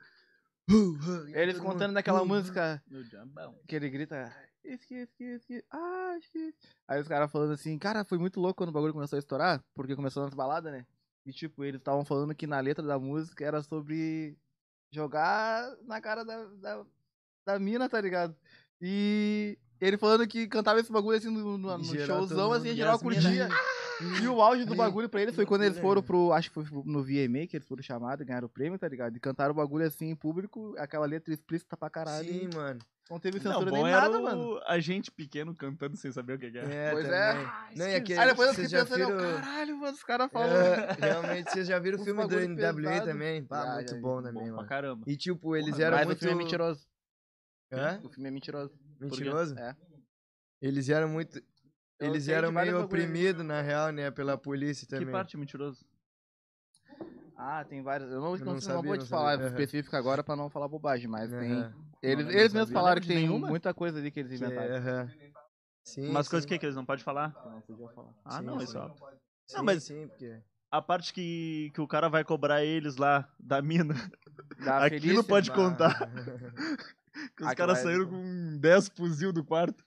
uh, uh", e aí Eles todo mundo, contando daquela "Uh, uh". música Meu jabão. que ele grita. Esquece, esquece, ah, esquece. Aí os caras falando assim, cara, foi muito louco quando o bagulho começou a estourar, porque começou nas baladas, né? E tipo, eles estavam falando que na letra da música era sobre jogar na cara da, da, da mina, tá ligado? E ele falando que cantava esse bagulho assim no, no- no Geral, todo showzão, assim, mundo, em e geral as mina, curtia. E o auge do Ai, bagulho pra eles que foi quando eles loucura, né? foram pro. Acho que foi no VMA que eles foram chamados e ganharam o prêmio, tá ligado? E cantaram o bagulho assim em público, aquela letra explícita pra caralho. Sim, e mano. Não teve Não, censura bom nem era nada, o- mano. a gente pequeno cantando sem saber o que que é. É, Pois é. também. Não, e esquisito. aquele- Aí depois eu vocês fiquei já pensando, viram- caralho, mano, os caras falam. É, realmente, vocês já viram o Uns filme do bagulho NWA pesado. também? Pá, Já, muito já, bom Bom também, pra mano. caramba. E tipo, eles Porra, eram mas muito... o filme é mentiroso. Hã? O filme é mentiroso. Mentiroso? É. Eles eram muito... Eu Eles sei de eram vários meio bagulho. oprimidos, na real, né? Pela polícia Que também. parte é mentiroso? Ah, tem vários. Eu não, Eu não, não sei- não sabia, vou não te falar sabia. específico agora pra não falar bobagem, mas tem. Aham. Eles, Não, eu não eles mesmos sabia. falaram que Lembra de tem nenhuma? muita coisa ali que eles Que- inventaram. aham. Sim, Umas coisas sim. que, que eles não podem falar? Não podia falar. Ah, Sim, não, sim. isso é óbvio. Sim, Não, mas- sim, porque... A parte que, que o cara vai cobrar eles lá da mina. Da Aquilo Felícia, pode- Te Bah. contar. Que os Ah, que caras vai- né? saíram com 10 fuzil do quarto.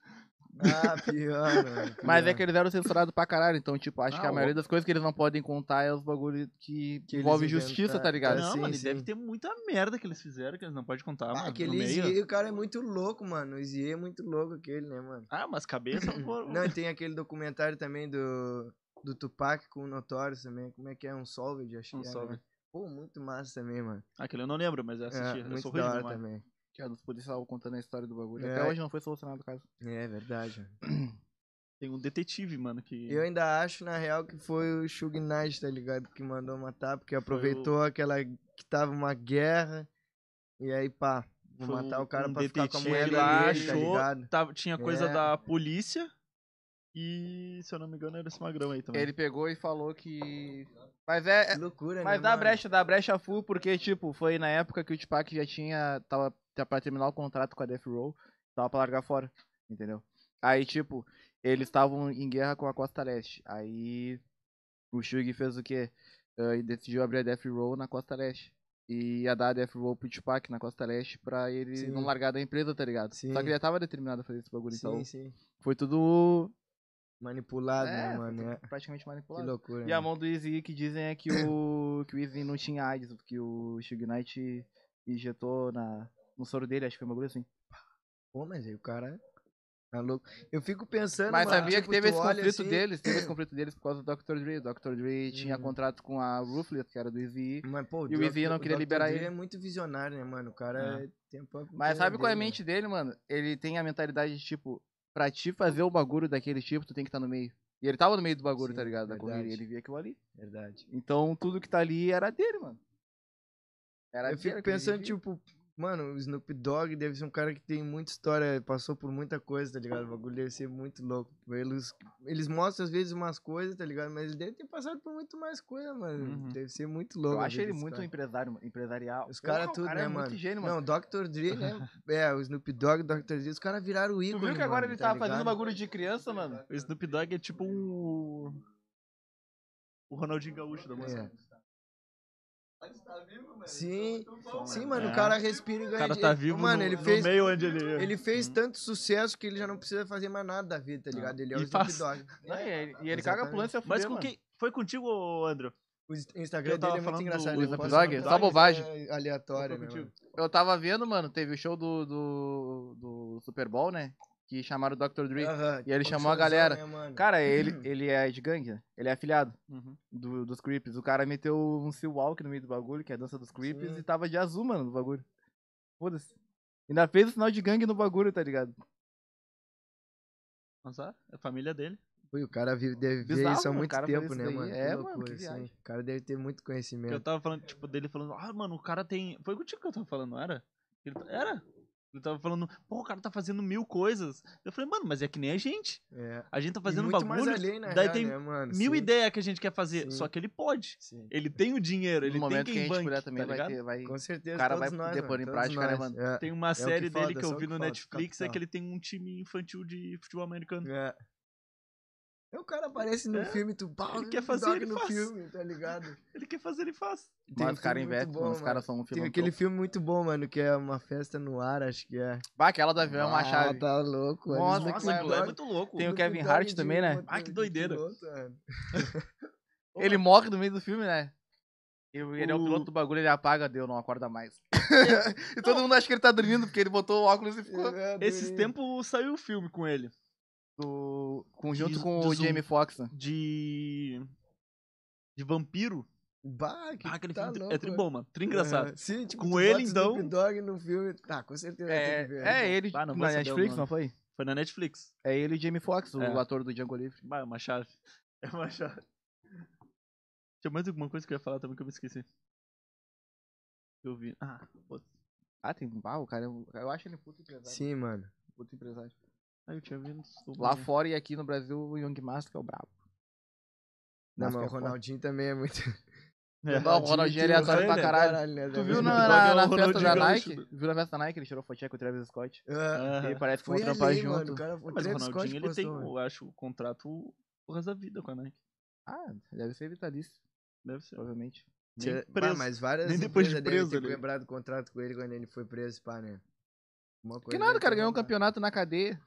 Ah, pior, mano. Mas é pior. que eles eram censurados pra caralho, então, tipo, acho Ah, que a maioria ó. das coisas que eles não podem contar é os bagulho que, Que eles envolve justiça, tá inventaram. ligado? não, sim, mano, e sim. deve ter muita merda que eles fizeram, que eles não podem contar, Ah, mano. aquele no meio. Izie, o cara é muito louco, mano. O Izie é muito louco aquele, né, mano? Ah, mas cabeça foram. Não, e tem aquele documentário também do, do Tupac com o Notorious também. Como é que é? Um Solved, acho Um que é. Solved. né? Pô, muito massa também, mano. Aquele eu não lembro, mas eu assisti. é, eu muito sou ruim de da hora memória. também. Que é dos policiais contando a história do bagulho. É. Até hoje não foi solucionado o caso. É, verdade. mano. Tem um detetive, mano, que. Eu ainda acho, na real, que foi o Shug Knight, tá ligado? Que mandou matar, porque aproveitou aquela que tava uma guerra. E aí, pá, vou Foi matar um- o cara um pra ficar com a detetive mulher lá, dele, tá achou- ligado? tava- tinha coisa É. da polícia. E, se eu não me engano, era esse magrão aí também. Ele pegou e falou que. Mas é. Que loucura, né? Mas dá mano? brecha, dá brecha full, porque, tipo, foi na época que o Tupac já tinha. Tava já pra terminar o contrato com a Death Row, tava pra largar fora, entendeu? Aí, tipo, eles estavam em guerra com a Costa Leste. Aí. O Shug fez o quê? Ah, e decidiu abrir a Death Row na Costa Leste. E ia dar a Death Row pro Tupac na Costa Leste pra ele Sim. não largar da empresa, tá ligado? Sim. Só que ele já tava determinado a fazer esse bagulho, então Sim, sim. foi tudo. Manipulado, é, né, foi mano? tudo É. praticamente manipulado. Que loucura. E a né? mão do Izzy que dizem é que o, que o Izzy não tinha AIDS, que o Shug Knight injetou na, no soro dele, acho que foi um bagulho assim. Pô, mas aí o cara é louco. Eu fico pensando, Mas mano, sabia tipo, que teve tu esse olha conflito assim- deles, teve esse conflito deles por causa do Dr. Dre. O Dr. Dre tinha Uhum. contrato com a Ruthless, que era do Easy. Mas, pô, E o Easy não Dr. queria Dre liberar ele. é muito visionário, né, mano? O cara é. tem a própria Mas ideia sabe qual é a dele, né? mente dele, mano? Ele tem a mentalidade de tipo, pra te fazer o bagulho daquele tipo, tu tem que estar no meio. E ele tava no meio do bagulho, Sim, tá ligado? Da corrida, verdade. ele via aquilo ali. né? Verdade. Então tudo que tá ali era dele, mano. Era Eu dele, fico aquele pensando, dia. tipo, mano, o Snoop Dogg deve ser um cara que tem muita história, passou por muita coisa, tá ligado? O bagulho deve ser muito louco. Eles, eles mostram às vezes umas coisas, tá ligado? Mas ele deve ter passado por muito mais coisa, mano. Uhum. Deve ser muito louco. Eu a acho vida ele desse muito cara. empresário, mano, empresarial. Os Porra, caras o tudo, cara né, é mano? Muito gênio, mano. Não, Dr. Dre, né? É, o Snoop Dogg, Dr. Dre, os caras viraram tu ícone, viu que agora mano, ele tá tava fazendo ligado? bagulho de criança, mano? O Snoop Dogg é tipo um. O Ronaldinho Gaúcho da música. É. Mas tá vivo, mano. Sim, Então, bom, sim, mano. mano, É. o cara respira e O ganha cara tá dinheiro. vivo Mano, no, ele no fez... meio onde ele. Ele é. fez Uhum. tanto sucesso que ele já não precisa fazer mais nada da vida, Ah. tá ligado? Ele é o E Snoop faz. Dogg. Não, e ele, e ele caga a Exatamente. ambulância a Mas fuder, com mano. quem. Foi contigo, ô, Andrew? O Inst- Instagram Eu tava dele é muito falando do- engraçado. do ele posta Snoop Dogg, umas só bobagem. coisas Aleatória, Eu tô né, mano? Eu tava vendo, mano, teve o show do, do, do Super Bowl, né? Que chamaram o Dr. Dre. Aham, E ele um chamou a showzão, galera. né, mano? Cara, ele, ele é de gangue, né? Ele é afiliado do- dos Creeps. O cara meteu um Sea Walk no meio do bagulho, que é a dança dos Creeps, Sim. e tava de azul, mano, no bagulho. Foda-se. Ainda fez o sinal de gangue no bagulho, tá ligado? Nossa, é a família dele. Ui, o cara vive, deve ver Bizarro, isso há mano, o muito cara fazer tempo, isso né, daí. mano? É, mano, loucura, que assim. viagem. O cara deve ter muito Que eu conhecimento. tava falando, tipo, dele falando, ah, mano, o cara tem. Foi contigo que eu tava falando, não era? Ele tá- Era? Ele tava falando, pô, o cara tá fazendo mil coisas. Eu falei, mano, mas é que nem a gente. É. A gente tá E fazendo muito bagulho. mais além, na daí real, tem né, mano? mil Sim, ideias que a gente quer fazer. Sim. Só que ele pode. sim. Ele tem o dinheiro, ele no tem momento quem que a gente banque, puder também tá vai ligado? ter. Vai... Com certeza, O cara vai todos nós, poder pôr mano, em todos prática, né, nós. mano? É. Tem uma que série dele falta, que é eu só o vi que no falta, Netflix, é capital. que ele tem um time infantil de futebol americano. É. Aí O cara aparece no É. filme, tu pau, Ele quer fazer, ele no faz. filme, tá ligado? Ele quer fazer, ele faz. Tem um Mas os caras filme muito investem, bom, mano. Os mano. caras são um Tem filme. aquele filme muito bom, mano, que é uma festa no ar, acho que é. Bah, aquela do avião é uma Ah, chave. tá louco, mano. Nossa, Snoop Nossa, Dogg. aquilo lá é Dogg. muito louco. Tem o Snoop Kevin Dogg Hart de também, né? motor- Ah, que de doideira. piloto, é. Ele morre no meio do filme, né? E ele é o O- piloto do bagulho, ele apaga, deu, não acorda mais. e todo mundo acha que ele tá dormindo, porque ele botou o óculos e ficou. É, Esses doideira. tempos saiu o filme com ele. Do... com- junto Diz- com o diz um- Jamie Foxx. né? De. De vampiro. Bah, que Ah, aquele tá filme tri- louco. é tribom, mano. Tri engraçado. É, sim, tipo, Com tu ele, bota então- Snoop Dogg no filme, tá, com certeza. É, tem que ver. né? é ele Ah, não vou na saber o Netflix, nome. não foi? Foi na Netflix. É ele e Jamie Foxx, o É. ator do Django Livre. Bah, é uma chave. É uma chave. Tinha mais alguma coisa que eu ia falar também que eu me esqueci. Eu vi. Ah, pô. Ah, tem. Ah, o cara. é um- Eu acho ele um puto empresário. Sim, mano. Puto empresário. Ah, eu tinha vindo. Lá fora e aqui no Brasil, o Young Master é o brabo. Não, Mas mas que o é foda. Ronaldinho também é muito. É. Não, o Ronaldinho é tem um aleatório pra hype caralho. né, Tu velho? viu na, Dogg é na- o na festa Ronaldinho da Gaúcho, Nike? né? Viu na festa da Nike? Ele tirou fotinha com o Travis Scott. Ah, E Aham. parece que vão Foi trampar ali, junto. mano, o cara foi Mas o Travis Scott né? Ronaldinho, ele tem, postou, eu mano. acho, o contrato por resto da vida com a Nike. Ah, deve ser vitalício, Deve ser. provavelmente. Nem Tira- preso. Bah, mas várias Nem depois de empresas devem preso, ter né? quebrado o contrato com ele quando ele foi preso, pá, né? Uma Que coisa nada, deve o cara ter ganhou um rolado. campeonato na cadeia.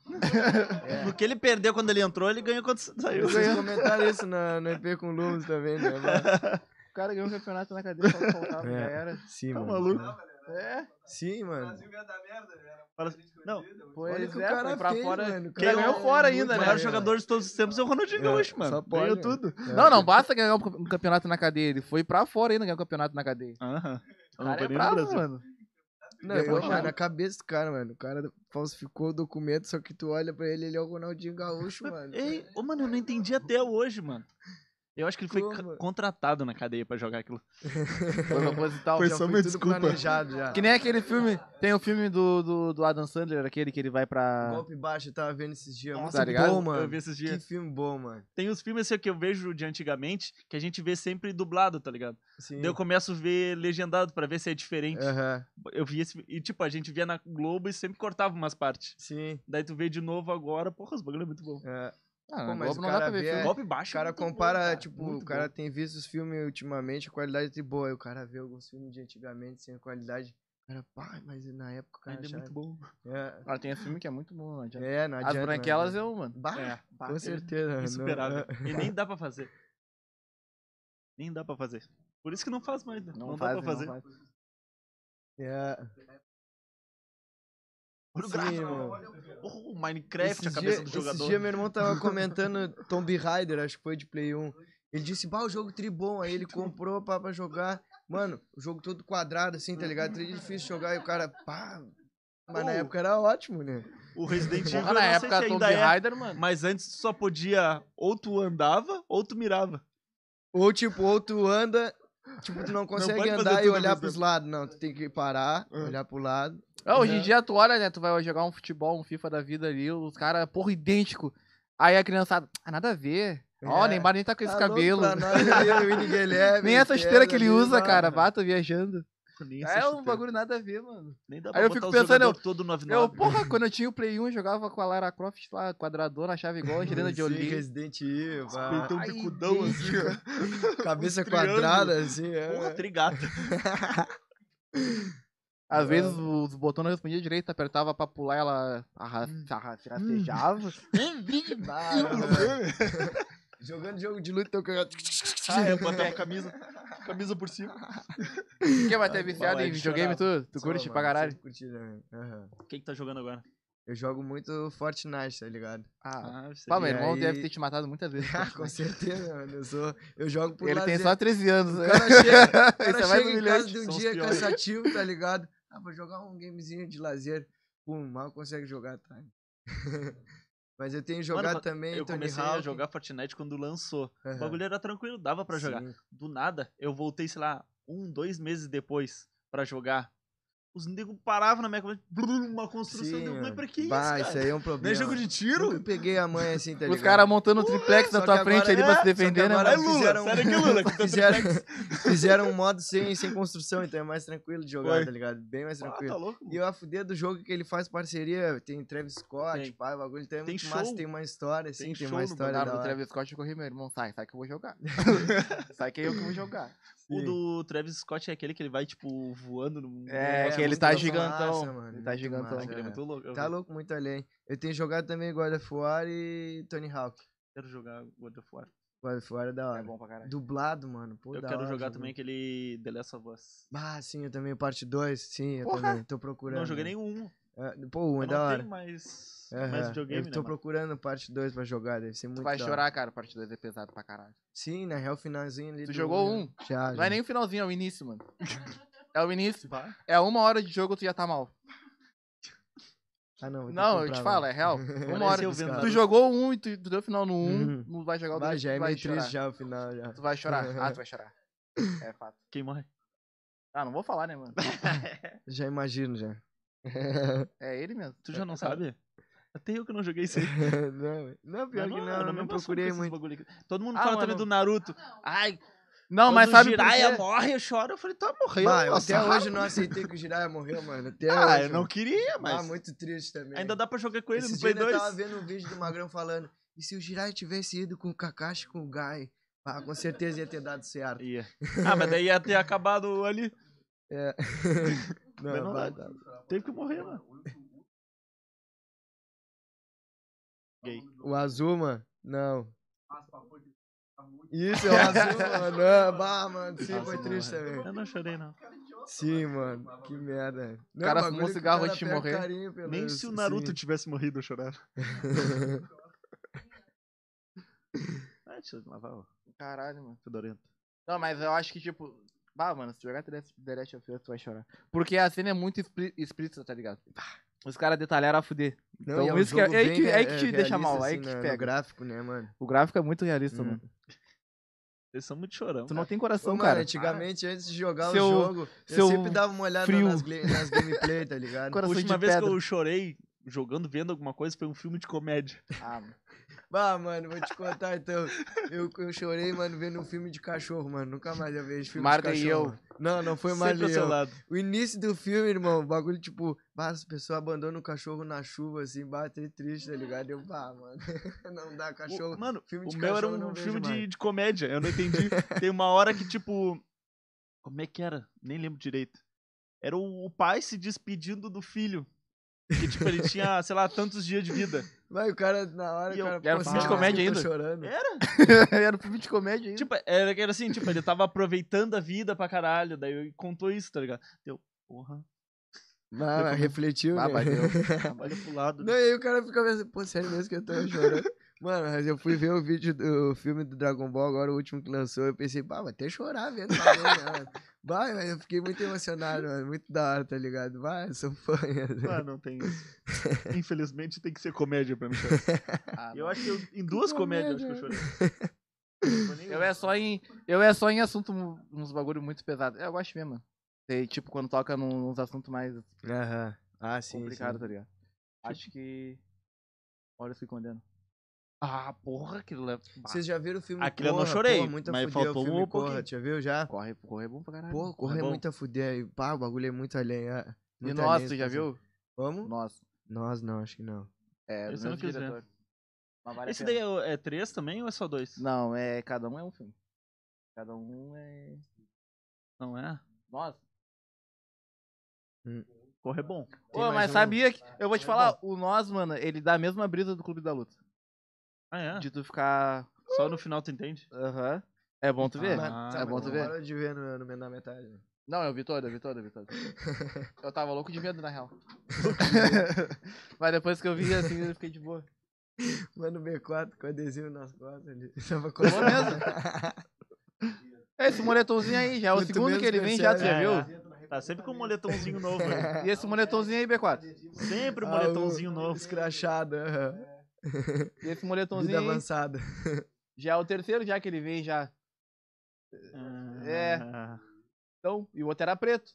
É. No que ele perdeu quando ele entrou, ele ganhou quando saiu. Vocês comentaram isso na, no EP com o Lumos também, né? mano? O cara ganhou um campeonato na cadeia, só que faltava, É. já era. Sim, Tá mano. maluco? É, Sim, O mano. Brasil ia dar merda, né? Era Para- gente Não, bandida, muito pois Olha o que o é, cara foi pra fez, fora. mano. O Quem cara ganhou é fora muito ainda, O né? maior maneiro, jogador de todos os tempos é o Ronaldinho É, Gaúcho, mano. só pode, Ganhou né? tudo. É. Não, não basta ganhar um campe- um campeonato na cadeia. Ele foi pra fora ainda ganhar um campeonato na cadeia. Aham. O Eu cara não é parei no brabo, Brasil. mano. Não, Depois eu, já- mano, a cabeça do cara, mano. O cara falsificou o documento, só que tu olha pra ele, ele é o Ronaldinho Gaúcho, mano. Ei, ô, mano, eu não entendi até hoje, mano. Eu acho que ele foi Como? ca- contratado na cadeia pra jogar aquilo. Foi proposital. Foi Já só foi uma tudo desculpa. planejado já. Que nem aquele filme. Tem o filme do, do, do Adam Sandler, aquele que ele vai pra. Golpe baixo, eu tava vendo esses dias. Nossa, muito tá ligado? bom, Eu mano. vi esses Que dias. filme bom, mano. Tem uns filmes assim, que eu vejo de antigamente que a gente vê sempre dublado, tá ligado? Sim. Daí eu começo a ver legendado pra ver se é diferente. Aham, Eu vi esse. E tipo, a gente via na Globo e sempre cortava umas partes. sim. Daí tu vê de novo agora, porra, os bagulho é muito bom. É. Ah, Pô, na mas Globo o não dá cara pra ver vê- filme. É, Golpe baixo. O cara muito bom, compara, cara. tipo, Muito o cara bom. tem visto os filmes ultimamente, a qualidade de boa. Aí o cara vê alguns filmes de antigamente sem qualidade. O cara, pá, mas na época o cara Ainda é achava- muito bom. É, Ah, tem esse filme que é muito bom, não adianta. né? é, não As adianta, branquelas mano. eu, mano. Bah, É, bah, com ele- certeza. não- Insuperável. é. E nem dá pra fazer. Nem dá pra fazer. Por isso que não faz mais, né? Não, faz, dá pra fazer. Não faz. É. Olha o Sim, gráfico. mano. Oh, o Minecraft, a Esses cabeça dia- do Esses jogador. dias meu irmão tava comentando Tomb Raider, acho que foi de Play 1. Ele disse, bah, o jogo tribom. Aí ele comprou pá, pra jogar. Mano, o jogo todo quadrado, assim, tá ligado? Tri difícil jogar e o cara, pá. Mas na Oh. época era ótimo, né? O Resident Evil, eu na não época sei se Tomb ainda é, Raider, mano. mas antes tu só podia, ou tu andava, ou tu mirava. Ou tipo, ou tu anda, tipo, tu não consegue pode fazer andar e tudo ao olhar mesmo pros lados. Não, tu tem que parar, olhar pro lado. Ah, hoje Uhum. em dia tu olha, né? Tu vai jogar um futebol, um FIFA da vida ali, os caras, porra, idêntico. Aí a criançada, ah, nada a ver. Ó, É. o Neymar nem tá com esse Tá louco cabelo. pra nós ali, o Vini Guilherme, Nem essa esteira que ele Pedro ali, usa, bah. cara. Bata viajando. Nem É essa um chuteira. bagulho nada a ver, mano. Nem dá Aí eu botar fico o pensando, jogador todo 99. Eu, porra, quando eu tinha o Play 1, eu jogava com a Lara Croft lá, quadradona, achava igual a Angelina Sim, Jolie. Resident Evil, pá. Peitão Ai, um bicudão, assim. ó. Cabeça Os triângulos. quadrada, assim. é. Porra, trigata. Às vezes os botões não respondiam direito, apertava pra pular, ela arra- Hum. arra- rastejava. Bah, mano. Jogando jogo de luta, eu quero- Ah, é, botar a camisa, camisa por cima. Quem vai ter Ai, viciado Paulo, é em de videogame, tu? Tu Sou, curte mano, pra caralho? sempre curti também. Aham. Quem que tá jogando agora? Eu jogo muito Fortnite, tá ligado? Ah, você pá, meu e irmão aí- deve ter te matado muitas vezes. Ah, com certeza, mano. Eu, sou, eu jogo por Ele tem lazer. só 13 anos. O né? cara chega, o cara Isso é mais chega em casa humilhante. de um São os dia piores. cansativo, tá ligado? Ah, vou jogar um gamezinho de lazer. Pum, mal consegue jogar, tá? Mas eu tenho jogado mas também Eu Tony comecei a Hawk. jogar Fortnite quando lançou. Aham. O bagulho era tranquilo, dava pra jogar. É. Sim. Do nada, eu voltei, sei lá, um, dois meses depois pra jogar. Os negros paravam na minha cabeça, brum, uma construção. um Sim, eu falei, pra que isso, Bah, cara? isso aí é um Não é problema. jogo de Eu tiro? peguei a mãe assim, tá ligado? Os caras montando um triplex Só na que tua frente agora- ali pra é, se só que defender, né, agora É mano? Lula, fizeram- sério que é Lula? Que tá Fizeram, triplex? fizeram um modo sem, sem construção, então é mais tranquilo de jogar, Foi. tá ligado? Bem mais Ah, tranquilo. tá louco? E mano. o AFD do jogo que ele faz parceria, tem Travis Scott, Tem. pá, o bagulho então é Tem muito massa, show. tem uma história, assim, tem, Tem uma show no história Ah, da do hora. Travis Scott eu corri, meu irmão. Sai, sai que eu vou jogar. sai que é eu que vou jogar. O Sim. do Travis Scott é aquele que ele vai, tipo, voando no. É, negócio que ele muito tá louco. gigantão. mano, Ele tá muito gigantão. massa, Ele é é. muito louco. Eu Tá louco, muito além. Eu tenho jogado também God of War e Tony Hawk. quero jogar God of War. God of War é da hora. É bom pra caralho. Dublado, mano. Pô, Eu da quero hora, jogar jogo. também aquele The Last of Us. Ah, sim, eu também, parte 2. Sim, eu Porra! também. Tô procurando. Não joguei nenhum. É, pô, um é Eu da não hora. tenho mais, mais Aham, videogame, eu tô né? mano? procurando parte 2 pra jogar, deve ser muito Tu vai da hora. chorar, cara. Parte 2 é pesado pra caralho. Sim, na real, finalzinho ali. Tu do- jogou um? Já, Não já. é nem o finalzinho, é o início, mano. É o início. Bah. É uma hora de jogo, tu já tá mal. Ah, não, vou ter que Não, eu comprar, te mano. falo, é real. Uma hora. Pareceu vendo Tu Naruto. jogou um e tu, tu deu final no um, Uhum. não vai jogar o Bah, dois, já é tu vai meio chorar. triste já o final, já. Tu vai chorar. Ah, tu vai chorar. É fato. Quem morre? Ah, não vou falar, né, mano? Já imagino, já. É ele mesmo. Tu já não sabe? Até eu que não joguei isso aí. não, não, pior Mas que eu não, me não, me emociono procurei com esses muito. bagulho aqui. Todo mundo Ah, fala também mano. do Naruto. Ai, Não, quando é mas sabe o por Jiraiya quê? morre, eu choro. Eu falei, tu morreu. Bah, eu nossa, até raiva. hoje não aceitei que o Jiraiya morreu, mano. Até Ah, hoje, eu não mano. queria, mas... Ah, muito triste também. Ainda dá pra jogar com ele Esse no Play dia eu 2. tava vendo um vídeo do Magrão falando, e se o Jiraiya tivesse ido com o Kakashi e com o Gai? Ah, com certeza ia ter dado certo. Ia. Ah, mas daí ia ter acabado ali. É. Mas não, não vai, dá. dá. Teve que morrer, né? mano. Gay. O Azuma? Não. Isso, é o Azuma, não. Bah, mano, sim, Nossa, foi não, triste mano. também. Eu não chorei, não. Sim, mano, que merda. O cara fumou cigarro antes de morrer. Nem se o assim, Naruto tivesse morrido, eu chorava. Ah, deixa eu lavar, ó. Caralho, mano. Fedorento. Não, mas eu acho que, tipo. Bah, mano, se tu jogar The Last- The Last of Us, tu vai chorar. Porque a cena é muito expli- explícita, tá ligado? Os caras detalharam a fuder. Então, um isso que é- é aí que- é aí que te deixa mal, aí que te pega. pega. gráfico, assim, né, mano? O gráfico é muito realista, Hum. mano. Eles são muito chorão. Tu não cara. tem Ô, coração, mano, cara. antigamente, antes de jogar Seu- o jogo, eu seu sempre dava uma olhada frio. nas, gla- nas gameplay, tá ligado? A Coração última de vez pedra. que eu chorei jogando, vendo alguma coisa, foi um filme de comédia. Ah, mano. Bah, mano, vou te contar então. Eu, eu chorei, mano, vendo um filme de cachorro, mano. Nunca mais eu vejo filme Marta de e cachorro. eu. mano. Não, não foi Sempre Marta ao e seu eu. lado. O início do filme, irmão, o bagulho, tipo, bah, as pessoas abandonam o cachorro na chuva, assim, bate triste, tá ligado? Eu, bah, mano, não dá cachorro. O- mano, filme de o meu era cachorro eu não um vejo filme de, mais. de comédia, eu não entendi. Tem uma hora que, tipo. Como é que era? Nem lembro direito. Era o, o pai se despedindo do filho. Que, tipo, ele tinha, sei lá, tantos dias de vida. Vai, o cara, na hora, E eu- o cara era um pô, filme de assim, comédia eu tô ainda? chorando. É? Era um filme de comédia ainda. Tipo, era, era assim, tipo, ele tava aproveitando a vida pra caralho. Daí eu- contou isso, tá ligado? Deu, porra. Bah, mas refletiu, Ah, né? mas eu- Olha pro lado. Não, e aí o cara fica pensando, pô, sério mesmo que eu tô chorando? Mano, mas eu fui ver o vídeo do filme do Dragon Ball, agora o último que lançou, eu pensei, bah, vai até chorar vendo também, né, mano? Vai, mas eu fiquei muito emocionado, mano, muito da hora, tá ligado? Vai, eu sou fã. né? Ah, não tem isso. Infelizmente tem que ser comédia pra mim chorar. Ah, Eu acho que eu- em duas comédias eu acho que eu chorei. Não foi nenhuma. Eu é só em, eu é só em assunto, mu- uns bagulho muito pesado. Eu gosto mesmo. mano. Sei, tipo, quando toca num- nos assuntos mais Aham. Ah, sim, complicados, sim. tá ligado? Acho que. Olha, eu fui condeno. Ah, porra, aquilo é. Bah, Vocês já viram o filme Aquilo eu não Corra? chorei, Porra, muito a mas fuder o faltou filme um Corra, pouquinho. já viu já? Corre, corre é bom pra caralho. Pô, Corra é bom. muito a fuder, e pá, o bagulho é muito além, é. e muito nós, além, tu já assim. viu? Vamos? Nós. Nós não, acho que não. É, do Esse eu não mesmo quis ver. diretor. Mas vale a Esse pena. daí é, o- é três também ou é só dois? Não, é. Cada um é um filme. Cada um é. Não é? Nós. Corre é bom. Tem Pô, mais mas um? sabia que. Eu vou te falar, o Nós, mano, ele dá a mesma brisa do Clube da Luta. Ah, é? De tu ficar. Só no final tu entende? Aham. É bom tu ver. Ah, Mas- é mas bom tu não ver. parou de ver no, no, na metade. né? Não, é eu vi toda, eu vi toda, eu vi toda. Eu tava louco de medo, na real. Mas depois que eu vi assim, eu fiquei de boa. Mano, B4 com adesivo nas costas ali. Tava Boa mesmo. É, esse moletomzinho aí, já é o Muito segundo menos que ele vem já, tu já É, viu? é. Tá sempre com um moletomzinho novo. né? E É. esse moletomzinho aí, B4? Sempre um moletomzinho novo. Escrachado. aham. E esse Vida moletomzinho aí, avançada. já é o terceiro já que ele vem já. É. Ah, Então, e o outro era preto.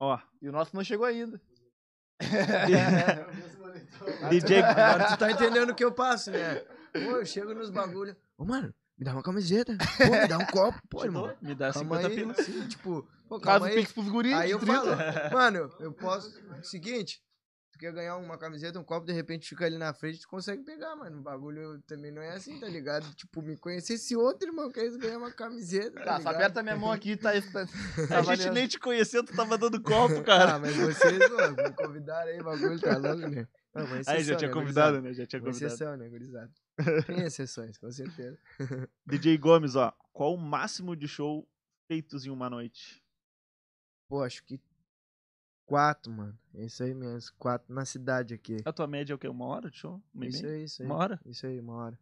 Ó, E o nosso não chegou ainda. DJ, Agora tu tá entendendo o que eu passo, né? Pô, eu chego nos bagulho. Ô, mano, me dá uma camiseta. Pô, me dá um copo. Pô, te irmão. dou, me dá Calma 50 aí. pilas. assim, Tipo, Caso pô, calma o aí. Pix pros guris, Aí eu de 30. falo, mano, eu posso. Seguinte, tu quer ganhar uma camiseta, um copo, de repente fica ali na frente, tu consegue pegar, mano. O bagulho também não é assim, tá ligado? Tipo, me conhecer esse outro, irmão, quer ganhar uma camiseta. Tá, Tá, Ah, só ligado? aperta minha mão aqui, tá isso. Tá, tá A gente valendo. nem te conheceu, tu tava dando copo, cara. Ah, mas vocês, ó, me convidaram aí, o bagulho tá louco, né? Não, uma Aí já exceção, tinha né, convidado, né? Já tinha gurizada? Uma convidado. exceção, né, gurizada? Tem exceções, com certeza. DJ Gomes, ó. Qual o máximo de show feitos em uma noite? Pô, acho que quatro, mano. É isso aí mesmo, quatro na cidade aqui. A tua média é o quê? Uma hora de show? Uma e Isso meia? aí, isso aí. Uma hora? Isso aí, uma hora.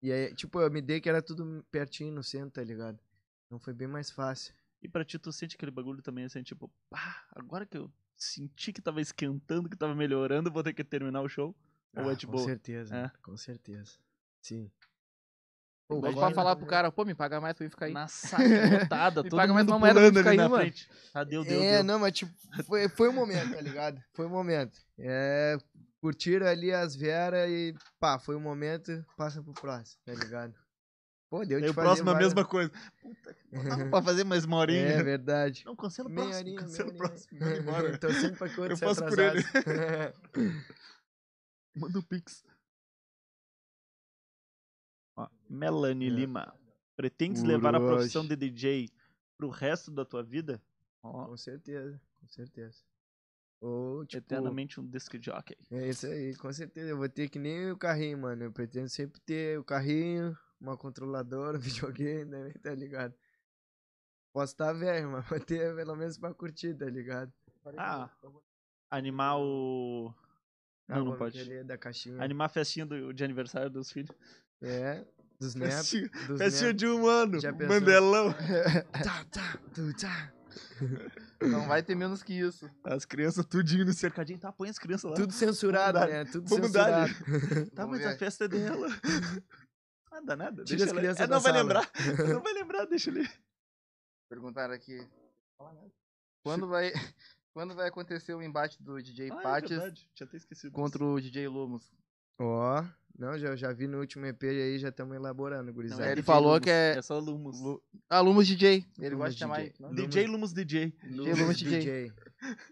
E aí, tipo, eu me dei que era tudo pertinho no centro, tá ligado? Então foi bem mais fácil. E pra ti, tu sente aquele bagulho também assim, tipo, pá, agora que eu senti que tava esquentando, que tava melhorando, vou ter que terminar o show? Ou é de Ah, com boa? certeza, É. né? com certeza. Sim. Pô, Mas Pode agora- falar pro cara, pô, me paga mais pra eu ficar aí. Na saca lotada, Me todo paga mais mundo uma moeda pra pulando ficar ali aí, na mano. frente. Ah, deu, deu, é, deu. não, mas tipo, foi, foi o momento, tá ligado? Foi o momento. É, curtiram ali as veras e pá, foi o momento, passa pro próximo, tá ligado? Pô, deu de Aí o fazer próximo é a várias- mesma coisa. Puta, não dava pra fazer mais uma horinha. É verdade. Não, cancela o Meia próximo, horinha, cancela o meia horinha. É, então próximo, assim, manda embora. Tô sempre pra quando Eu você é faço por ele. atrasasse. Manda o Pix. Ó, Melanie É. Lima. Pretendes levar a Uruguai. profissão de DJ pro resto da tua vida? Ó, Com certeza, com certeza. Ou, tipo, eternamente um disc jockey. é isso aí, com certeza. Eu vou ter que nem o carrinho, mano. Eu pretendo sempre ter o carrinho, uma controladora, um videogame, né? Tá ligado? Posso estar velho, mas vou ter pelo menos pra curtir, tá ligado? Ah, animar o... Não, Ah, não vou me pode. querer Da caixinha. Animar a festinha do- de aniversário dos filhos. É, dos netos. Festinha, Dos festinha netos. de um ano. Já pensou? Mandelão. Tá, tá, tu, tá. Não vai ter menos que isso. As crianças tudinho no cercadinho. Tá, põe as crianças lá. Tudo censurado, dar- né? Tudo vamos dar- censurado. Tá, Vamos mas a ver. festa é dela. Ah, dá nada. Tira deixa as ela- crianças Ela não da vai sala. lembrar. Ela não vai lembrar, deixa ele. Perguntaram aqui. Quando vai, quando vai acontecer o embate do DJ Ah, é Pates verdade, Tinha até esquecido. contra o DJ Lumos? Ó, não, já, já vi no último EP aí, já estamos elaborando, Não, gurizada. é ele DJ falou Lumos, que é- É só Lumos. Ah, Lumos DJ. Ele Lumos gosta de chamar DJ. ele. DJ Lumos DJ. DJ Lumos DJ.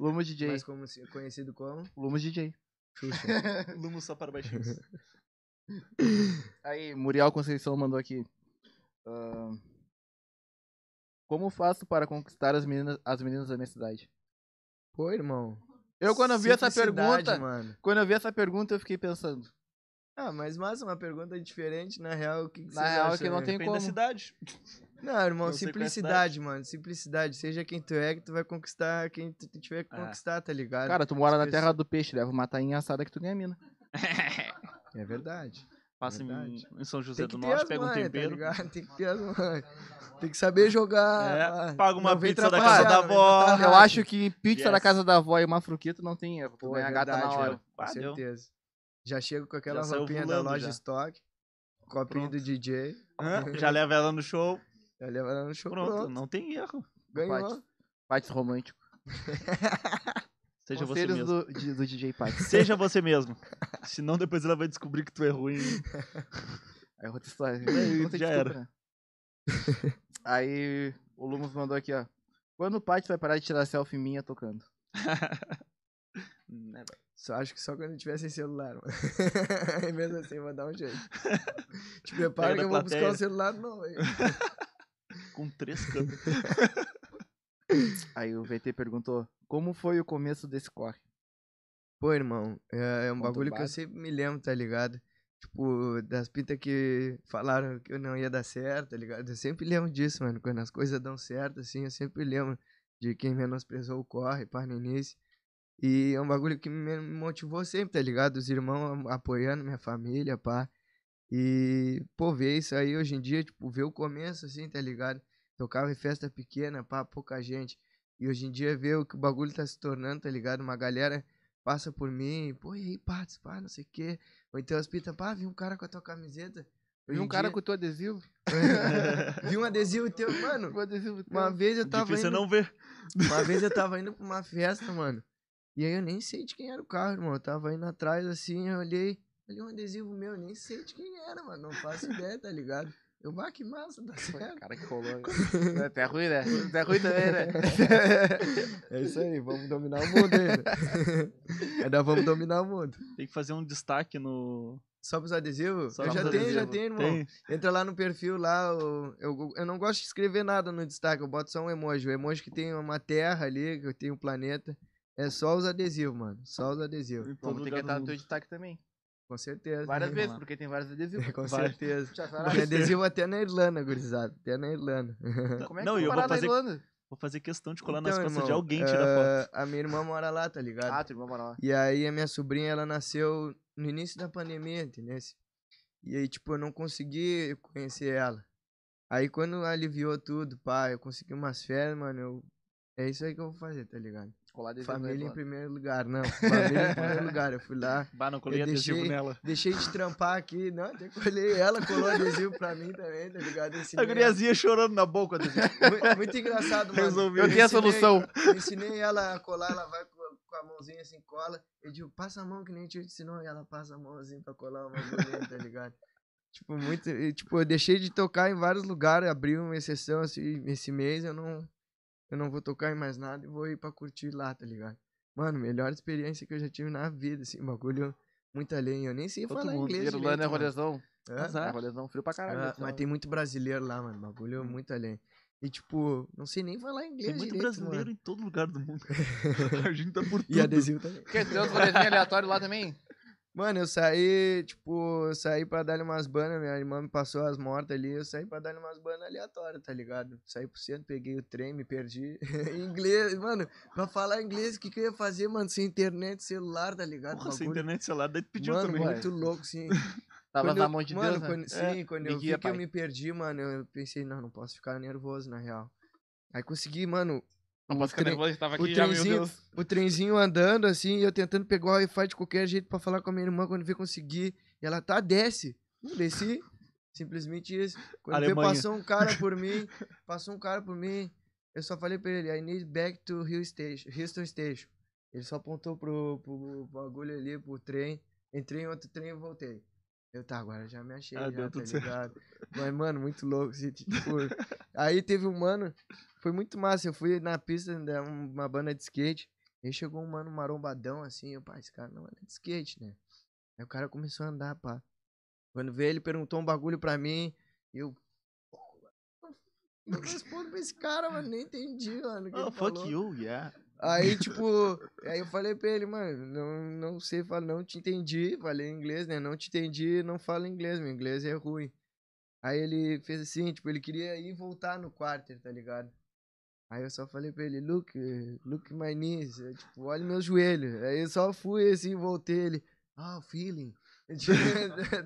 Lumos DJ. Mas como, se- conhecido como? Lumos DJ. Xuxa. Lumos só para baixinhos. Tá Aí, Muriel Conceição mandou aqui. ahn, como faço para conquistar as meninas, as meninas da minha cidade? Pô, irmão. Eu quando eu vi essa simplicidade, pergunta, Mano. quando eu vi essa pergunta, eu fiquei pensando. Ah, mas massa, uma pergunta diferente, na real, o que, que Na vocês real, é acham que não aí? tem Depende como. da cidade. Não, irmão, Não sei qual é a simplicidade, mano. Simplicidade. Seja quem tu é, que tu vai conquistar quem tu tiver que É. conquistar, tá ligado? Cara, tu mora na Esqueci. terra do peixe, né? leva uma tainha assada que tu ganha mina. É verdade. Passa em, Verdade. em São José Tem que do ter as Norte, pega um manhas, tá tempero. ligado? Tem que ter as manhas. Tem que saber jogar. É, ah, paga uma não vem pizza da trapacear, casa da não vem avó. botar Eu racha. acho que pizza da Ah, Yes. casa da avó e uma fruquita não tem erro. Tu Pô, é ganha a Tá gata tá verdade, na hora. velho. Com Ah, deu. certeza. Já chego com aquela Já saiu roupinha da voando loja já. estoque. Copinho do DJ. Hã? Já leva ela no show. Já leva ela no show. Pronto, Pronto, não tem erro. ganhou. Pates romântico. Seja você Conselhos mesmo. do, de- do DJ Pates. Seja você mesmo. Senão depois ela vai descobrir que tu é ruim. Aí é outra história. Aí, Não tem já desculpa, era. né? Aí o Lumos mandou aqui, ó. Quando o Paty vai parar de tirar selfie minha tocando? Só acho que só quando eu tiver sem celular, mano. e mesmo assim, eu vou dar um jeito. Te Pega prepara que da eu vou plateia. buscar um celular novo. aí. Com três câmeras. Aí o VT perguntou, como foi o começo desse corre? Pô, irmão, é, é um bagulho que eu Conturbado. sempre me lembro, tá ligado? Tipo, das pintas que falaram que eu não ia dar certo, tá ligado? Eu sempre lembro disso, mano. Quando as coisas dão certo, assim, eu sempre lembro de quem menosprezou o corre, pá, no início. E é um bagulho que me motivou sempre, tá ligado? Os irmãos a- apoiando minha família, pá. E, pô, ver isso aí hoje em dia, tipo, ver o começo, assim, tá ligado? Tocava em festa pequena, pá, pouca gente. E hoje em dia ver o que o bagulho tá se tornando, tá ligado? Uma galera passa por mim, pô, e aí, Patos, pá, não sei o quê. Ou então as pintas, pá, vi um cara com a tua camiseta. Vi um cara com o teu adesivo. com... Vi um adesivo teu, mano. O adesivo teu. Uma vez eu tava Difícil é indo... não ver. Uma vez eu tava indo pra uma festa, mano. E aí eu nem sei de quem era o carro, irmão. Eu tava indo atrás assim, eu olhei. Olhei um adesivo meu, eu nem sei de quem era, mano. Não faço ideia, tá ligado? Eu, bah, que massa, tá certo. Cara que rolou. né? Até ruim, né? Até ruim também, né? É isso aí, vamos dominar o mundo ainda. ainda vamos dominar o mundo. Tem que fazer um destaque no. Só pros adesivos? só eu nos já tenho, já adesivos. tenho, irmão. Tem? Entra lá no perfil lá, eu, eu, eu não gosto de escrever nada no destaque, eu boto só um emoji. O emoji que tem uma terra ali, que tem um planeta. É só os adesivos, mano. Só os adesivos. Em todo Vamos ter que lugar do entrar no mundo. teu destaque também. Com certeza. Várias né? vezes, porque tem vários adesivos. Com Vai. certeza. Já Tem caralho. adesivo até na Irlanda, gurizada. Até na Irlanda. Como é que Não, e tu eu vou parar na fazer, Irlanda? vou fazer questão de colar nas Então, costas de irmão, alguém e tirar eh, A minha irmã mora lá, tá ligado? Ah, tu irmão mora lá. E aí a minha sobrinha, ela nasceu no início da pandemia, entendeu? E aí, tipo, eu não consegui conhecer ela. Aí quando aliviou tudo, pá, eu consegui umas férias, mano, eu... É isso aí que eu vou fazer, tá ligado? Colar adesivo na Família em Irlanda. primeiro lugar, não. Família em primeiro lugar. Eu fui lá, foto. Bah, não colei eu adesivo deixei- nela. deixei de trampar aqui. Não, até colhei ela, colou um adesivo pra mim também, tá ligado? Eu A ensinei ela- guriazinha chorando na boca. adesivo. Mu- Muito engraçado, mano. Resolvi. Eu tenho a ensinei- solução. Eu ensinei ela a colar, ela vai co- com, a mãozinha assim, cola. Eu digo, passa a mão que nem te ensinou, e ela passa a mão assim pra colar uma bagulho, tá ligado? Tipo, muito. e, tipo, eu deixei de tocar em vários lugares, abri uma exceção assim, esse mês, eu não. Eu não vou tocar em mais nada e vou ir pra curtir lá, tá ligado? Mano, melhor experiência que eu já tive na vida, assim, um bagulho muito além. Eu nem sei Outro falar mundo. inglês. Irlanda é direito, mano. rolezão. Hã? É rolezão frio pra caralho. então. Ah, esse então. mas ano. tem muito brasileiro lá, mano. Bagulho muito além. E, tipo, não sei nem falar inglês Hum. Tem muito é direito, brasileiro mano. em todo lugar do mundo. A gente tá por tudo. E adesivo também. Quer dizer, os rolezinhos aleatórios lá também? Mano, eu saí, tipo, eu saí pra dar umas banas, minha irmã me passou as mortas ali, eu saí pra dar umas banas aleatórias, tá ligado? Saí pro centro, peguei o trem, me perdi. Em inglês, mano, pra falar inglês, o que, que eu ia fazer, mano, sem internet, celular, tá ligado? Porra, sem Bagulho- internet celular, daí tu pediu mano, também. né? muito louco, sim. Tava Quando na eu- mão de mano, Deus, né? quando- É, Sim, quando me eu guia, vi que eu pai. me perdi, mano, eu pensei, não, não posso ficar nervoso, na real. Aí consegui, mano, Não posso ficar tre- nervoso, tava o aqui já, meu trenzinho- Deus. o trenzinho andando, assim, e eu tentando pegar o Wi-Fi de qualquer jeito pra falar com a minha irmã quando vê conseguir. E ela, tá, desce. Hum, Desci, simplesmente isso. Quando vê, Alemanha. passou um cara por mim, passou um cara por mim, eu só falei pra ele, I need back to Rio Station, Houston Station. Ele só apontou pro, pro, pro bagulho ali, pro trem. Entrei em outro trem e voltei. Eu, tá, agora já me achei, Ah, deu já, tá tudo certo. ligado? Mas, mano, muito louco. assim, Tipo, aí teve um mano, foi muito massa. Eu fui na pista de uma banda de skate. Aí chegou um mano marombadão assim, eu, pá, esse cara não anda de skate, né? Aí o cara começou a andar, pá. Quando veio, ele perguntou um bagulho pra mim, e eu. Pô, mano, Eu respondo pra esse cara, mano, nem entendi, mano. o que Oh, ele fuck falou. you, yeah. Aí, tipo, aí eu falei pra ele, mano, não, não sei falar, não te entendi, falei em inglês, né? Não te entendi, não falo inglês, meu inglês é ruim. Aí ele fez assim, tipo, ele queria ir voltar no quarter, tá ligado? Aí eu só falei pra ele, look, look my knees, eu, tipo, olha meus joelhos. Aí eu só fui assim, voltei, ele, ah, feeling,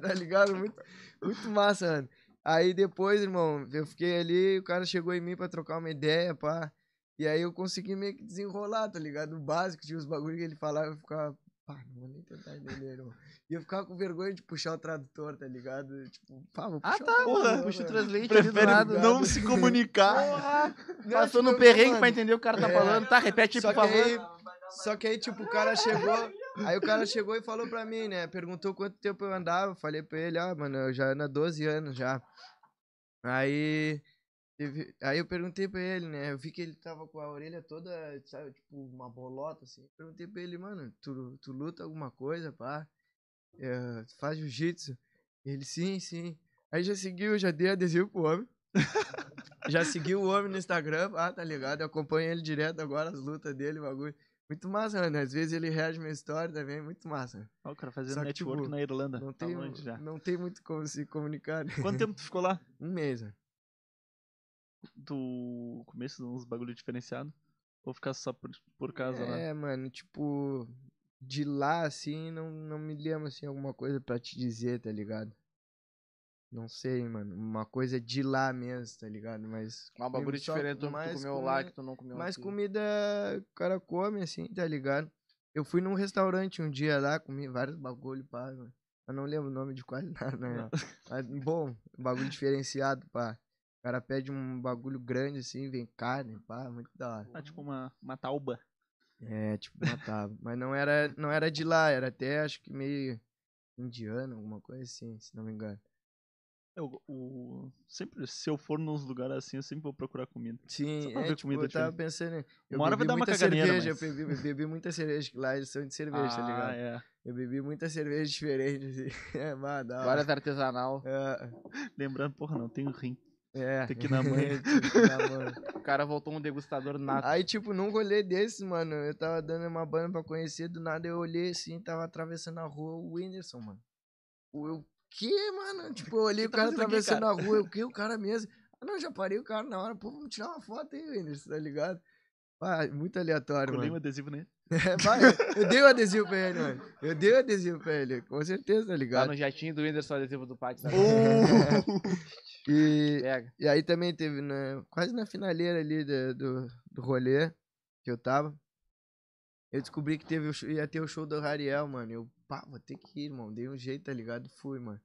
tá ligado? Muito, muito massa, mano. Aí depois, irmão, eu fiquei ali, o cara chegou em mim pra trocar uma ideia, pá. E aí eu consegui meio que desenrolar, tá ligado? O básico, tinha os bagulhos que ele falava, eu ficava, pá, não vou nem tentar entender, irmão. E eu ficava com vergonha de puxar o tradutor, tá ligado? Tipo, pá, vou Ah, puxar tá, o tradutor, porra. Puxa o mano. translate ali do Prefere lado. não se comunicar. Não, Passou tipo, eu- no perrengue mano, pra entender o que o cara tá É. falando. Tá, repete aí, Só por que favor. aí, só que aí, tipo, o cara chegou. Aí o cara chegou e falou pra mim, né? Perguntou quanto tempo eu andava. eu Falei pra ele, ah, mano, eu já ando há 12 anos já. Aí. teve- Aí eu perguntei pra ele, né? Eu vi que ele tava com a orelha toda, sabe, tipo, uma bolota, assim. Perguntei pra ele, mano, tu, tu luta alguma coisa, pá? Eh, tu faz jiu-jitsu? Ele, sim, sim. Aí já seguiu, já dei adesivo pro homem. Já segui o homem no Instagram, ah, tá ligado? Eu acompanho ele direto agora, as lutas dele, o bagulho. Muito massa, mano. Às vezes ele reage minha história também, é muito massa. Ó, o cara Só fazendo que, network tipo, na Irlanda. Não tá tem, longe já. não tem muito como se comunicar. né? Quanto tempo tu ficou lá? Um mês, né? Do começo, uns bagulho diferenciado? Ou ficar só por, por casa lá? É, mano, tipo, de lá, assim, não, não me lembro, assim, alguma coisa pra te dizer, tá ligado? Não sei, mano. Uma coisa de lá mesmo, tá ligado? Mas. Um bagulho comigo só- diferente tu mais comeu comi- lá que tu não comeu Mas aqui. comida o cara come, assim, tá ligado? Eu fui num restaurante um dia lá, comi vários bagulho, pá, mano. Eu não lembro o nome de quase nada, na real. Mas, bom, bagulho diferenciado, pá. O cara pede um bagulho grande, assim, vem carne, pá, muito da hora. Ah, tipo uma, uma tauba. É, tipo, matava. Mas não era, não era de lá, era até, acho que meio indiano, alguma coisa assim, se não me engano. Eu, o, sempre, se eu for nos lugares assim, eu sempre vou procurar comida. Só Sim, pra é, ver tipo, comida eu tava pensando... Eu Uma hora vai bebi dar uma muita caganeira, cerveja, mas- eu bebi, eu bebi muita cerveja, que lá eles são de cerveja, tá ligado? ah, é. Eu bebi muita cerveja diferente, assim. É, mano, da hora. Várias artesanal. É, Lembrando, porra, não tenho rim. é. Tem que ir na manhã. Tem que ir na manhã. O cara voltou um degustador Tá nato. Aí, tipo, num rolê desses, mano, eu tava dando uma banda pra conhecer, do nada eu olhei assim, tava atravessando a rua o Whindersson, mano. O eu, que, mano? Tipo, eu olhei o tá cara fazendo aqui, atravessando a rua, eu, que, o cara mesmo? Ah, não, já parei o cara na hora, pô, vamos tirar uma foto aí, Whindersson, tá ligado? Ah, muito aleatório, Colei mano. um adesivo nele. É, vai, eu, eu dei o adesivo pra ele, mano. Eu dei o adesivo pra ele, com certeza, tá Lá ligado? no jatinho do Whindersson, adesivo do pátio. né? Sabe? Uh! E, Pega. E aí também teve, na- quase na finaleira ali da- do, do rolê que eu tava. Eu descobri que teve, o show- ia ter o show do Rariel, mano. Eu, pá, vou ter que ir, irmão. Dei um jeito, tá ligado? Fui, mano.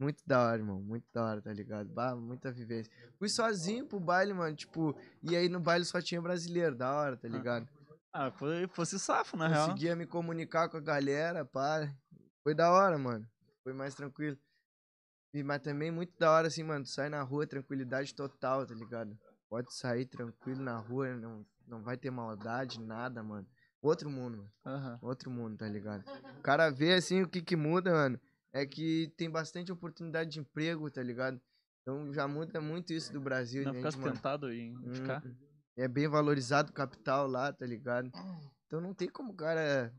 Muito da hora, irmão. Muito da hora, tá ligado? Bah, muita vivência. Fui sozinho pro baile, mano. Tipo, e aí no baile só tinha brasileiro, da hora, tá ligado? Ah, foi, fosse safo, na real. Conseguia me comunicar com a galera, pá. Foi da hora, mano. Foi mais tranquilo. E, mas também muito da hora, assim, mano. Tu sai na rua, tranquilidade total, tá ligado? Pode sair tranquilo na rua, não, não vai ter maldade, nada, mano. Outro mundo, mano. Aham. Outro mundo, tá ligado? O cara vê, assim, o que que muda, mano. É que tem bastante oportunidade de emprego, tá ligado? Então já muda muito isso do Brasil, Não né, ficasse mano? tentado em Hum, ficar. É bem valorizado o capital lá, tá ligado? É. Então não tem como o cara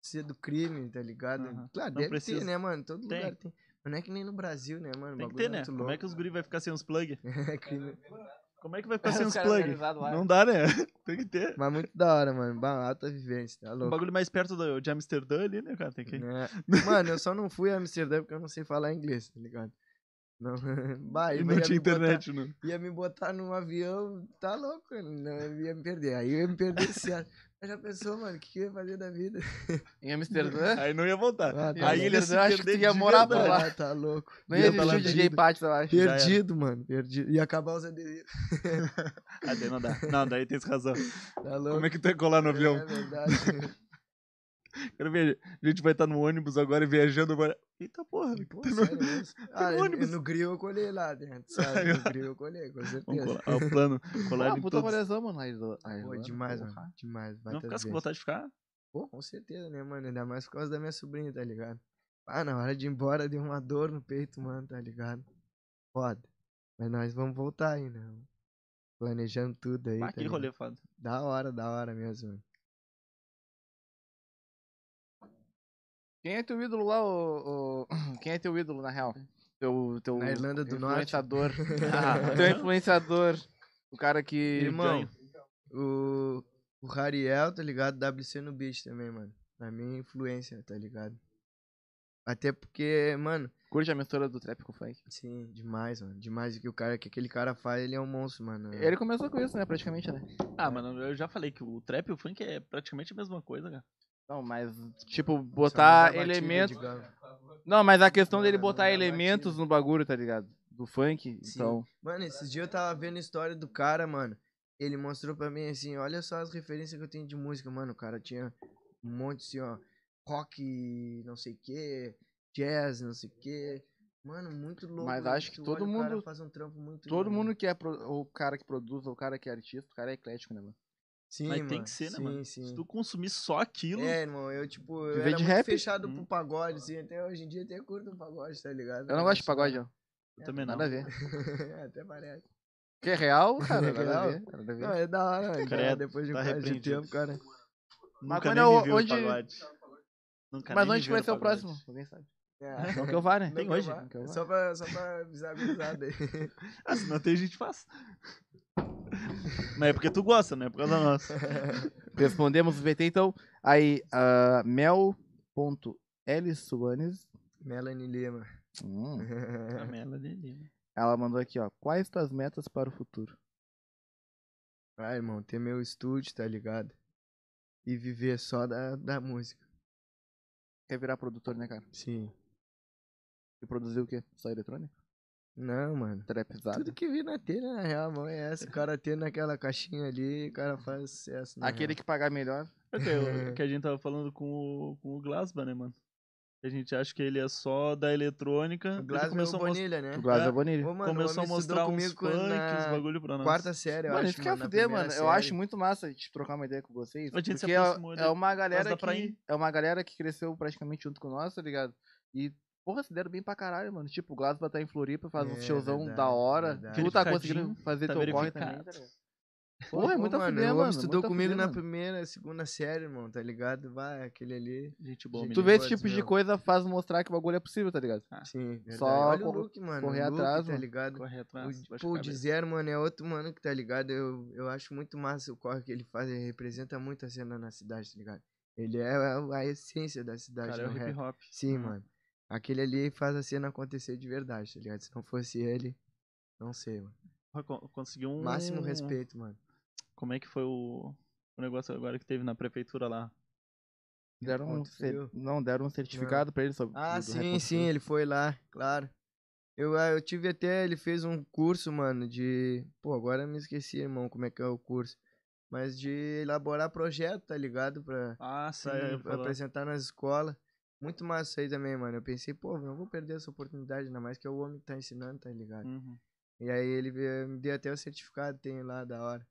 ser do crime, tá ligado? Aham. Claro, Não deve precisa. ter, né, mano? Todo Tem. lugar tem. Mas não é que nem no Brasil, né, mano? O Tem que bagulho ter, é né? muito Como é que os guri vai ficar sem os plug? louco. É crime. Como é que vai tá ficar sem Os os caras plug? organizados lá. Não dá, né? Tem que ter. Mas muito da hora, mano. Bah, alta vivência, tá Um louco. bagulho mais perto do, de Amsterdã ali, né, cara? Tem que... É. Mano, eu só não fui a Amsterdã porque eu não sei falar inglês, tá ligado? Não, bah, E eu não ia tinha me botar- internet, não. ia me botar num avião, tá louco, mano. não, eu ia me perder. Aí eu ia me perder esse ano. Mas já pensou, mano, o que que eu ia fazer da vida? Em Amsterdã. Aí não ia voltar. Ah, tá Aí bom. ele ia se Eu acho que perder tu ia de morar pra verdade. lá. Ah, tá louco. Não Ia existiu pela DJ vida. Pátio, eu acho. Já era. Perdido, mano, perdido. Ia acabar os adesivos. Ah, daí não dá. Não, daí tens razão. Tá louco. Como é que tu ia colar no avião? É verdade. Quero ver, a gente vai estar no ônibus agora e viajando agora. Eita porra, Pô, tá no- sério mesmo? Ah, no e- e ônibus. no grill eu colhei lá dentro, sabe? No grill eu colhei, com Vamos certeza. colar. Ah, o plano. Colar Ah, em puta todos. rolezão, mano. lá em Irla- na Pô, Irlanda, demais, porra. mano. Demais. Vai Não ter ficasse com vez. vontade de ficar? Ah, Pô, com certeza, né, mano? Ainda mais por causa da minha sobrinha, tá ligado? Ah, na hora de ir embora deu uma dor no peito, mano, tá ligado? Foda. Mas nós vamos voltar ainda. planejando tudo aí. Ah, tá que ligado? rolê foda. Da hora, da hora mesmo. mano. Quem é teu ídolo lá, ô, ô- Quem é teu ídolo, na real? Teu, teu Na Irlanda do Norte. influenciador. Ah, teu influenciador. O cara que. Irmão, Então. o, o Rariel, tá ligado? WC no beat também, mano. Pra mim, influência, tá ligado? Até porque, mano, Curte a mistura do trap com o funk. sim, demais, mano. Demais o que o cara, que aquele cara faz, ele é um monstro, mano. Ele começou com isso, né? Praticamente, né? Ah, mano, eu já falei que o trap e o funk é praticamente a mesma coisa, cara. Não, mas, tipo, Só muda a botar batida, elementos. digamos. Não, mas a questão dele Não, botar não, elementos batida. no bagulho, tá ligado? Do funk. Sim. Então. Mano, esses dias eu tava vendo a história do cara, mano. Ele mostrou pra mim assim, olha só as referências que eu tenho de música, mano. O cara tinha um monte assim, ó, rock, não sei o que, jazz, não sei o que. Mano, muito louco. Mas mano. acho que Tu todo olha, O cara mundo- faz um trampo muito Todo irado. mundo que é pro- o cara que produz, o cara que é artista, o cara é eclético, né, mano? Sim, Mas tem mano, que ser, né, sim, mano? Sim, Se tu consumir só aquilo, É, irmão, eu tipo, eu Viver era de muito rap? fechado Hum. pro pagode, assim, até hoje em dia até curto o pagode, tá ligado? Eu não gosto de pagode, ó. eu também não. Nada a ver. até parece. Que é real, cara? Que é Nada a real? ver. Nada a ver. Não, é da hora, mano, cara, Credo, depois de um tá cara de repreendido. tempo, cara. nunca quando nem é me o- viu onde- no pagode. Nunca Mas nem me onde viu vai no ser o pagode. próximo? Alguém sabe. É. Não que eu vá, né? Não Tem que eu hoje? vá. é Então vai. Só pra, só pra avisar a gurizada aí. Ah, se não tem, a gente faz. Mas é porque tu gosta, né? Por causa da nossa. Respondemos o VT, então. Aí, ah, mel.l Suanes. Melanie Lima. Hum. A mela dele, né? Ela mandou aqui, ó. Quais tuas metas para o futuro? ah, irmão, ter meu estúdio, tá ligado? E viver só da, da música. Quer virar produtor, né, cara? Sim. E produzir o quê? Só eletrônica? Não, mano. Trapzada? Tudo que vi na telha, na real, mano, é essa. O cara tendo naquela caixinha ali, o cara faz sucesso. né? na Aquele real. que pagar melhor. É que, eu- que a gente tava falando com o, com o Glasba, né, mano? A gente acha que ele é só da eletrônica. O ele Glasgow é o começou a mos- Bonilha, né? O Glazer É. é. Bonilha. Ô, mano, o começou a homem estudou mostrar uns comigo funk, uns na bagulho pra nós. Tá quarta série, eu mano, acho, isso que é na fuder, primeira mano. Eu série. acho muito massa de trocar uma ideia com vocês. A gente se porque é, aproximou é ali uma galera da que, prainha. é uma galera que cresceu praticamente junto com nós, tá ligado? E, porra, se deram bem pra caralho, mano. Tipo, o Glasba tá em Floripa, faz um É, showzão verdade, da hora. verdade. Tu tá conseguindo Verificadinho, fazer tá teu corre verificado. também, tá ligado? Porra, é Pô, muito a mano, fuder, o mano. homem estudou muito a comigo fuder, na mano. primeira, segunda série, irmão, tá ligado? Vai, aquele ali. Gente boa, Tu Tu menino. vê esse Boas tipo de mesmo. coisa faz mostrar que o bagulho é possível, tá ligado? Sim, verdade. Só Olha o corre- look, mano. correr o look, atrás, tá mano. ligado? Corre atrás. O, baixa pô, a o de cabeça. zero, mano, é outro mano que tá ligado. Eu, eu acho muito massa o corre que ele faz. Ele representa muito a cena na cidade, tá ligado? Ele é a, a essência da cidade Cara, é no o rap. hip hop. Sim, Hum. mano. Aquele ali faz a cena acontecer de verdade, tá ligado? Se não fosse ele, não sei, mano. Porra, con- Conseguiu um. Máximo respeito, mano. Como é que foi o, o negócio agora que teve na prefeitura lá? Deram um, cer- Aconteceu. não, deram um certificado pra ele sobre Ah, do sim, Rap sim, ele foi lá, claro. Eu, ah, eu tive até, ele fez um curso, mano, de. Pô, agora eu me esqueci, irmão, como é que é o curso. Mas de elaborar projeto, tá ligado? Pra, Ah, sim. pra eu ia falar. apresentar nas escolas. Muito massa isso aí também, mano. Eu pensei, pô, não vou perder essa oportunidade, ainda mais que é o homem que tá ensinando, tá ligado? Uhum. E aí ele eh, me deu até o certificado, tem lá, da hora.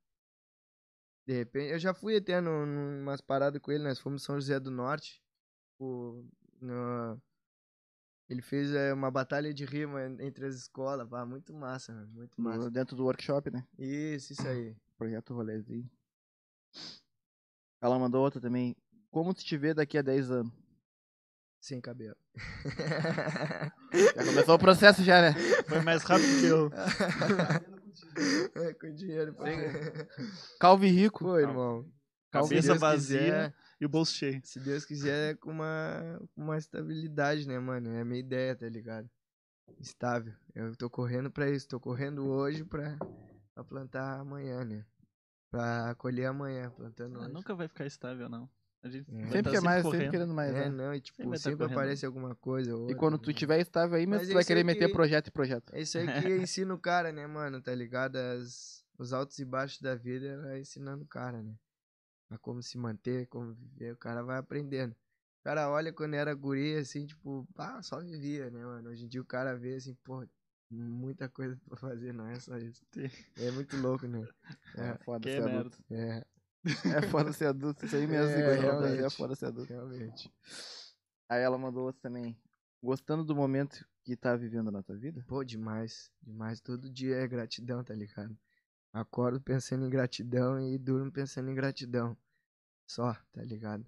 De repente, eu já fui até num- numas paradas com ele, nós fomos em São José do Norte. O, no- ele fez eh, uma batalha de rima en- entre as escolas, pá, muito massa, mano, muito No- massa. Dentro do workshop, né? Isso, isso aí. Projeto Rolezinho. Ela mandou outra também. Como tu te vê daqui a 10 anos? Sem cabelo. Já começou o processo já, né? Foi mais rápido que eu. É, com dinheiro. pô. Calvi Rico. Pô, irmão. se Cabeça Deus vazia quiser, e o bolso cheio. Se Deus quiser, é com uma, com uma estabilidade, né, mano? É a minha ideia, tá ligado? Estável. Eu tô correndo pra isso. Tô correndo hoje pra, pra plantar amanhã, né? Pra colher amanhã, plantando Ah, hoje. nunca vai ficar estável, não. A gente É. vai Sempre tá quer mais, sempre correndo. querendo mais. né? É, não, e tipo, Sempre vai sempre, tá correndo. aparece alguma coisa. Ou E quando tu outra, né? tiver estável aí, mesmo Mas tu vai isso é querer o meter que- projeto e projeto. É isso aí que ensina o cara, né, mano? Tá ligado? As, os altos e baixos da vida ela ensinando o cara, né? A como se manter, como viver, o cara vai aprendendo. O cara olha quando era guri, assim, tipo, pá, só vivia, né, mano? Hoje em dia o cara vê assim, pô, muita coisa pra fazer, não é só isso. Sim. É muito louco, né? É foda Que ser adulto. merda. É, É foda ser adulto. Isso aí mesmo, É, Igor. É, é realmente. foda ser adulto. realmente. Aí ela mandou outra também. Gostando do momento que tá vivendo na tua vida? Pô, demais, demais. Todo dia é gratidão, tá ligado? Acordo pensando em gratidão e durmo pensando em gratidão. Só, tá ligado?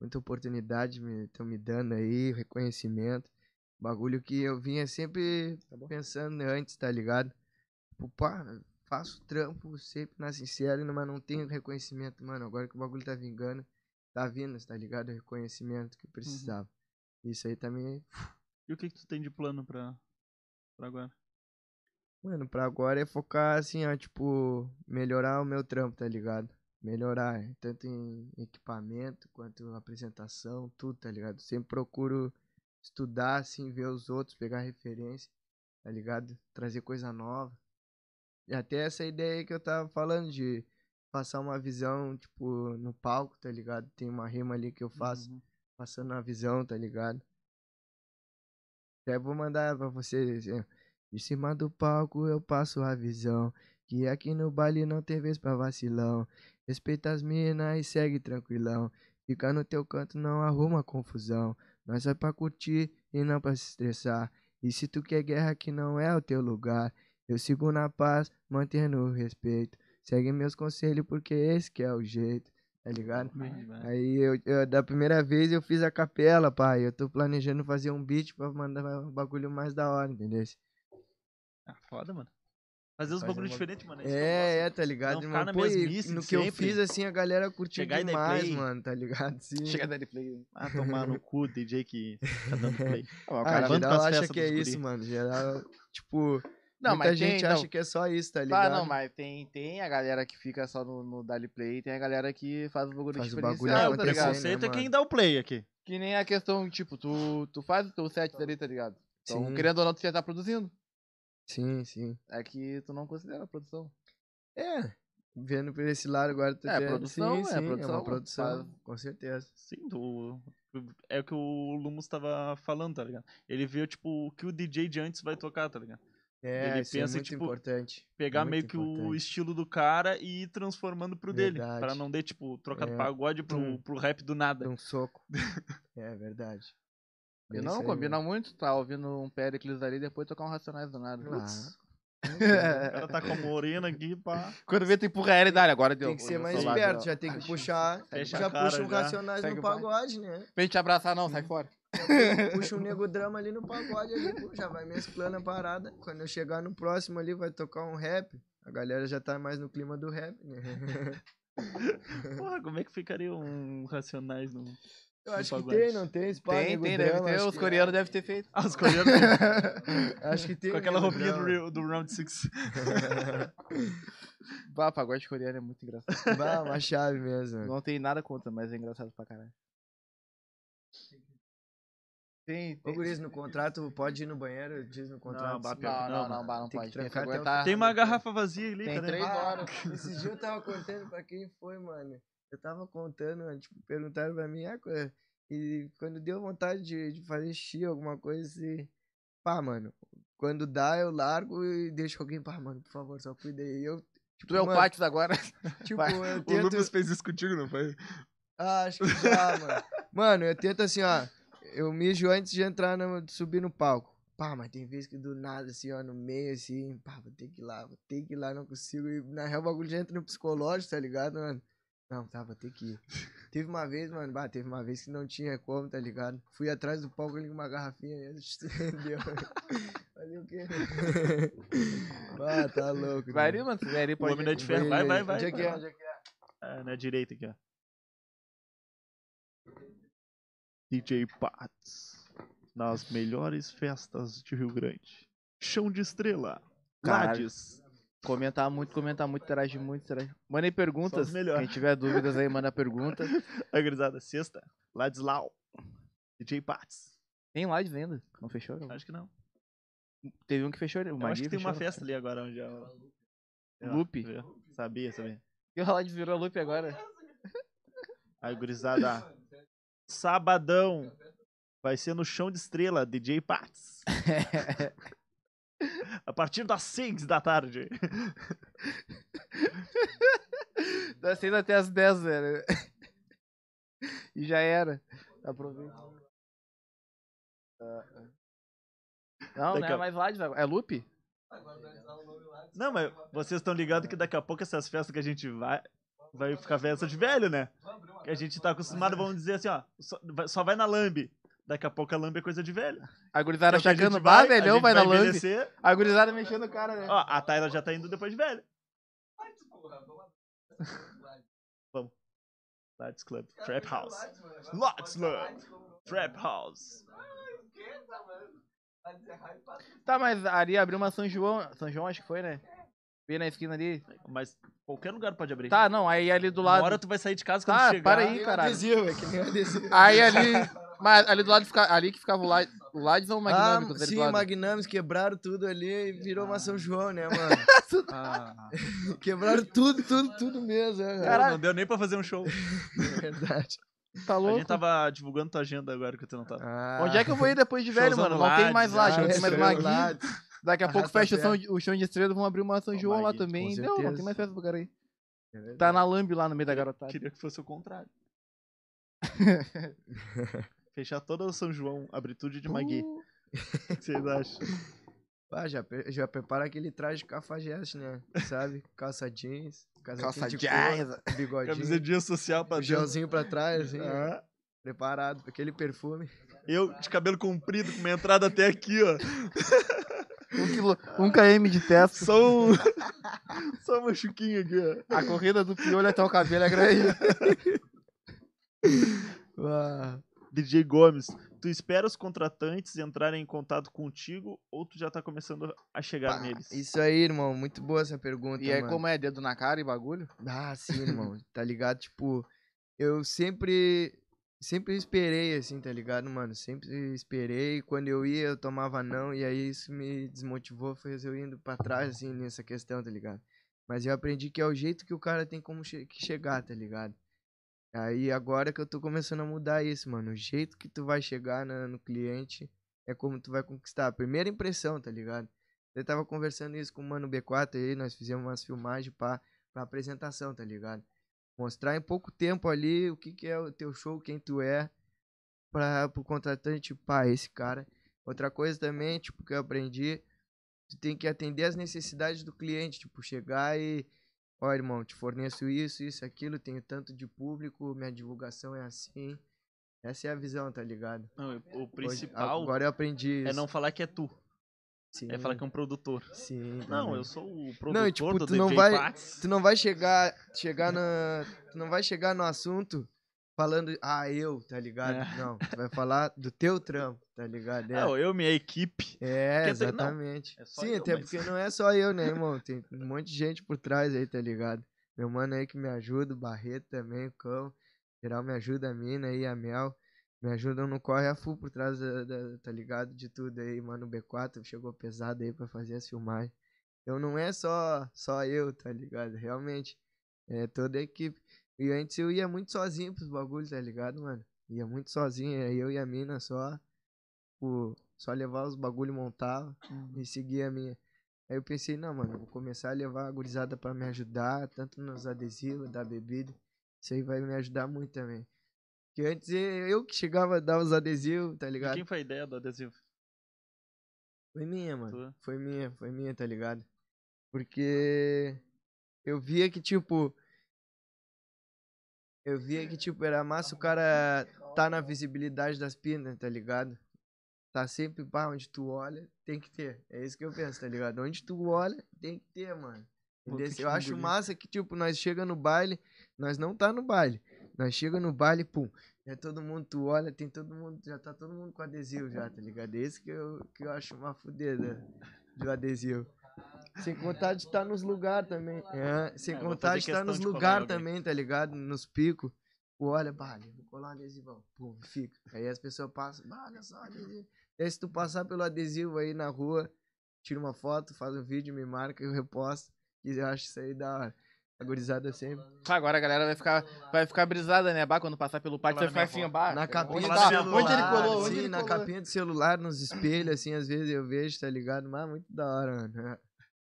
Muita oportunidade estão me, me dando aí, reconhecimento. Bagulho que eu vinha sempre Tá bom. pensando antes, tá ligado? Tipo, pá, faço trampo sempre na sincera, mas não tenho reconhecimento, mano. Agora que o bagulho tá vingando, tá vindo, tá ligado? O reconhecimento Uhum. que eu precisava. Isso aí tá também, E o que, que tu tem de plano pra, pra agora? mano, pra agora é focar assim, ó, tipo, melhorar o meu trampo, tá ligado? Melhorar, eh, tanto em equipamento quanto apresentação, tudo, tá ligado? Sempre procuro estudar, assim, ver os outros, pegar referência, tá ligado? Trazer coisa nova. E até essa ideia aí que eu tava falando de passar uma visão, tipo, no palco, tá ligado? Tem uma rima ali que eu faço, Uhum. passando a visão, tá ligado? Até vou mandar pra vocês. assim, ó. De cima do palco eu passo a visão. Que aqui no baile não tem vez pra vacilão. Respeita as minas e segue tranquilão. Fica no teu canto, não arruma confusão. Nós vai pra curtir e não pra se estressar. E se tu quer guerra que não é o teu lugar, eu sigo na paz, mantendo o respeito. Segue meus conselhos porque esse que é o jeito, tá ligado? Bem demais. Aí eu, eu- da primeira vez eu fiz a capela, pai. Eu tô planejando fazer um beat pra mandar um bagulho mais da hora, entendeu? Ah, foda, mano. Fazer os Fazer um bagulho bagulho- diferente, mano. isso que eu É, é, gosto. tá ligado? assim? Não ficar mano? na Pô, e mesmice no de que eu sempre. fiz, assim, a galera curtiu Chegar e dar demais, play. mano, tá ligado? Sim. Chega da play. né? Ah, tomar no cu, DJ que tá dando play. Ah, o Ah, cara banda geral pras acha festas que é dos isso, guri. mano. Geral, tipo, Não, muita mas tem- gente não. acha que é só isso, tá Ah, ligado? não, mas tem, tem a galera que fica só no, no Dali Play, tem a galera que faz o bagulho Faz o diferenciado, bagulho Não, o tá acontecer, ligado? preconceito né, é quem mano? dá o play aqui. Que nem a questão, tipo, tu, tu faz o teu set ali, tá ligado? Então, Sim, querendo ou não, tu já tá produzindo. sim, sim. É que tu não considera a produção. É, vendo por esse lado agora... tu É, tem- produção, sim, é sim, é produção, uma produção, faz- com certeza. Sim, do... é o que o Lumos tava falando, tá ligado? Ele vê, tipo, o que o DJ de antes vai tocar, tá ligado? É, Ele isso pensa, é muito tipo, importante. Pegar muito meio que o importante. estilo do cara e ir transformando pro dele. Verdade. Pra não ter, tipo, troca do É. pagode pro, Tum. pro rap do nada. Dá um soco. é, verdade. E É não isso aí, combina mano. muito, tá ouvindo um Pericles ali e depois tocar um Racionais do nada. Claro. Putz. É. O cara tá com a morena aqui, pá. Quando vê, tu empurra ele, dá, agora deu. Tem que ser Deu mais celular, esperto, deu. já tem que puxar. Fecha a já cara, puxa um já. Racionais Segue no o baile. pagode, né? Vem te abraçar, não, sai fora. Puxa um nego drama ali no pagode, ali, pô, já vai mesclando a parada. Quando eu chegar no próximo ali, vai tocar um rap. A galera já tá mais no clima do rap, né? Porra, como é que ficaria um Racionais no... Eu No acho que pagode. tem, não tem? Esse pá, Tem, nego tem, deve drama, ter. acho Os que- é. coreanos devem ter feito. Ah, os coreanos Acho que tem. com aquela nego roupinha do, drama. Re- do Round 6. Bah, pagode coreano é muito engraçado. Bah, uma chave mesmo. Não tem nada contra, mas é engraçado pra caralho. Tem, Ô, tem. Guris, no contrato, pode ir no banheiro, diz no contrato. bah, assim, pior que Não, não, não, não, mano. bah, não Tem que pode. Tem que trancar até o aguentar. Ah, Tem uma garrafa vazia ali, Tem cara. três Ah, horas. Esse dia eu tava contando pra quem foi, mano. Eu tava contando, mano, tipo, perguntaram pra mim, ah, qu- e quando deu vontade de, de fazer xixi, alguma coisa assim. Pá, mano, quando dá, eu largo e deixo alguém, pá, mano, por favor, só cuida aí. Eu, tipo, Tu é o mano, Pátio agora. Tipo, pai. eu O tento. Lucas fez isso contigo, não foi? Ah, acho que já, mano. Mano, eu tento assim, ó. Eu mijo antes de entrar, no, de subir no palco. Pá, mas tem vezes que do nada, assim, ó, no meio, assim, pá, vou ter que ir lá, vou ter que ir lá, não consigo. ir. na real, o bagulho já entra no psicológico, tá ligado, mano? Não, tá, vou ter que ir. Teve uma vez, mano, bah, teve uma vez que não tinha como, tá ligado? Fui atrás do palco ali com uma garrafinha, né? entendeu? Fazer o quê? ah, tá louco. Vai né? ali, mano. se Vai ali, O pode. homem não é de Vou ferro. ir Vai, aí. vai, vai. Onde é que é? vai. Onde é que é? Ah, na direita aqui, ó. DJ Pats. Nas melhores festas de Rio Grande. Chão de estrela. Caralho. Lades. Comentar muito, comentar muito, interagir muito, interagir. Mandem Só os perguntas. melhores. Quem tiver dúvidas aí, manda pergunta. A grisada, sexta. Ladislau. DJ Pats. Tem lá de venda. Não fechou? não? Acho que não. Teve um que fechou. O Eu acho Magui que tem uma fechou, né? festa ali agora onde é. Sei lá, Lupe. viu? Sabia, sabia. E o lá de virou loop agora. Aí, gurizada. Sabadão. Vai ser no Chão de Estrela, DJ Pats. A partir das 6 da tarde. Das 6 Tá até as 10, velho. E já era. Aproveita. Não, não Daqui é a- mais Lades agora. É Lupe? Não, mas vocês estão ligados que daqui a pouco essas festas que a gente vai. Vai ficar festa de velho, né? Que a gente tá acostumado, vamos dizer assim, ó. Só vai, só vai na lambe. Daqui a pouco a lambe é coisa de velho. A gurizada Então, que a chegando, gente bah, a velhão, gente vai na lambe. envelhecer. A gurizada mexendo o cara, né? Ó, a Tayla já tá indo depois de velho. Vamos. Lights Club. Trap House. Lots Club. Trap House. Tá, mas ali abriu uma São João. São João, acho que foi, né? Bem na esquina ali. Mas qualquer lugar pode abrir. Tá, não, aí ali do lado. Uma hora tu vai sair de casa quando Tá, chegar. para aí, caralho. Adesivo, é que nem adesivo. Aí ali. Mas ali do lado fica- ali que ficava o Lades, o Lades ou o Ah, Magnâmico? sim, Magnâmicos quebraram tudo ali e virou uma Ah. São João, né, mano? quebraram tudo, tudo, tudo mesmo. É, Pô, cara. Ah, não deu nem pra fazer um show. verdade. tá A louco. gente tava divulgando tua agenda agora que tu não tá. tava. Ah, Onde é que eu vou ir depois de velho, Showzão mano? no Não tem Lades, mais lá, ah, não tem é, mais é, Magui. Daqui a pouco Arrasta fecha o pé. São- o chão de estrela, vão abrir uma São Ó, João lá Magui, também. com Não, não tem certeza. mais festa pra cara aí. É verdade. Tá na Lambe lá no meio da garotada. Queria que fosse o contrário. Fechar toda o São João, abritude de Magui. Uh. O que vocês acham? Ah, já, pre- já prepara aquele traje de cafajeste, né? Sabe? Calça jeans, casaquinho Calça de jazz. couro, bigodinho, um Camisetinha social pra dentro. gelzinho pra trás, assim, Ah. preparado pra aquele perfume. Eu, de cabelo comprido, com uma entrada até aqui, ó. Um, quilo, um km de testa. Só um. Só uma chuquinha aqui, ó. A corrida do piolho até o cabelo é grande. Ah, DJ Gomes, tu espera os contratantes entrarem em contato contigo ou tu já tá começando a chegar pá, neles? Isso aí, irmão. Muito boa essa pergunta, E aí, mano. como é? Dedo na cara e bagulho? Ah, sim, irmão. tá ligado? Tipo, eu sempre. Sempre esperei, assim, tá ligado, mano? Sempre esperei. Quando eu ia, eu tomava não. E aí isso me desmotivou. Fez eu indo pra trás, assim, nessa questão, tá ligado? Mas eu aprendi que é o jeito que o cara tem como che- que chegar, tá ligado? Aí agora que eu tô começando a mudar isso, mano. O jeito que tu vai chegar na- no cliente é como tu vai conquistar. A primeira impressão, tá ligado? Eu tava conversando isso com o Mano B4 aí, nós fizemos umas filmagens pra pra apresentação, tá ligado? Mostrar em pouco tempo ali o que, que é o teu show, quem tu é, pra, pro contratante, pá, esse cara. Outra coisa também, tipo, que eu aprendi, tu tem que atender às necessidades do cliente, tipo, chegar e, ó, irmão, te forneço isso, isso, aquilo, tenho tanto de público, minha divulgação é assim. Essa é a visão, tá ligado? Não, o Hoje- principal agora eu aprendi isso. é não falar que é tu, sim, é falar que é um produtor. Sim, Não, também. eu sou o produtor Uhum. Não, e, tipo, do tu DJ não vai- Pax. Tu não vai chegar, chegar na, tu não vai chegar no assunto falando, ah, eu, tá ligado? É. Não, tu vai falar do teu trampo, tá ligado? É, Não, eu, minha equipe. é, quer dizer, não, exatamente. é só Sim, eu, até mas- porque não é só eu, né, irmão? Tem um monte de gente por trás aí, tá ligado? Meu mano aí que me ajuda, o Barreto também, o Cão. Geral me ajuda, a Mina aí, a Mel. Me ajudam no corre a full por trás, da, da- tá ligado? De tudo aí, mano. O B4 chegou pesado aí pra fazer as filmagens. Então não é só, só eu, tá ligado? Realmente. É toda a equipe. E antes eu ia muito sozinho pros bagulhos, tá ligado, mano? Ia muito sozinho, aí eu e a mina só. Tipo, só levar os bagulho montava Uhum. e seguir a minha. Aí eu pensei, não, mano, eu vou começar a levar a gurizada pra me ajudar, tanto nos adesivos, da bebida. Isso aí vai me ajudar muito também. Porque antes eh, eu que chegava a dar os adesivos, tá E ligado? quem foi a ideia do adesivo? Foi minha, mano. Tua? Foi minha, foi minha, tá ligado? Porque eu via que, tipo. Eu via que, tipo, era massa o cara tá na visibilidade das pinas, tá ligado? Tá sempre, pá, onde tu olha, tem que ter. É isso que eu penso, tá ligado? Onde tu olha, tem que ter, mano. Puta, Entendeu? que eu acho bonito. massa que, tipo, nós chega no baile, nós não tá no baile. Nós chega no baile, pum. É todo mundo, tu olha, tem todo mundo, já tá todo mundo com adesivo já, tá ligado? É isso que eu, que eu acho uma fudeza do adesivo. Sem contar de estar nos lugares também. É, sem É, vou contar fazer de estar questão nos de colar lugares alguém. também, tá ligado? Nos picos. Tu olha, bah, ali, vou colar um adesivão. Pum, fica. Aí as pessoas passam, bah, olha só, adesivo. Aí se tu passar pelo adesivo aí na rua, tira uma foto, faz um vídeo, me marca, eu reposto. E eu acho isso aí da hora. A gurizada sempre. Tá, agora a galera vai ficar, vai ficar brisada, né? Bah, quando passar pelo pátio, vai Falar ficar na assim, minha bah. Na capinha onde, lá do tá? na minha celular. avó. onde ele colou, onde sim, ele na colou. capinha do celular, nos espelhos, assim, às vezes eu vejo, tá ligado? Mas muito da hora, mano.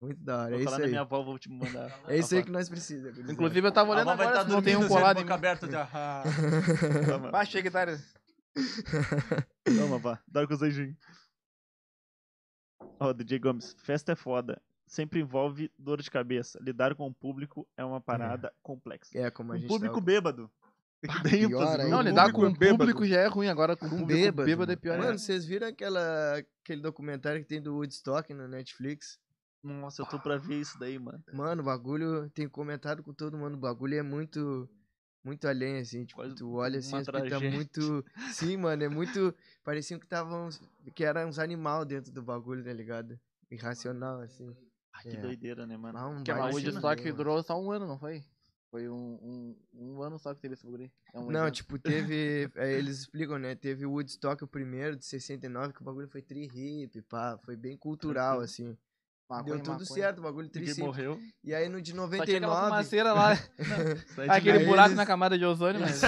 É, Muito da hora. Vou É falar isso na aí. minha avó, vou te mandar. Tá É isso aí que nós precisamos. gurizada. Inclusive, eu tava olhando a avó vai agora estar se não tem dormindo, um assim, colado de em boca mim. aberta. Já. Ah. Toma, Bah, tá- chega, Itália. toma, vá. Dá com o Ó, DJ Gomes, festa é foda. Sempre envolve dor de cabeça. Lidar com o público é uma parada complexa. É, como a Um gente público tava- bêbado. Tem que Ah, dar pior ênfase. ainda. no Não, ele lidar público um com o bêbado. público já é ruim, agora com o público bêbado, é mano. pior. Mano, ainda. vocês viram aquela, aquele documentário que tem do Woodstock no Netflix? Nossa, eu tô pra ver isso daí, mano. Mano, o bagulho tem comentado com todo mundo. O bagulho é muito. Muito além, assim, tipo, Quase tu olha assim, uma as fitas tragédia. muito. Sim, mano, é muito. Pareciam que estavam. Que eram uns animal dentro do bagulho, tá ligado? Irracional, assim. Ah, que É. doideira, né, mano? Ah, um Que é Vai, uma bagulho Wood imagina. Stock que mesmo. durou só um ano, não foi? Foi um, um, um ano só que teve esse guri. É um Não, evento. tipo, teve. é, eles explicam, né? Teve o Woodstock, o primeiro, de 69, que o bagulho foi tri-hip, pá. Foi bem cultural, assim. Maconha, Deu tudo maconha. certo, o bagulho tri Ninguém morreu. E aí no de Só tinha aquela 99. fumaceira lá, Isso aí aquele aí buraco É eles- na camada de ozônio, mas...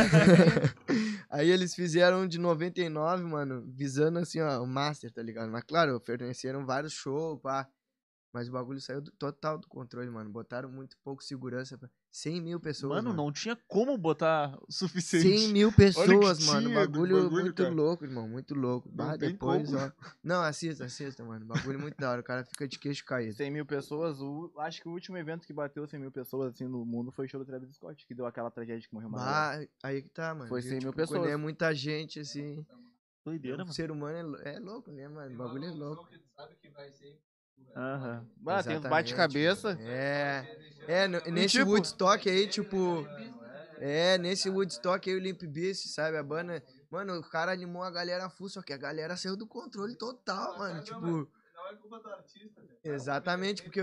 aí eles fizeram um de 99, mano, visando assim, ó, o Master, tá ligado? Mas claro, ofereceram vários shows, pá. Mas o bagulho saiu do- total do controle, mano. Botaram muito pouco segurança. Pra... 100 mil pessoas. Mano, não tinha como botar o suficiente. 100 mil pessoas, tinha mano. do Bagulho, bagulho, muito cara. louco, irmão. Muito louco. Não Bah, tem depois, como. ó. Não, assista, assista, mano. Bagulho muito da hora. O cara fica de queixo caído. 100 mil pessoas, o- acho que o último evento que bateu 100 mil pessoas assim no mundo foi o show do Travis Scott, que deu aquela tragédia que é morreu uma galera. Bah, aí que tá, mano. Foi E, 100 mil Quando pessoas. é muita gente, assim. Doideira, o mano. ser humano é lou- é, louco, né, mano? O bagulho é louco. Aham. Bah, tem um uns bate-cabeça. Exatamente, mano. É. É, no- nesse tipo- Woodstock aí, tipo. É, nesse Woodstock aí o Limp Bizkit, sabe? A banda. Mano, o cara animou a galera a full, só que a galera saiu do controle total, mano. Tipo. Exatamente, porque.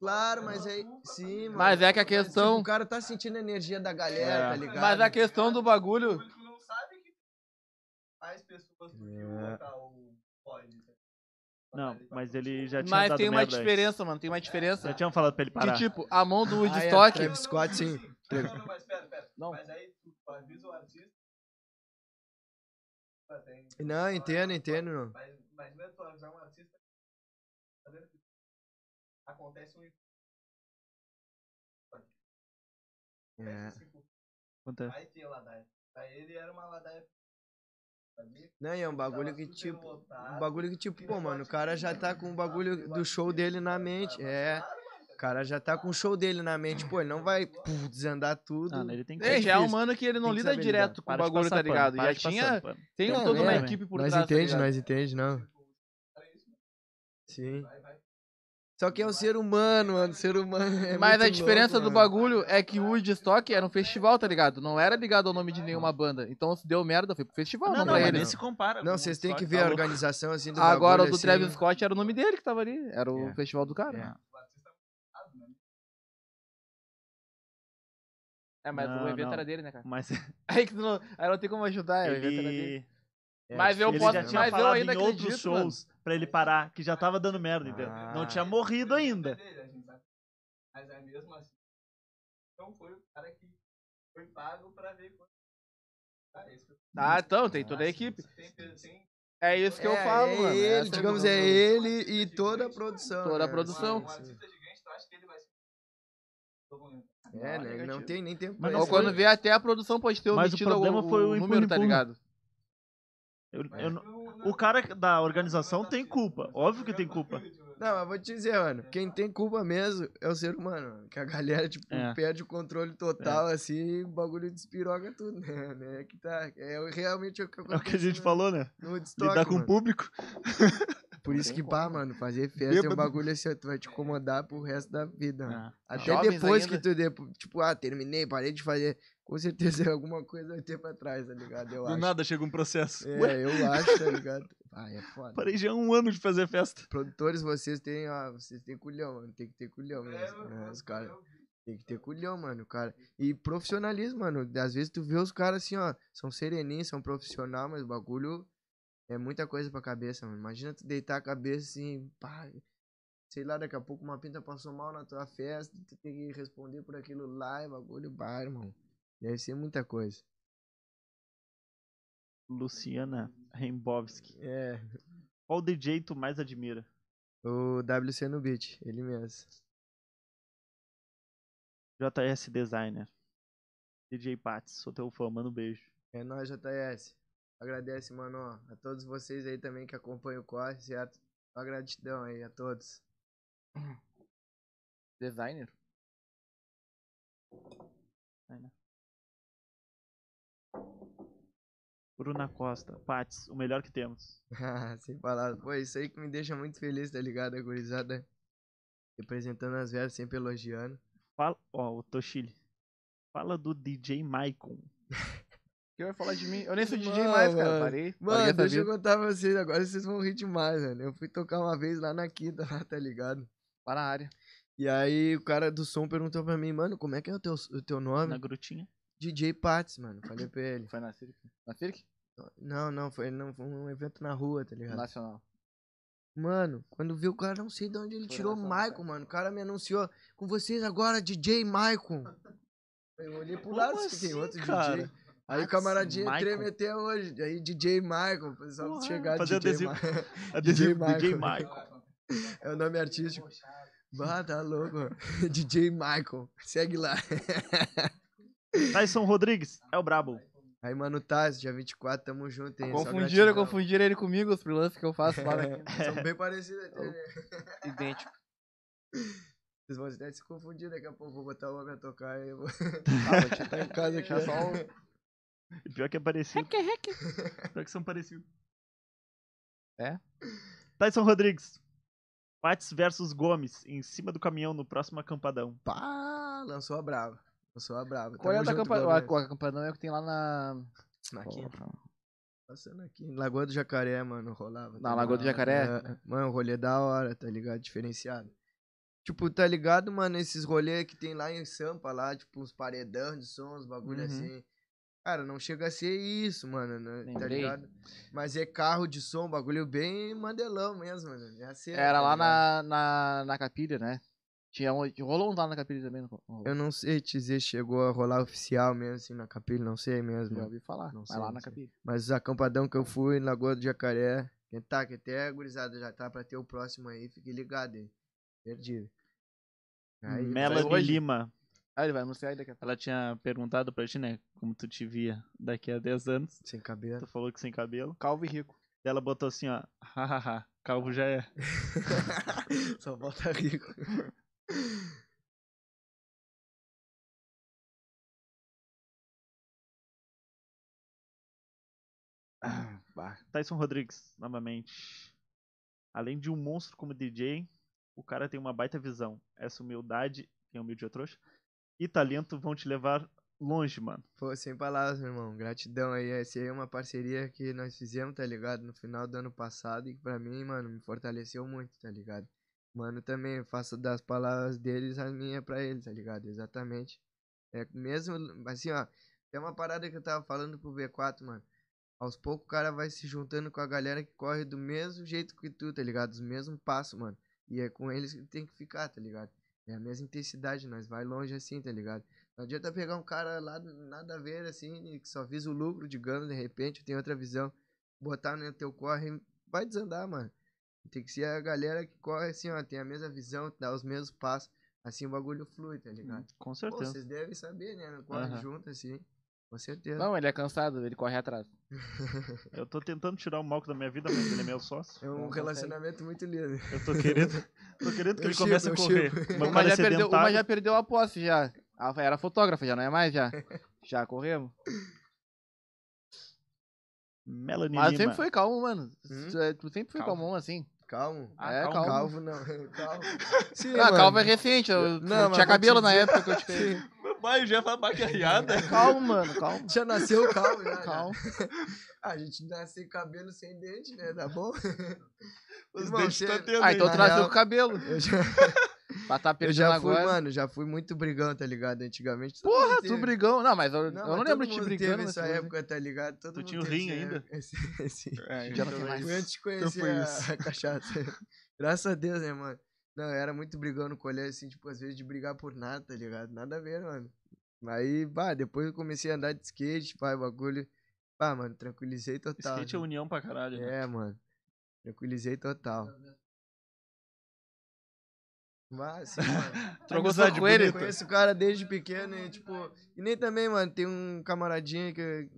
Claro, mas aí. Sim, mano. Mas é que a Tipo, questão. o cara tá sentindo a energia da galera, É. tá ligado? Mas a questão do bagulho. Mais pessoas do que É. o local pode. Não, mas ele já tinha Mas dado tem uma merda antes. diferença, mano. Tem uma diferença. Já tinham falado pra ele Que, parar. tipo, a mão do Ah, é, Woodstock. Travis Scott, sim. Não, não, não, mas pera, pera. Não. Mas aí tu avisa o artista. Ah, tem- Não, entendo, entendo, não. Mas, mas não é tu avisar um artista. Tá vendo que acontece um. É. acontece assim, Acontece. Aí tem a ladaia. Aí ele era uma ladaia. Sabia? Não, e é um bagulho Tava que, super tipo. lotado. Um bagulho que, tipo, pô, mano, o cara já tá com o bagulho do show dele na mente. É. O cara já tá com o show dele na mente. Pô, ele não vai puf, desandar tudo. Ah, ele tem que É, já é um difícil. mano que ele não Tem que lida saber direto lidar. com o Para de bagulho, passar tá pano, ligado? para Já de passar tinha. pano. Tem Não, toda uma é. equipe por nós trás. tá entende, ligado? nós entende, não. Sim. Só que é o ser humano, mano. O ser humano é Mas a muito diferença louco, do mano. bagulho é que o Woodstock era um festival, tá ligado? Não era ligado ao nome de nenhuma banda. Então se deu merda, foi pro festival, não, Não, não, pra mas ele. né? nem se compara. Não, com vocês o têm que Woodstock, ver tá a louco? organização assim do Agora o bagulho, do assim. né? Travis Scott era o nome dele que tava ali. Era o É. festival do cara. É. É, mas Não, o evento não. era dele, né, cara? Mas Aí, que tu não, aí não tem como ajudar, é, o evento era dele. ele, É, Mas eu ele posso- já né, tinha mas eu falado ainda em outros acredito, mano. shows pra ele parar, que já tava dando merda, entendeu? Ah. Não tinha morrido ainda. é Mas é mesmo assim. Então foi o cara que foi pago pra ver quanto. Ah, isso. Ah, então, tem toda a equipe. Tem, tem um É isso que eu é, falo, é mano. Ele, Essa digamos, eu- é ele e toda a produção. Toda a né? produção. um artista gigante, tu acha que ele vai ser. É, né? Não tem nem tempo pra Mas Ou isso, não quando né? vê até a produção pode ter Mas o omitido algum problema foi o número, tá Impune Impune. ligado? Eu- eu não- o cara da organização tem culpa, óbvio que tem culpa. Não, eu vou te dizer, mano. É Quem tem culpa mesmo é o ser humano. mano, Que a galera, tipo, É. perde o controle total, assim, e o bagulho despiroga tudo, né? né, Que tá. É o- realmente o que É o que a gente aconteceu falou, né? No Woodstock, Lidar com o mano. público. Por isso que, pá, mano, fazer festa é um Bêbado. bagulho assim, ó, tu vai te incomodar pro resto da vida. mano. Ah, Até Jovens depois ainda. que tu, depo- tipo, ah, terminei, parei de fazer. Com certeza é alguma coisa vai ter pra trás, tá ligado? Eu do acho. nada chega um processo. É, Ué, eu acho, tá ligado? Ah, é foda. parei já há um ano de fazer festa. Produtores, vocês têm, ó, vocês têm culhão, mano. Tem que ter culhão mesmo. eu- né? É, eu- Os caras. Tem que ter culhão, mano, cara. E profissionalismo, mano. Às vezes tu vê os caras assim, ó, são sereninhos, são profissional, mas o bagulho é muita coisa pra cabeça, mano. Imagina tu deitar a cabeça assim, pá. Sei lá, daqui a pouco uma pinta passou mal na tua festa, tu tem que responder por aquilo lá, e bagulho, bah, irmão. Deve ser muita coisa. Luciana Rembovski. É, Qual DJ tu mais admira? o WC no beat, ele mesmo. JS Designer. DJ Pats, sou teu fã, manda um beijo. É nóis, JS. Agradece, mano, ó, a todos vocês aí também que acompanham o corre, certo? Só gratidão aí a todos. Designer? Bruna Costa, Pats, o melhor que temos. Sem falar. Pô, isso aí que me deixa muito feliz, tá ligado? A gurizada representando as velhas sempre elogiando. Fala, ó, o Toshili. Fala do DJ Maicon. Que vai falar de mim? Eu nem sou DJ mais, cara. mano. Parei. Mano, parei tá deixa eu contar pra vocês, agora vocês vão rir demais, mano. Eu fui tocar uma vez lá na quinta, lá, tá ligado? Para a área. E aí o cara do som perguntou pra mim, mano, como é que é o teu, o teu nome? Na grutinha. DJ Pats, mano. Falei pra ele. Foi na Cirque? Na Cirque? Não, não, foi, não, foi um evento na rua, tá ligado? Nacional. Mano, quando viu o cara, não sei de onde ele Foi tirou o nessa, Maicon, cara. mano. O cara me anunciou com vocês agora, DJ Maicon. Eu olhei pro lado, Como que tem assim, outro cara? DJ. Aí o Nossa, camaradinho Maicon. treme até hoje. Aí DJ Maicon, o pessoal Porra, chegar fazer DJ adesivo. Maicon. Adesivo Maicon. DJ Maicon. É o nome artístico. Bah, tá louco. mano. DJ Maicon. Segue lá. Tyson Rodrigues, é o brabo. Aí, mano, Taz, dia 24, tamo junto, hein? Só Confundiram, gratidão. confundiram ele comigo, os freelancers que eu faço lá na São bem parecidos até, né? idêntico. Vocês vão até se confundir daqui a pouco. Vou botar o homem a tocar e eu vou Ah, vou te- tá em casa aqui. É deixar só um o- E Pior que é parecido. Pior que são parecidos. É? Tyson Rodrigues. Pats versus Gomes, em cima do caminhão no próximo acampadão. Pá, lançou a brava. Lançou a brava. Qual é a Tamo da junto, campanha? Gabriel. A campanha é o que tem lá na. Na quinta. Passando aqui. em Lagoa do Jacaré, mano, rolava. Na tá Lagoa do ligado? Jacaré? É, mano, rolê da hora, tá ligado? Diferenciado. Tipo, tá ligado, mano, esses rolês que tem lá em Sampa, lá, tipo, uns paredão de som, uns bagulho Uhum. assim. Cara, não chega a ser isso, mano, né? tá Lembrei. ligado? Mas é carro de som, bagulho bem mandelão mesmo, mano. É a cena, Era tá lá ligado? na, na, na Capilha, né? Tinha um, rolou um lá na Capilha também. Não, rolou? Eu não sei te dizer, chegou a rolar oficial mesmo, assim, na capilha, não sei mesmo. já ouvi falar. Não Mas sei, lá não na sei. Capilha. Mas os acampadão que eu fui, na Lagoa do Jacaré, quem tá, que até a gurizada já tá pra ter o próximo aí, fique ligado aí. Perdido. Aí, Melanie hoje? Lima. Ah, ele vai anunciar aí daqui a pouco. Ela tinha perguntado pra ti, né? Como tu te via daqui a 10 anos. Sem Tu cabelo. falou que sem cabelo. Calvo e rico. Daí Ela botou assim, ó. Hahaha, calvo já é. Só falta tá rico. Tyson Rodrigues, novamente. Além de um monstro como DJ, o cara tem uma baita visão. Essa humildade, quem é humilde é trouxa, e talento vão te levar longe, mano. Pô, sem palavras, meu irmão. Gratidão aí. Essa aí é uma parceria que nós fizemos, tá ligado? No final do ano passado e que pra mim, mano, me fortaleceu muito, tá ligado? Mano, também eu faço das palavras deles as minhas pra eles, tá ligado? Exatamente. É mesmo, assim, ó. Tem uma parada que eu tava falando pro V4, mano. Aos poucos o cara vai se juntando com a galera que corre do mesmo jeito que tu, tá ligado? Os mesmos passos, mano. E é com eles que tem que ficar, tá ligado? É a mesma intensidade, nós vai longe assim, tá ligado? Não adianta pegar um cara lá, nada a ver, assim, e que só visa o lucro, digamos, de repente, tem outra visão, botar no teu corre, vai desandar, mano. Tem que ser a galera que corre, assim, ó, tem a mesma visão, dá os mesmos passos, assim o bagulho flui, tá ligado? Com Pô, certeza. vocês devem saber, né? No corre Aham. junto, assim, com certeza. Não, ele é cansado, ele corre atrás. Eu tô tentando tirar o Malco da minha vida, mas ele é meu sócio. É um Não relacionamento muito lindo. Eu tô querendo, tô querendo que Eu ele comece a chego, eu correr. Meu Uma cara é já, perdeu, uma sedentário. já perdeu a posse, já. Ah, Era fotógrafa, já não é mais, já. Já corremos. é- Melanie Mas Lima. sempre foi calmo, mano. Hum? Tu é- Tu sempre foi Calvo. calmão, assim. Calmo. Ah, é, calmo. calmo. Calvo não. Calvo. Sim, Ah, mano. calvo é recente. Eu, Não, eu mas tinha vou te cabelo na dizer- época que eu te peguei. Mas já né? vai maquiada. Calma, mano, calma. Já nasceu calmo, já. Calmo. A gente nasce com cabelo sem dente, né? Tá bom? Os Irmão, dentes você- estão tendo. Ah, então Na tu nasceu real- com cabelo. Eu já, Pra tá eu perdendo já fui, agora. mano, já fui muito brigão, tá ligado? Antigamente. todo Porra, mundo tu teve. brigão. Não, mas eu eu Não, não, mas todo lembro de te mundo brigando. Teve nessa essa época, tá ligado? Todo Tu mundo tinha o teve rim essa ainda? época, Esse, esse, É, tá. Já não então tem é mais. Foi isso. antes de conhecer foi a, isso. a cachaça. Graças a Deus, né, mano? Não, eu era muito brigão no colégio, assim, tipo, às vezes de brigar por nada, tá ligado? Nada a ver, mano. Aí, bah, depois eu comecei a andar de skate, pá, o bagulho. Pá, mano, tranquilizei total. Skate é né? união pra caralho. né? É, mano. Tranquilizei total. Mas, sim, mano. Trocou Amizade soco com ele? Eu conheço o cara desde pequeno e, tipo. E nem também, mano, tem um camaradinho que.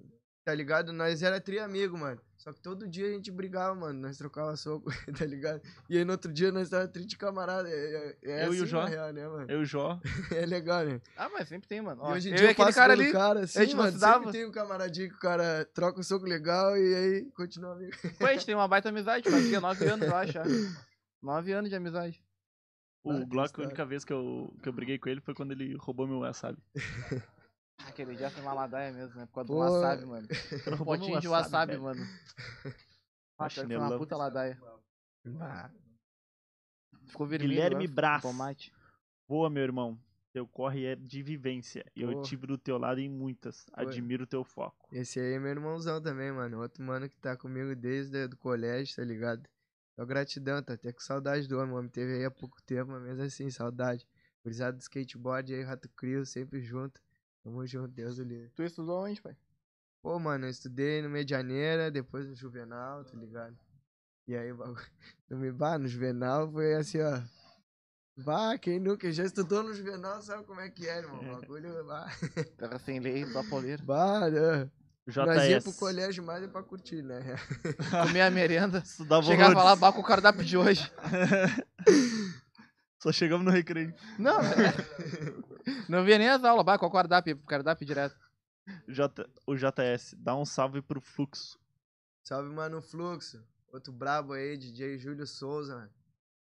Tá ligado? Nós era tri amigo, mano. Só que todo dia a gente brigava, mano. Nós trocava soco, tá ligado? E aí no outro dia nós tava triste camarada. É, é, é Eu e assim, o Jó. na real, né, mano? Eu e o Jó. É legal, né? Ah, mas sempre tem, mano. e Ó, hoje em eu e dia eu aquele passo cara pelo ali. cara, assim, a gente não mano, se sempre dava. tem um camaradinho que o cara troca um soco legal e aí continua amigo. Pô, a gente tem uma baita amizade, faz o quê? Nove anos, eu acho. ah. Nove anos de amizade. Ah, O que Glock, a história. única vez que eu, que eu briguei com ele foi quando ele roubou meu wasabi. Aquele dia foi uma ladaia mesmo, né? Por causa Pô. do wasabi, mano. Ele Um roubou meu potinho de wasabi, velho. mano. Acho que foi uma chinelão. puta ladaia. Ah, Ficou vermelho. Guilherme né? Brás. Tomate. Boa, meu irmão. Teu corre é de vivência. Eu Boa. tive do teu lado em muitas. Boa. Admiro o teu foco. Esse aí é meu irmãozão também, mano. Outro mano que tá comigo desde o colégio, tá ligado? Só gratidão, tá até com saudade do homem. O homem teve aí há pouco tempo, mas mesmo assim, saudade. Gurizada do skateboard aí, Rato Crio, sempre junto. Tamo junto, Deus o livre. Tu estudou onde, pai? Pô, mano, eu estudei no Medianeira, depois no Juvenal, tá ligado? E aí, o bagulho- no, me- bah, no Juvenal foi assim, ó. Bah, quem nunca já estudou no Juvenal sabe como é que é, irmão. O bagulho, bah. Terra sem lei, só pauleiro. Bah, né? Nós ia pro JS. colégio mais é pra curtir, né? Comi a Tá merenda. Estudava Chegava lá, Rhodes. baco o cardápio de hoje. Só chegamos no recreio. Não, é. não via nem as aulas, baco o cardápio, cardápio direto. J... O JS, dá um salve pro fluxo. Salve, mano, Fluxo. Outro brabo aí, DJ Júlio Souza, mano.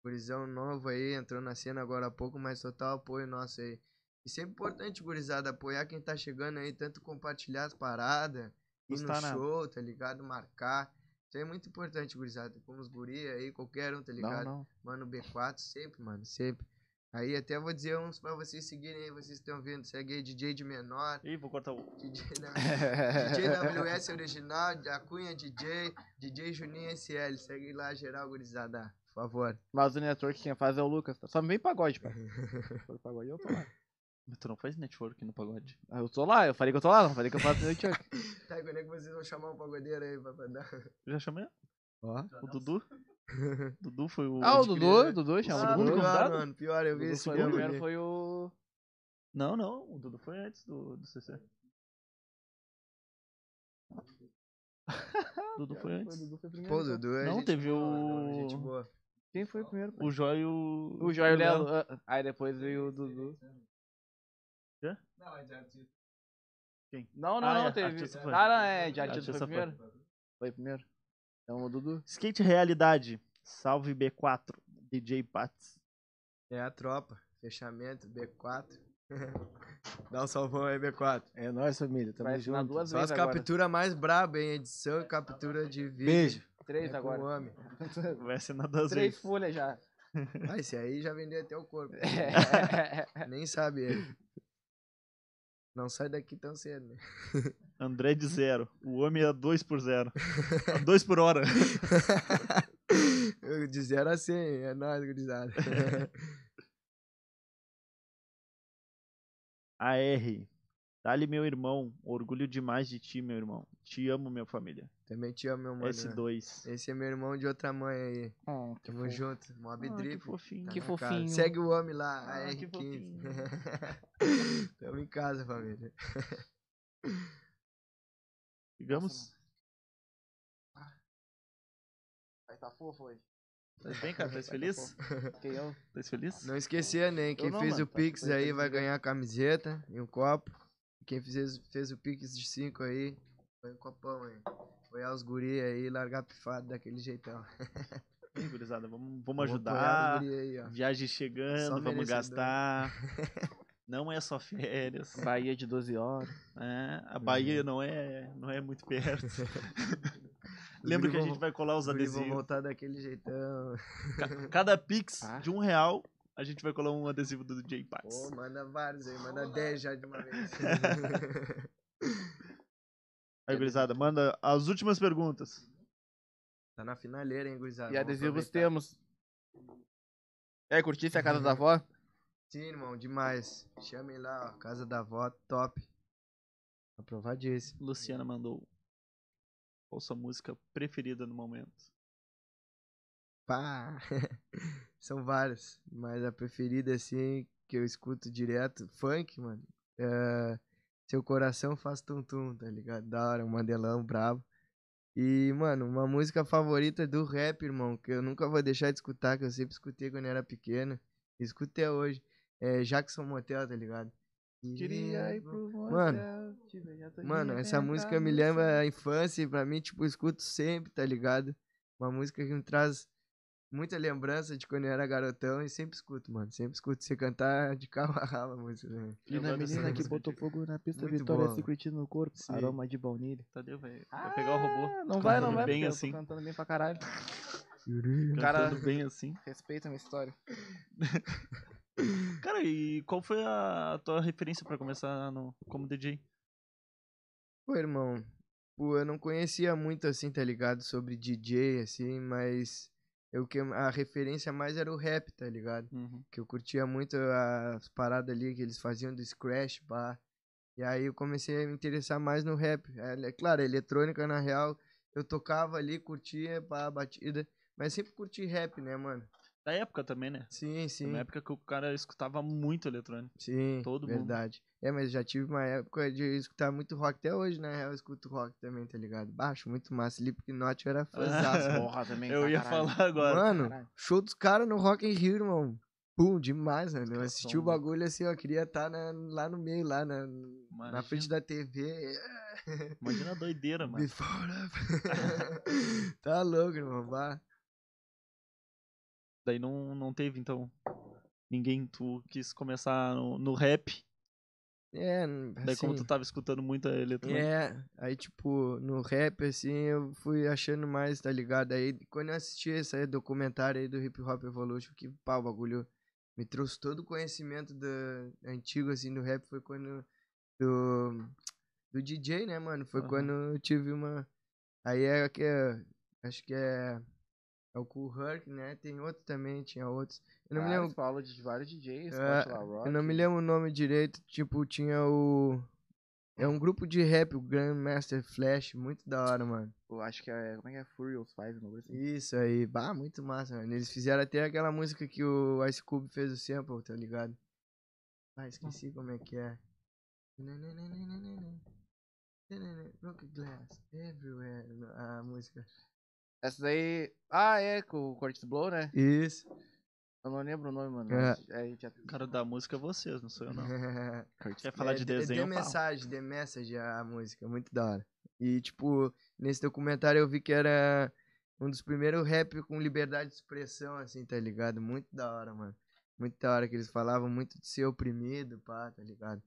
Gurizão novo aí, entrou na cena agora há pouco, mas total apoio nosso aí. E sempre importante, gurizada, apoiar quem tá chegando aí, tanto compartilhar as paradas, ir no Gostar né? nada. show, tá ligado? Marcar. Isso aí é muito importante, gurizada. Como os guri aí, qualquer um, tá Não, né? ligado? não. Mano, B4, sempre, mano, sempre. Aí até vou dizer uns pra vocês seguirem aí, vocês que estão vendo. Segue aí, DJ de menor, Ih, vou cortar o. DJ da... DJ WS original, da Cunha DJ, DJ Juninho SL. Segue lá, geral, gurizada. Por favor. Mas o network quem faz é o Lucas. tá? Só me vem pagode, pai. Se for pagode, eu tô lá. Mas tu não faz network no pagode. Ah, Eu tô lá, eu falei que eu tô lá, não falei que eu faço network. Tá, quando é que vocês vão chamar um pagodeiro aí pra mandar? Eu já chamei Ó. o Dudu. Dudu foi o. Ah, o Pode crer, Dudu, né? o Dudu, Ah, chama o segundo Dudu. pior, convidado? mano. Pior, eu vi Dudu esse foi- né? O mesmo. primeiro ali. foi o. Não, não. O Dudu foi antes do, do CC. Dudu foi antes. Pô, então. Dudu, é Não, gente teve boa, mano, o- Gente boa. né? Quem foi o primeiro? O Jó e o. O Joel Lelo. ah, Aí depois veio o Dudu. Hã? Quem? Não, não, Ah, não, é, teve. artista foi. Ah, não, é, de artista, Artista foi primeiro. Foi. primeiro. Então o Dudu. Skate Realidade. Salve B4. DJ Pats. É a tropa. Fechamento, B4. Dá um salvão aí, B4. É nóis, família. Tamo Vai assinar junto. duas Só as vezes agora. capturas mais brabas, hein? Edição e captura de vídeo. Beijo. Três É com o agora. homem. Vai assinar duas Três vezes. folhas já. Ah, esse aí já vendeu até o corpo. É. Nem sabe ele. Não sai daqui tão cedo, né? André de zero. O homem é 2 por zero. 2 por hora. Eu de zero a 100, é nóis, gurizada. AR. Dali, meu irmão. Orgulho demais de ti, meu irmão. Te amo, minha família. Também te amo, meu mano. S2. Esse é meu irmão de outra mãe aí. Hum, que Tamo fofo. junto. Mob Ah, que Drip. fofinho. tá Que na casa. fofinho. Segue o homem lá, Ah, que AR15. Tamo em casa, família. Digamos. Vai Ah. tá fofo hoje. Tá bem, cara? Tá feliz? Quem eu? Tá feliz? Não esquecer, né? Quem não, fez mano, o tá Pix com aí certeza. vai ganhar a camiseta e um copo. Quem fez, fez o Pix de 5 aí, foi um copão aí. Apoiar os guri aí, largar pifado daquele jeitão. Ih, gurizada, vamos, vamos Vamos ajudar. apoiar os guri aí, ó. Viagem Só chegando, vamos merecedor. gastar. Não é só férias. Bahia de 12 horas. né? A Uhum. Bahia não é, não é muito perto. Lembra Os guri que a vão- gente vai colar os Os guri vão adesivos. voltar daquele jeitão. Ca- Cada pix Ah. de um real, a gente vai colar um adesivo do DJ Pax. Pô, manda vários aí, manda 10 já de uma vez. Aí, gurizada, manda as últimas perguntas. tá na finaleira, hein, gurizada? E Vamos adesivos aproveitar. temos. É, curtisse a casa da avó? Sim, irmão, demais. Chamem lá, ó. Casa da avó, top. Aprovadíssimo. Luciana mandou. Qual sua música preferida no momento? Pá! São várias, mas a preferida, assim, que eu escuto direto, funk, mano. eh, É, Seu coração faz tum-tum, tá ligado? Da hora, um mandelão brabo. E, mano, uma música favorita do rap, irmão, que eu nunca vou deixar de escutar, que eu sempre escutei quando eu era pequeno. e Escuto até hoje. É Jackson Motel, tá ligado? Queria ir pro motel, Mano, te beijar, tô Mano, de essa bem música pra me você. lembra a infância e pra mim, tipo, eu escuto sempre, tá ligado? Uma música que me traz muita lembrança de quando eu era garotão e sempre escuto, mano. Sempre escuto você cantar de carro a rala a música. Né? E na menina que botou fogo na pista, Muito Vitória boa. Secret no corpo, Sim. aroma de baunilha. Tadeu vai, vai pegar o robô. Ah, Não vai, não Cantando vai, bem porque eu assim. tô cantando bem pra caralho. Cantando cara- bem assim. Respeita a minha história. Cara, e qual foi a tua referência pra começar no, como DJ? Pô, irmão, pô, eu não conhecia muito, assim, tá ligado? Sobre DJ, assim, mas eu, que- a referência mais era o rap, tá ligado? que eu curtia muito as paradas ali que eles faziam do scratch, pá. E aí eu comecei a me interessar mais no rap. É, é claro, eletrônica na real, eu tocava ali, curtia, pá, a batida, mas sempre curti rap, né, mano? Da época também, né? Sim, Tem sim. uma época que o cara escutava muito eletrônico. Sim, todo mundo. verdade. É, mas já tive uma época de escutar muito rock até hoje, né? Eu escuto rock também, tá ligado? Baixo, muito massa. Slipknot eu era fãzaço. Porra, também. Eu pra ia caralho. falar agora. Mano, Caralho. show dos caras no Rock in Rio, irmão. Pum, demais, mano. Eu caras assisti são o bagulho assim, ó, queria estar lá no meio, lá na, na Imagina, frente da é, TV. imagina a doideira, mano. Before I- tá louco, irmão. Bah. Daí não, não teve, então. Ninguém, tu quis começar no, no rap. É, Daí como assim, tu tava escutando muita eletrônica. É, aí tipo, no rap, assim, eu fui achando mais, tá ligado? Aí quando eu assisti esse aí, documentário aí do Hip Hop Evolution, que pá, o bagulho me trouxe todo o conhecimento do, antigo, assim, do rap, foi quando. Do, do DJ, né, mano? Foi Aham. quando eu tive uma. Aí é que. é- Acho que é. É o Cool Herc, né? Tem outro também, tinha outros. Eu não me lembro Vários Paulo de vários DJs, É, Scott La Rock. eu não me lembro o nome direito, tipo, tinha o. É um grupo de rap, o Grandmaster Flash, muito da hora, mano. Eu acho que é. Como é que é? Furious 5, não assim. Isso aí, bah, muito massa, mano. Eles fizeram até aquela música que o Ice Cube fez o sample, tá ligado? Ah, esqueci como é que é. Broken glass everywhere, a música. Essa daí. Ah, é, com o Curtis Blow, né? Isso. Eu não lembro o nome, mano. É. Uhum. mas a gente já- O cara da música é vocês, não sou eu, não. Curtis Quer falar É, de The- desenho? The pau. Message, The Message, a música, muito da hora. E, tipo, nesse documentário eu vi que era um dos primeiros rap com liberdade de expressão, assim, tá ligado? Muito da hora, mano. Muito da hora que eles falavam muito de ser oprimido, pá, tá ligado?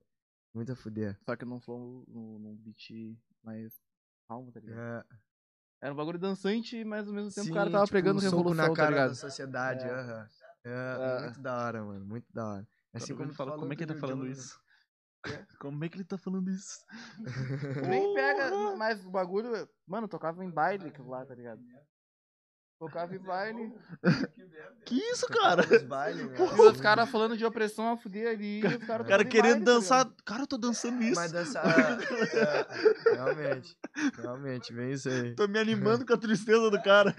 Muito a fuder. Só que num flow, num, num um, beat mais calmo, tá ligado? É, Era um bagulho dançante, mas ao mesmo tempo sim, o cara tava tipo, pregando um soco revolução, na tá cara da ligado? sociedade, É. aham. É, É. Muito da hora, mano, muito da hora. Quero Assim ver como ele falar, tu falou como é que ele do tá falando Jordan. isso? Como é que ele tá falando isso? Nem pega, mas o bagulho. Mano, tocava em baile Ah, aquilo lá, tá ligado? é. Tocava em baile. Que isso, cara? Os bailes, né? E os caras falando de opressão a fuder ali. e Os cara O cara tocando em querendo baile, tá dançar. ligado? Cara, eu tô dançando isso. Mas dançar. é, realmente. Realmente, vem isso aí. Tô me animando com a tristeza do cara.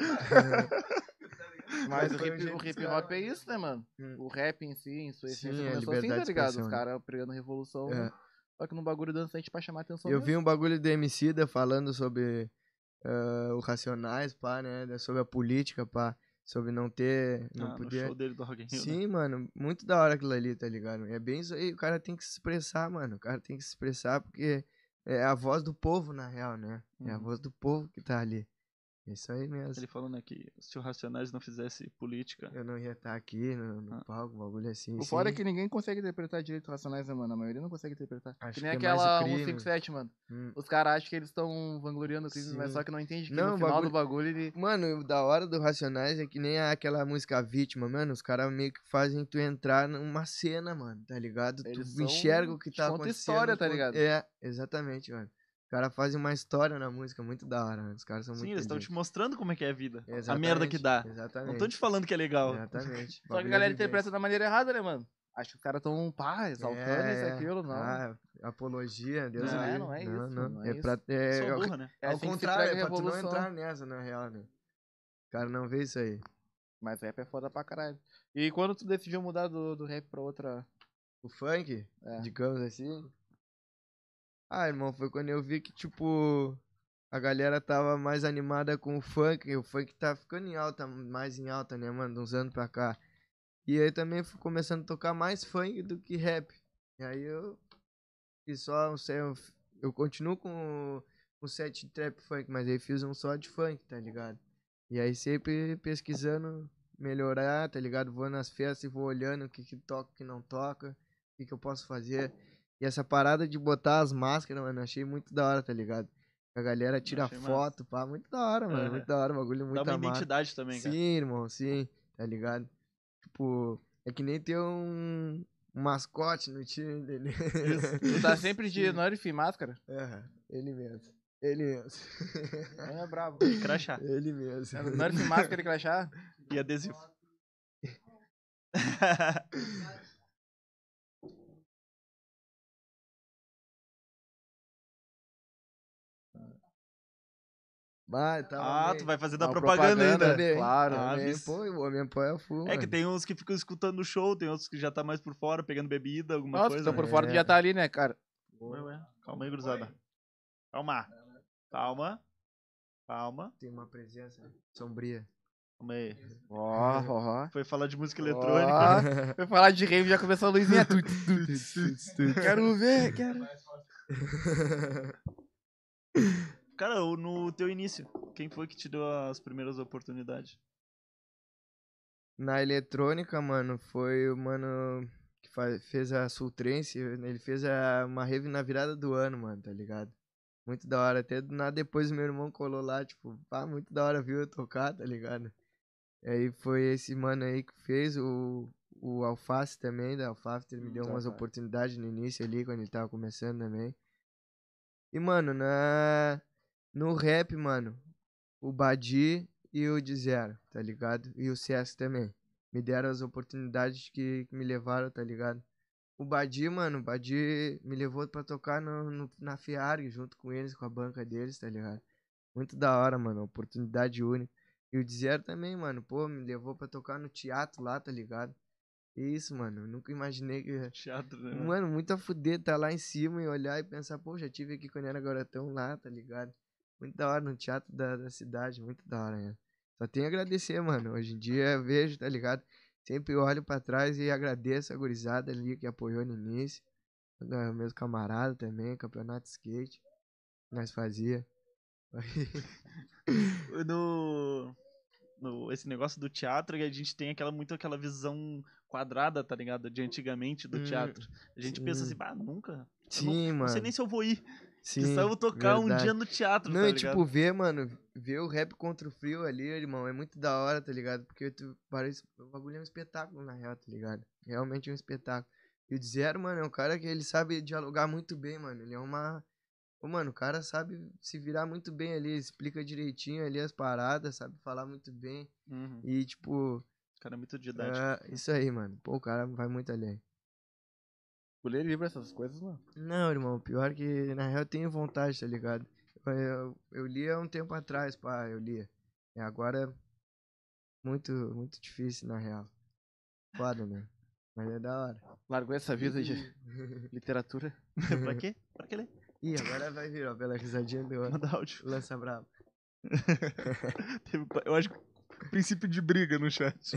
Mas o Foi um hip, jeito o dos hip caras. hop é isso, né, mano? Hum. O rap em si, em sua essência, Sim, é começou assim, liberdade tá de ligado? expressão, Os né? caras pregando revolução. É. Só que num bagulho dançante pra chamar atenção. Eu mesmo. vi um bagulho do Emicida falando sobre eh, o Racionais, pá, né? da- Sobre a política, pá. Sobre não ter. Não Ah, poder. No show dele do Rock in Rio, né? Sim, mano. Muito da hora aquilo ali, tá ligado? É bem isso aí. O cara tem que se expressar, mano. O cara tem que se expressar porque é a voz do povo, na real, né? É a Uhum. voz do povo que tá ali. É isso aí mesmo. Ele falando né, que se o Racionais não fizesse política. Eu não ia estar aqui no, no Ah. palco, um bagulho assim. O assim. fora é que ninguém consegue interpretar direito racionais, né, mano? A maioria não consegue interpretar. Acho que nem que é mais o aquela crime. 157, mano. Hum. Os caras acham que eles estão vangloriando o crime, mas Sim. só que não entende que Não, no o final do bagulho ele. Mano, o da hora do Racionais é que nem aquela música Vítima, mano. Os caras meio que fazem tu entrar numa cena, mano, tá ligado? Eles tu são- enxerga o que te tá conta acontecendo. história, tá con- ligado? É, exatamente, mano. Os caras fazem uma história na música, muito da hora, mano. Os caras são muito Sim, eles estão tipo, te inteligentes. mostrando como é que é a vida. A Exatamente, merda que dá. Exatamente. Não tão te falando que é legal. Exatamente. Só que a galera interpreta da maneira errada, né, mano? Acho que os caras tão, pá, exaltando isso e aquilo, não. Ah, apologia, Deus Não, me é, livre. não é isso, Não, não é é, isso. pra. É, Sou ao- burra, né? É ao assim que se contrário, prega é pra tu não revolução. entrar nessa, na real, né? O cara não vê isso aí. Mas rap é foda pra caralho. E quando tu decidiu mudar do, do rap pra outra. O funk, É. digamos assim. Ah, irmão, foi quando eu vi que, tipo, a galera tava mais animada com o funk. E o funk tá ficando em alta, mais em alta, né, mano? De uns anos pra cá. E aí também fui começando a tocar mais funk do que rap. E aí eu. E só um set. Eu, eu continuo com o set de trap funk, mas aí fiz um só de funk, tá ligado? E aí sempre pesquisando melhorar, tá ligado? Vou nas festas e vou olhando o que, que toca, o que não toca, o que, que eu posso fazer. E essa parada de botar as máscaras, mano, achei muito da hora, tá ligado? A galera tira Achei foto, pá, muito da hora, mano, É. muito da hora, o bagulho muito Dá uma amado. identidade também, cara. Sim, irmão, sim, tá ligado? Tipo, é que nem ter um, um mascote no time dele. Tu tá sempre de Nerf e máscara? É, ele mesmo. Ele mesmo. É brabo. Crachá. Ele mesmo. É, Nerf e máscara e crachá? E adesivo. Vai, tá. ah, amei. tu vai fazer da Uma propaganda ainda. também. Claro. Ah, Homem vis- apoia, o homem apoia full. É que mano. tem uns que ficam escutando o show, tem outros que já tá mais por fora, pegando bebida, alguma Nossa, coisa. então por né? É, fora tu já tá ali, né, cara? Ué, ué. Calma aí, gurizada. Calma. Calma. Calma. Tem uma presença sombria. Calma aí. Ó, ó, ó. Foi falar de música eletrônica. Ó, Foi falar de rave, já começou a luzinha. Tu, tu, tu, tu. Quero ver, quero. Cara, o- no teu início, quem foi que te deu as primeiras oportunidades? Na eletrônica, mano, foi o mano que fa- fez a Sultrense. Ele fez a, uma rave na virada do ano, mano, tá ligado? Muito da hora. Até do nada depois meu irmão colou lá, tipo, pá, muito da hora, viu eu tocar, tá ligado? E aí foi esse mano aí que fez o, o Alface também, Hum, da Alface, ele me deu umas oportunidades no início ali, quando ele tava começando também. E, mano, na, no rap, mano, o Badi e o de Zero, tá ligado? E o CS também. Me deram as oportunidades que, que me levaram, tá ligado? O Badi, mano, o Badi me levou pra tocar no, no- na Fiarg junto com eles, com a banca deles, tá ligado? Muito da hora, mano, oportunidade única. E o de Zero também, mano, pô, me levou pra tocar no teatro lá, tá ligado? E isso, mano, eu nunca imaginei que. Teatro, né? mano? Mano, muito a fuder tá lá em cima e olhar e pensar, pô, já tive aqui quando era garotão lá, tá ligado? Muito da hora no teatro da, da cidade, muito da hora, né? Só tenho a agradecer, mano. Hoje em dia eu vejo, tá ligado? Sempre olho pra trás e agradeço a gurizada ali que apoiou no início. Ah, Meus camaradas também, campeonato de skate. Nós fazia. no, no esse negócio do teatro que a gente tem aquela muito aquela visão quadrada tá ligado de antigamente do Hum, teatro a gente pensa sim. assim bah nunca Sim, não mano. sei nem se eu vou ir Sim, que só eu vou tocar um verdade. dia no teatro Não, tá e ligado? tipo, ver, mano, ver o rap contra o frio ali, irmão, é muito da hora, tá ligado? Porque tu parece. O bagulho é um espetáculo, na real, tá ligado? Realmente é um espetáculo. E o de Zero, mano, é um cara que ele sabe dialogar muito bem, mano. Ele é uma. Ô, mano, o cara sabe se virar muito bem ali, explica direitinho ali as paradas, sabe falar muito bem. Uhum. E, tipo, cara é muito didático ah, isso aí, mano. Pô, o cara vai muito além. Pulei livre essas coisas, mano. Não, irmão, pior que na real eu tenho vontade, tá ligado? Eu, eu, eu li há um tempo atrás, pá, eu lia. E agora muito, muito difícil, na real. Foda, né? Mas é da hora. Largou essa vida de literatura. É. pra quê pra que ler Ih, agora vai vir, ó, pela risadinha do manda áudio Lança Brabo. Teve- eu acho que princípio de briga no chat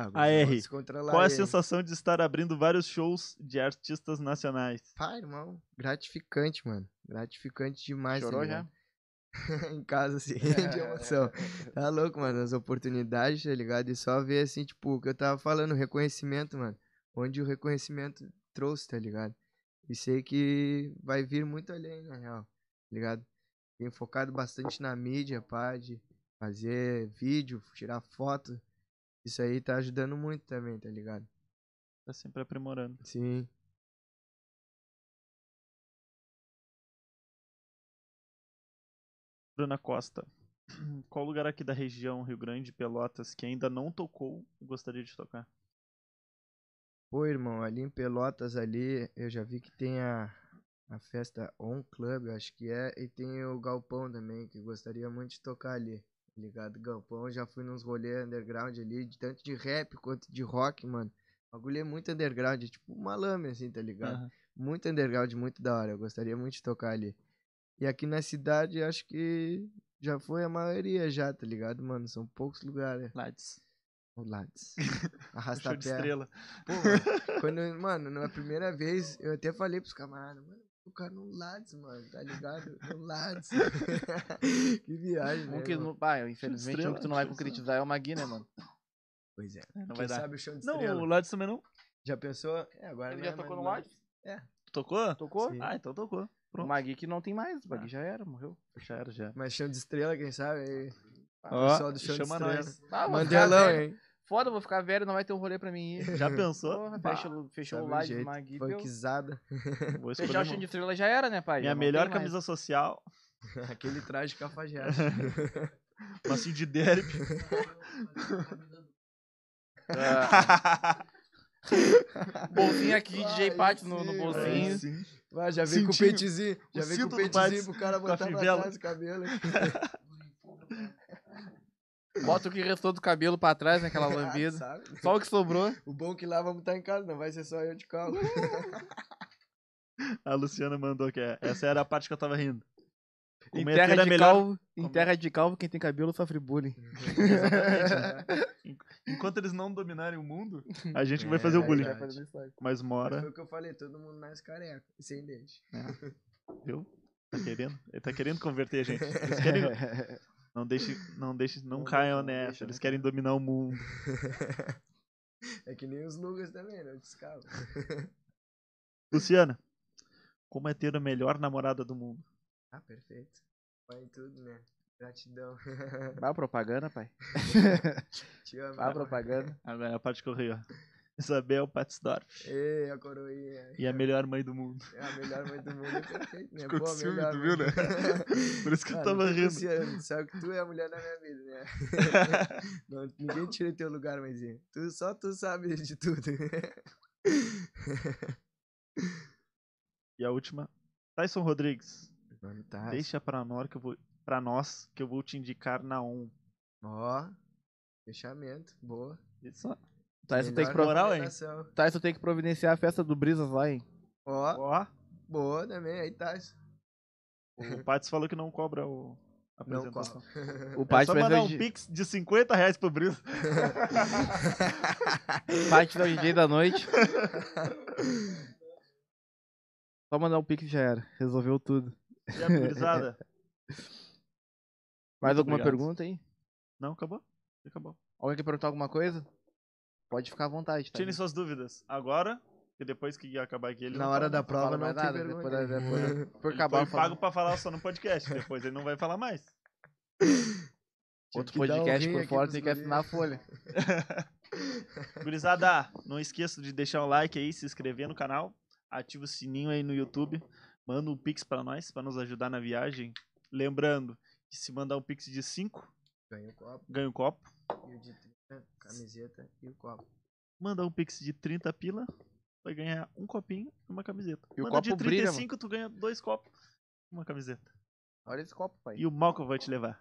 Ah, AR, descontrolar qual é a ele. sensação de estar abrindo vários shows de artistas nacionais Pá, irmão, gratificante, mano. Gratificante demais. tá Chorou ligado? já? em casa, assim, de emoção. Tá louco, mano, as oportunidades, tá ligado? E só ver, assim, tipo, o que eu tava falando, o reconhecimento, mano. Onde o reconhecimento trouxe, tá ligado? E sei que vai vir muito além, na real, tá ligado? Tenho focado bastante na mídia, pá, de fazer vídeo, tirar foto. Isso aí tá ajudando muito também, tá ligado? tá sempre aprimorando Sim. Bruna Costa. Qual lugar aqui da região Rio Grande, Pelotas, que ainda não tocou e gostaria de tocar? Pô, irmão, ali em Pelotas ali, eu já vi que tem a, a festa On Club, eu acho que é, e tem o Galpão também, que eu gostaria muito de tocar ali, tá ligado? Galpão, eu já fui nos rolês underground ali, de, tanto de rap quanto de rock, mano. O bagulho é muito underground, é tipo uma lâmina, assim, tá ligado? Muito underground, muito da hora. Eu gostaria muito de tocar ali. E aqui na cidade, acho que já foi a maioria já, tá ligado, mano? São poucos lugares. Lights. O Lattes. Um Show Arrasta a de perna. estrela. Pô, mano, quando, eu- mano, na primeira vez, eu até falei pros camaradas, mano, o cara no Lattes, mano, tá ligado? No Lattes. que viagem, né, Um que, mano? não- bah, infelizmente, um que tu não vai Estrela. concretizar é o Magui, né, mano? Pois é. Não Quem vai dar. sabe o show de Não, estrela. o Lattes também não. Já pensou? É, agora Ele não já é tocou mais no Lattes. Lights? Tocou? Tocou? Sim. Ah, então tocou. O Pronto. Magui que não tem mais, o Magui Ah. já era, morreu. Já era, já. era. Mas show de estrela, quem sabe? aí- Ó, Ah, pessoal do Show de chama Estrela. Ah, eu nós. vou ficar Mandelão, velho. hein? Foda, eu vou ficar velho, não vai ter um rolê pra mim ir. Já pensou? Porra, Bah, fechou fechou Sabe o um live do jeito, Magui. deu. Funkzada. Vou escolher Fechar o uma- chão de estrela já era, né, pai? Minha Já não melhor tem mais. camisa social, Aquele traje cafajeste. massinho de derby. Ah, bolsinho aqui, DJ Ai, Pat no, no É, sim, bolsinho. velho. Sim. Vai, já vem com o Cintinho. peitezinho. Já O vem com cinto o do Bates peitezinho pro cara com a botar pra fivela. trás o cabelo. Bota o que restou do cabelo pra trás, naquela lambida. Ah, Sabe? Só o que sobrou. O bom é que lá vamos estar em casa, não vai ser só eu de carro. A Luciana mandou que é. Essa era a parte que eu tava rindo. Em Comer terra, telha de é é? melhor- calvo, em Comer- terra de calvo, quem tem cabelo sofre bullying. Exatamente. Enquanto eles não dominarem o mundo, a gente que vai fazer o É bullying. verdade. Mas mora, Foi o que eu falei, todo mundo mais careca, e sem dente. viu? Tá querendo? Ele tá querendo converter a gente. Eles querem. Não deixe, não deixe, não, Não caiam deixa, nessa. não deixa, eles né, querem dominar o mundo. É que nem os Lucas também, né? Os caras. Luciana, como é ter a melhor namorada do mundo? Ah, perfeito. Vai em tudo, né? Gratidão. Vai propaganda, pai. Te amo. Vai propaganda. Agora é a parte que eu ri, ó. Isabel Patsdorf. Ei, a coroinha. E a melhor mãe do mundo. É a melhor mãe do mundo, é perfeito, né? Ficou Pô, com a ciúme, melhor tu mãe viu, do né? mundo. Por isso que eu Ah, tava não tô rindo. Luciano, sabe que tu é a mulher da minha vida, né? Não, ninguém tira teu lugar, mãezinha. Tu, só tu sabe de tudo. E a última, Tyson Rodrigues. Mano, tá. Deixa pra nós que eu vou para nós que eu vou te indicar na um. ON. Ó, fechamento, boa. Isso. é- Tyson Tá, tem, que Melhor pro- moral, hein? recomendação. Tyson Tá, tem que providenciar a festa do Brisas lá, hein? Ó, Ó, boa também, aí tá. o Pats falou que não cobra o a Não apresentação. cola. O É Pat só precisa mandar um de- pix de 50 reais pro Brito. Pat é o DJ da noite. Só mandar um pique já era. Resolveu tudo. E a gurizada? Mais Muito alguma obrigado. pergunta aí? Não, acabou? Acabou. Tá Alguém quer perguntar alguma coisa? Pode ficar à vontade, tá? Tirem suas dúvidas agora e depois que acabar aqui ele Na não hora fala da mais. prova fala não mais tem nada, vergonha. depois da- depois- Por Ele acabar foi pago falando. pra falar só no podcast, depois ele não vai falar mais. Tive Outro que dar um podcast rim por aqui fora pros tem que guris. assinar a folha. Gurizada, não esqueça de deixar o like aí, se inscrever no canal, ativa o sininho aí no YouTube, manda um pix pra nós, pra nos ajudar na viagem. Lembrando que se mandar um pix de 5, Ganha o copo ganha um copo. e o de 30, camiseta e o copo. Mandar um pix de 30 pila, vai ganhar um copinho e uma camiseta. E o Manda copo de brilha, 35, tu ganha dois copos e uma camiseta. Olha esse copo, pai. E o Malcolm vai te levar.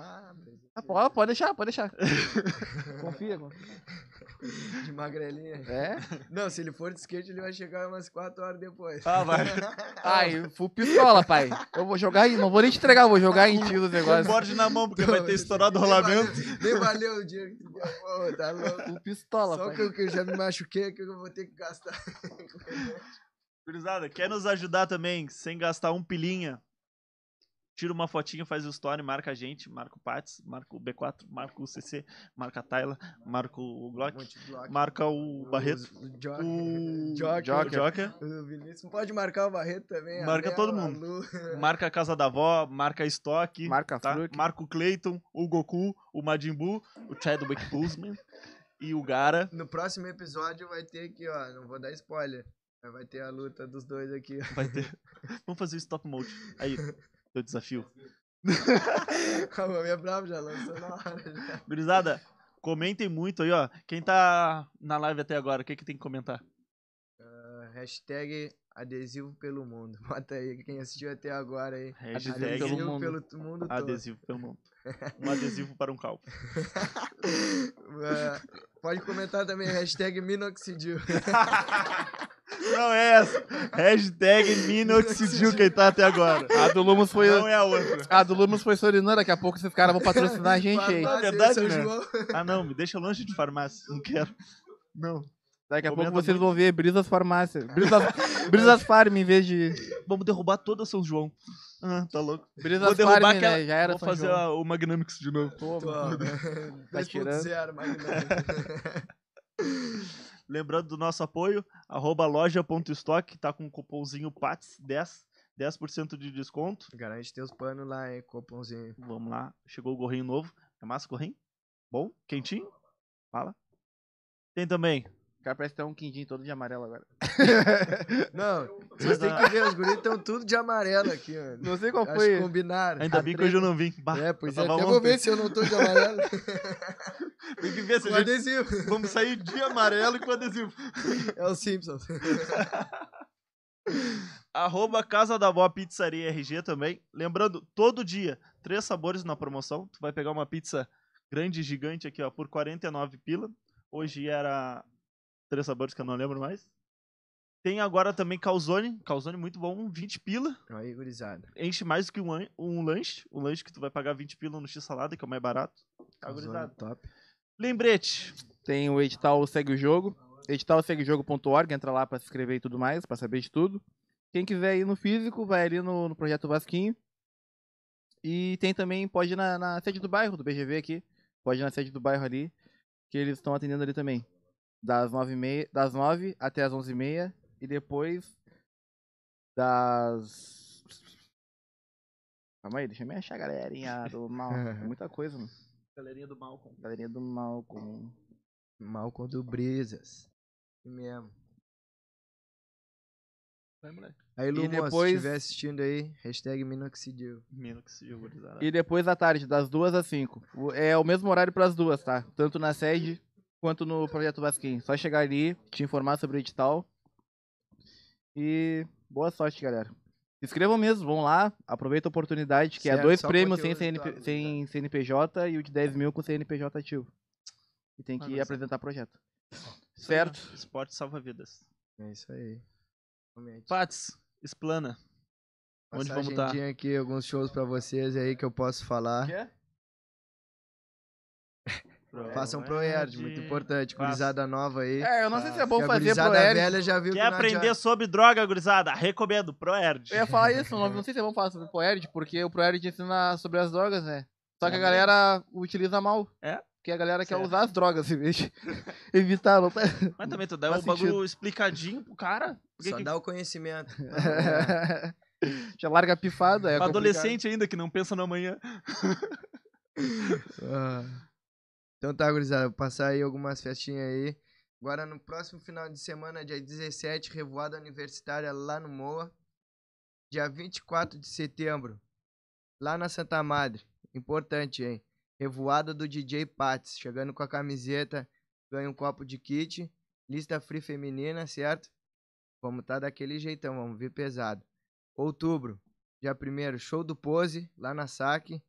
Ah, presente Ah, pode, pode deixar, pode deixar. confia, confia. de magrelinha. É? Não, se ele for de skate, ele vai chegar umas 4 horas depois. Ah, vai. Ai, full pistola, pai. Eu vou jogar aí, não vou nem te entregar, eu vou jogar em ti o Com o negócio. borde um na mão, porque vai ter estourado o Nem valeu- rolamento. Nem valeu o dinheiro que tu gastou, tá louco? Full pistola, Só pai. que eu, que eu já me machuquei, que eu vou ter que gastar. Gurizada, quer nos ajudar também, sem gastar um pilinha? Tira uma fotinha, faz o story, marca a gente, marca o Pats, marca o B4, marca o CC, marca a Tayla, marca o Glock, Multiblock. marca o Barreto, O Jock. o Joker. Joker, Joker, O Vinícius. Pode marcar o Barreto também. a Marca Mel, todo a mundo. Lu. marca a Casa da Vó, marca a Stock, Marca a tá? Fruc. marca o Clayton, o Goku, o Majin Buu, o Chadwick Boseman e o Gara. No próximo episódio vai ter aqui, ó. Não vou dar spoiler. mas Vai ter a luta dos dois aqui. ó. Vai ter... Vamos fazer o stop mode. Aí, teu desafio. O homem é bravo, já lançou na hora. Já. Gurizada, comentem muito aí, ó. Quem tá na live até agora, o que, que tem que comentar? Ah, hashtag adesivo pelo mundo. Bota aí quem assistiu até agora aí. Adesivo Hashtag pelo Adesivo mundo. pelo, mundo todo. adesivo pelo mundo. Um adesivo para um calvo. Ah, Pode comentar também, hashtag minoxidil. Não é essa. Hashtag minoxidil quem tá até agora. A do Lumos foi. Não é a outra. A Ah, do Lumos foi Sorinã, daqui a pouco esses caras vão patrocinar a gente aí. É Farmácia, verdade, seu né? João. Ah, não, me deixa longe de farmácia. Não quero. Não. Daqui a pouco Comenta vocês vão ver Brisas Farmácia. Brisas, Brisas Farm em vez de. Vamos derrubar toda São João. Ah, tá louco. Brisas Vou derrubar Farm, aquela- né? Já era Vou São fazer João. a- o Magnamics de novo. Tua- Tá tirando. 3.0, Magnum. Lembrando do nosso apoio, arroba loja.stock, tá com o cupomzinho PATS10, 10% de desconto. Garante teus panos lá, hein, copãozinho. Vamos lá, chegou o gorrinho novo. É massa o gorrinho? Bom? Quentinho? Fala. Tem também. O cara parece ter um quindim todo de amarelo agora. Não, vocês têm que ver, os guris estão tudo de amarelo aqui, mano. Não sei qual Acho que foi. combinaram. Ainda bem que hoje eu não vim. Bah, É, pois eu é, tava até vou ontem. ver se eu não tô de amarelo. Tem que ver se Com a gente... adesivo. Vamos sair de amarelo e com adesivo. É o Simpsons. Arroba Casa da Vó Pizzaria RG também. Lembrando, todo dia, três sabores na promoção. Tu vai pegar uma pizza grande, gigante aqui, ó, por 49 pila. Hoje era três sabores que eu não lembro mais. Tem agora também calzone. Calzone muito bom, 20 pila. Aí, gurizada. Enche mais do que um, an- um lanche. Um lanche que tu vai pagar 20 pila no X-Salada, que é o mais barato. Tá Calzone gurizada. top. Lembrete. Tem o edital Segue o Jogo, editalseguejogo.org, entra lá pra se inscrever e tudo mais, pra saber de tudo. Quem quiser ir no físico, vai ali no, no Projeto Vasquinho. E tem também, pode ir na, na sede do bairro, do BGV aqui, pode ir na sede do bairro ali, que eles estão atendendo ali também. Das 9, e meia, das 9 até as 11 e meia, e depois das... Calma aí, deixa eu me achar, galerinha do mal. É Muita coisa, mano. Galerinha do Malcolm. Galerinha do mal com... Malcom do Brisas. Isso Mesmo. Vai, moleque. Aí, Lumos, depois- se estiver assistindo aí, hashtag minoxidil. Menos que se gurizada. E depois à tarde, das duas às cinco. O- É o mesmo horário para as duas, tá? Tanto na sede quanto no Projeto Vasquim. Só chegar ali, te informar sobre o edital. E boa sorte, galera. Se inscrevam mesmo, vão lá, aproveita a oportunidade, que é Certo, dois só prêmios sem, conteúdo CNP top, sem CNPJ e o de 10 mil com CNPJ ativo. E tem que Maravilha. apresentar projeto. Isso aí, ó. Certo. Esporte salva vidas. É isso aí. Realmente. Pats, explana. onde vamos tá? Passagendinha aqui, alguns shows pra vocês aí que eu posso falar. Quê? Façam É, um pro Erd, muito importante. Faça. Gurizada nova aí. É, eu não sei se é bom Que Tá. a fazer gurizada pro Eric. velha já viu que Quer não aprender adianta. sobre droga, gurizada? Recomendo, ProErd. Eu ia falar isso, não, não sei se é bom falar sobre o Proerd, porque o Proerd ensina sobre as drogas, né? Só que a galera utiliza mal. É? Porque a galera quer Certo. usar as drogas em vez de evitar a luta. Mas também tu dá Faz um bagulho explicadinho pro cara. Porque Só que- dá o conhecimento. Já larga a pifada. É pra complicado. adolescente ainda que não pensa no amanhã. Ah. Então tá, gurizada, vou passar aí algumas festinhas aí. Agora no próximo final de semana, dia 17, revoada universitária lá no Moa. Dia 24 de setembro, lá na Santa Madre. Importante, hein? Revoada do DJ Pats, chegando com a camiseta, ganha um copo de kit, lista free feminina, certo? Vamos tá daquele jeitão, vamos vir pesado. Outubro, dia 1 show do Pose, lá na Saque.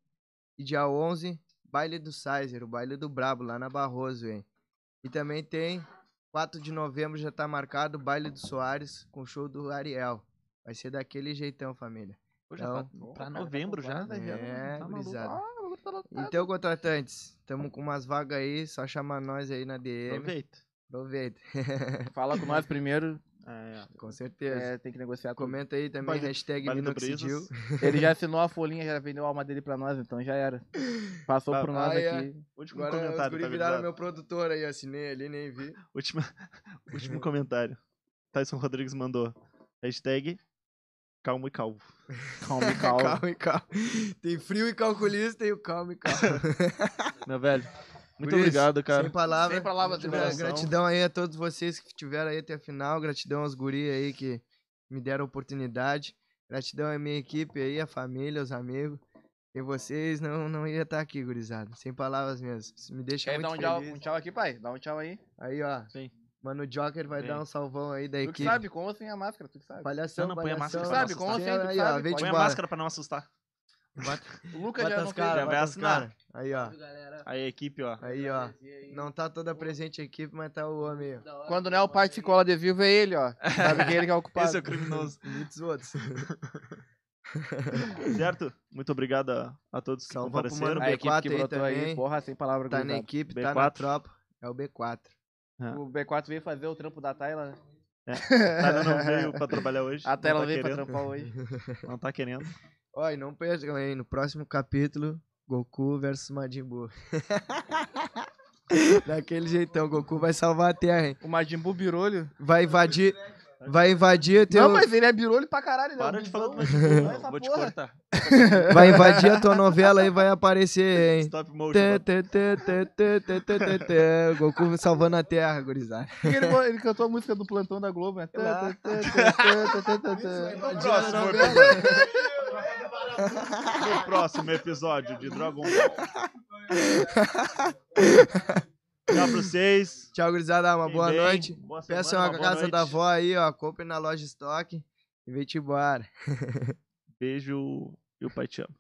E dia 11, baile do Sizer, o baile do Brabo, lá na Barroso, hein? E também tem 4 de novembro já tá marcado o baile do Soares com o show do Ariel. Vai ser daquele jeitão, família. Pô, já Então, tá- pra novembro já. É, já maluco. gurizada. Ah, então contratantes, estamos com umas vagas aí, só chamar nós aí na DM. Aproveita. Aproveita. Fala com nós primeiro. É, com certeza. é, tem que negociar com Comenta aí também, Baile- hashtag baile do Minoxidil. Brisas. Ele já assinou a folhinha, já vendeu a alma dele pra nós, então já era. Passou Tá. por nós Ah, é. aqui. Último Agora os comentário, guri tá viraram gurizada? meu produtor aí, eu assinei ali, nem vi. Última- Último comentário. Tyson Rodrigues mandou. Hashtag calmo e calvo. Calma, calma. Calma e calma. Tem frio e calculista e o calma e calma. Meu velho. Muito Guris, obrigado, cara. Sem palavras. Sem palavras, Gra- de coração. Gratidão aí a todos vocês que tiveram aí até a final. Gratidão aos guri aí que me deram a oportunidade. Gratidão à minha equipe aí, a família, os amigos. E vocês não, não ia estar aqui, gurizada. Sem palavras mesmo. Isso me deixa Quer dar muito um tchau, feliz. um tchau aqui, pai? Dá um tchau aí. Aí, ó. Sim. Mano, o Joker vai Sim. dar um salvão aí da Tu que equipe. sabe, como sem a máscara, tu que sabe. Palhação, Não, não, põe a palhação. máscara pra não Sabe, assustar. como assim, tu Aí, ó, sabe, vem de Põe a bola. máscara pra não assustar. Bota, O Lucas bota já as não caras, já vai bota as assinar. caras. Aí, ó. galera. A equipe, ó. Aí, ó. Não tá toda presente a equipe, mas tá o homem. aí, ó. Quando não é o pai que se cola de vivo, é ele, ó. Sabe que ele que é o culpado. Esse é o criminoso. Muitos outros. certo? Muito obrigado a, a todos que Salva pro compareceram. mano A equipe B4 que aí brotou aí, também. porra, sem palavra Tá na gurizada. equipe, tá na B4. tropa. É o B4. O B4 veio fazer o trampo da Tayla. né? Tyler não veio pra trabalhar hoje. A Tayla um não tá veio pra querendo, trampar hoje. Não tá querendo. Ó, e não percam aí, no próximo capítulo, Goku versus Majin Buu. Daquele jeitão, Goku vai salvar a Terra, hein? O Majin Buu birolho. Vai invadir, vai invadir teu, Não, mas ele é birolho pra caralho, né? Para de falar do Majin Magic essa Vou te porra. cortar. vai invadir a tua novela e vai aparecer, hein? Stop motion. Tê, tê, tê, tê, tê, tê, tê, tê, tê. Goku salvando a Terra, gurizada. ele, ele cantou a música do plantão da Globo, né? No Claro. próximo, episódio- no próximo episódio de Dragon Ball. Tchau pra vocês. Tchau, gurizada. Uma Fiquem boa bem. noite. Boa Peça semana, uma boa casa noite. da avó aí, ó. Compre na loja estoque e vem te embora. Beijo e o pai te ama.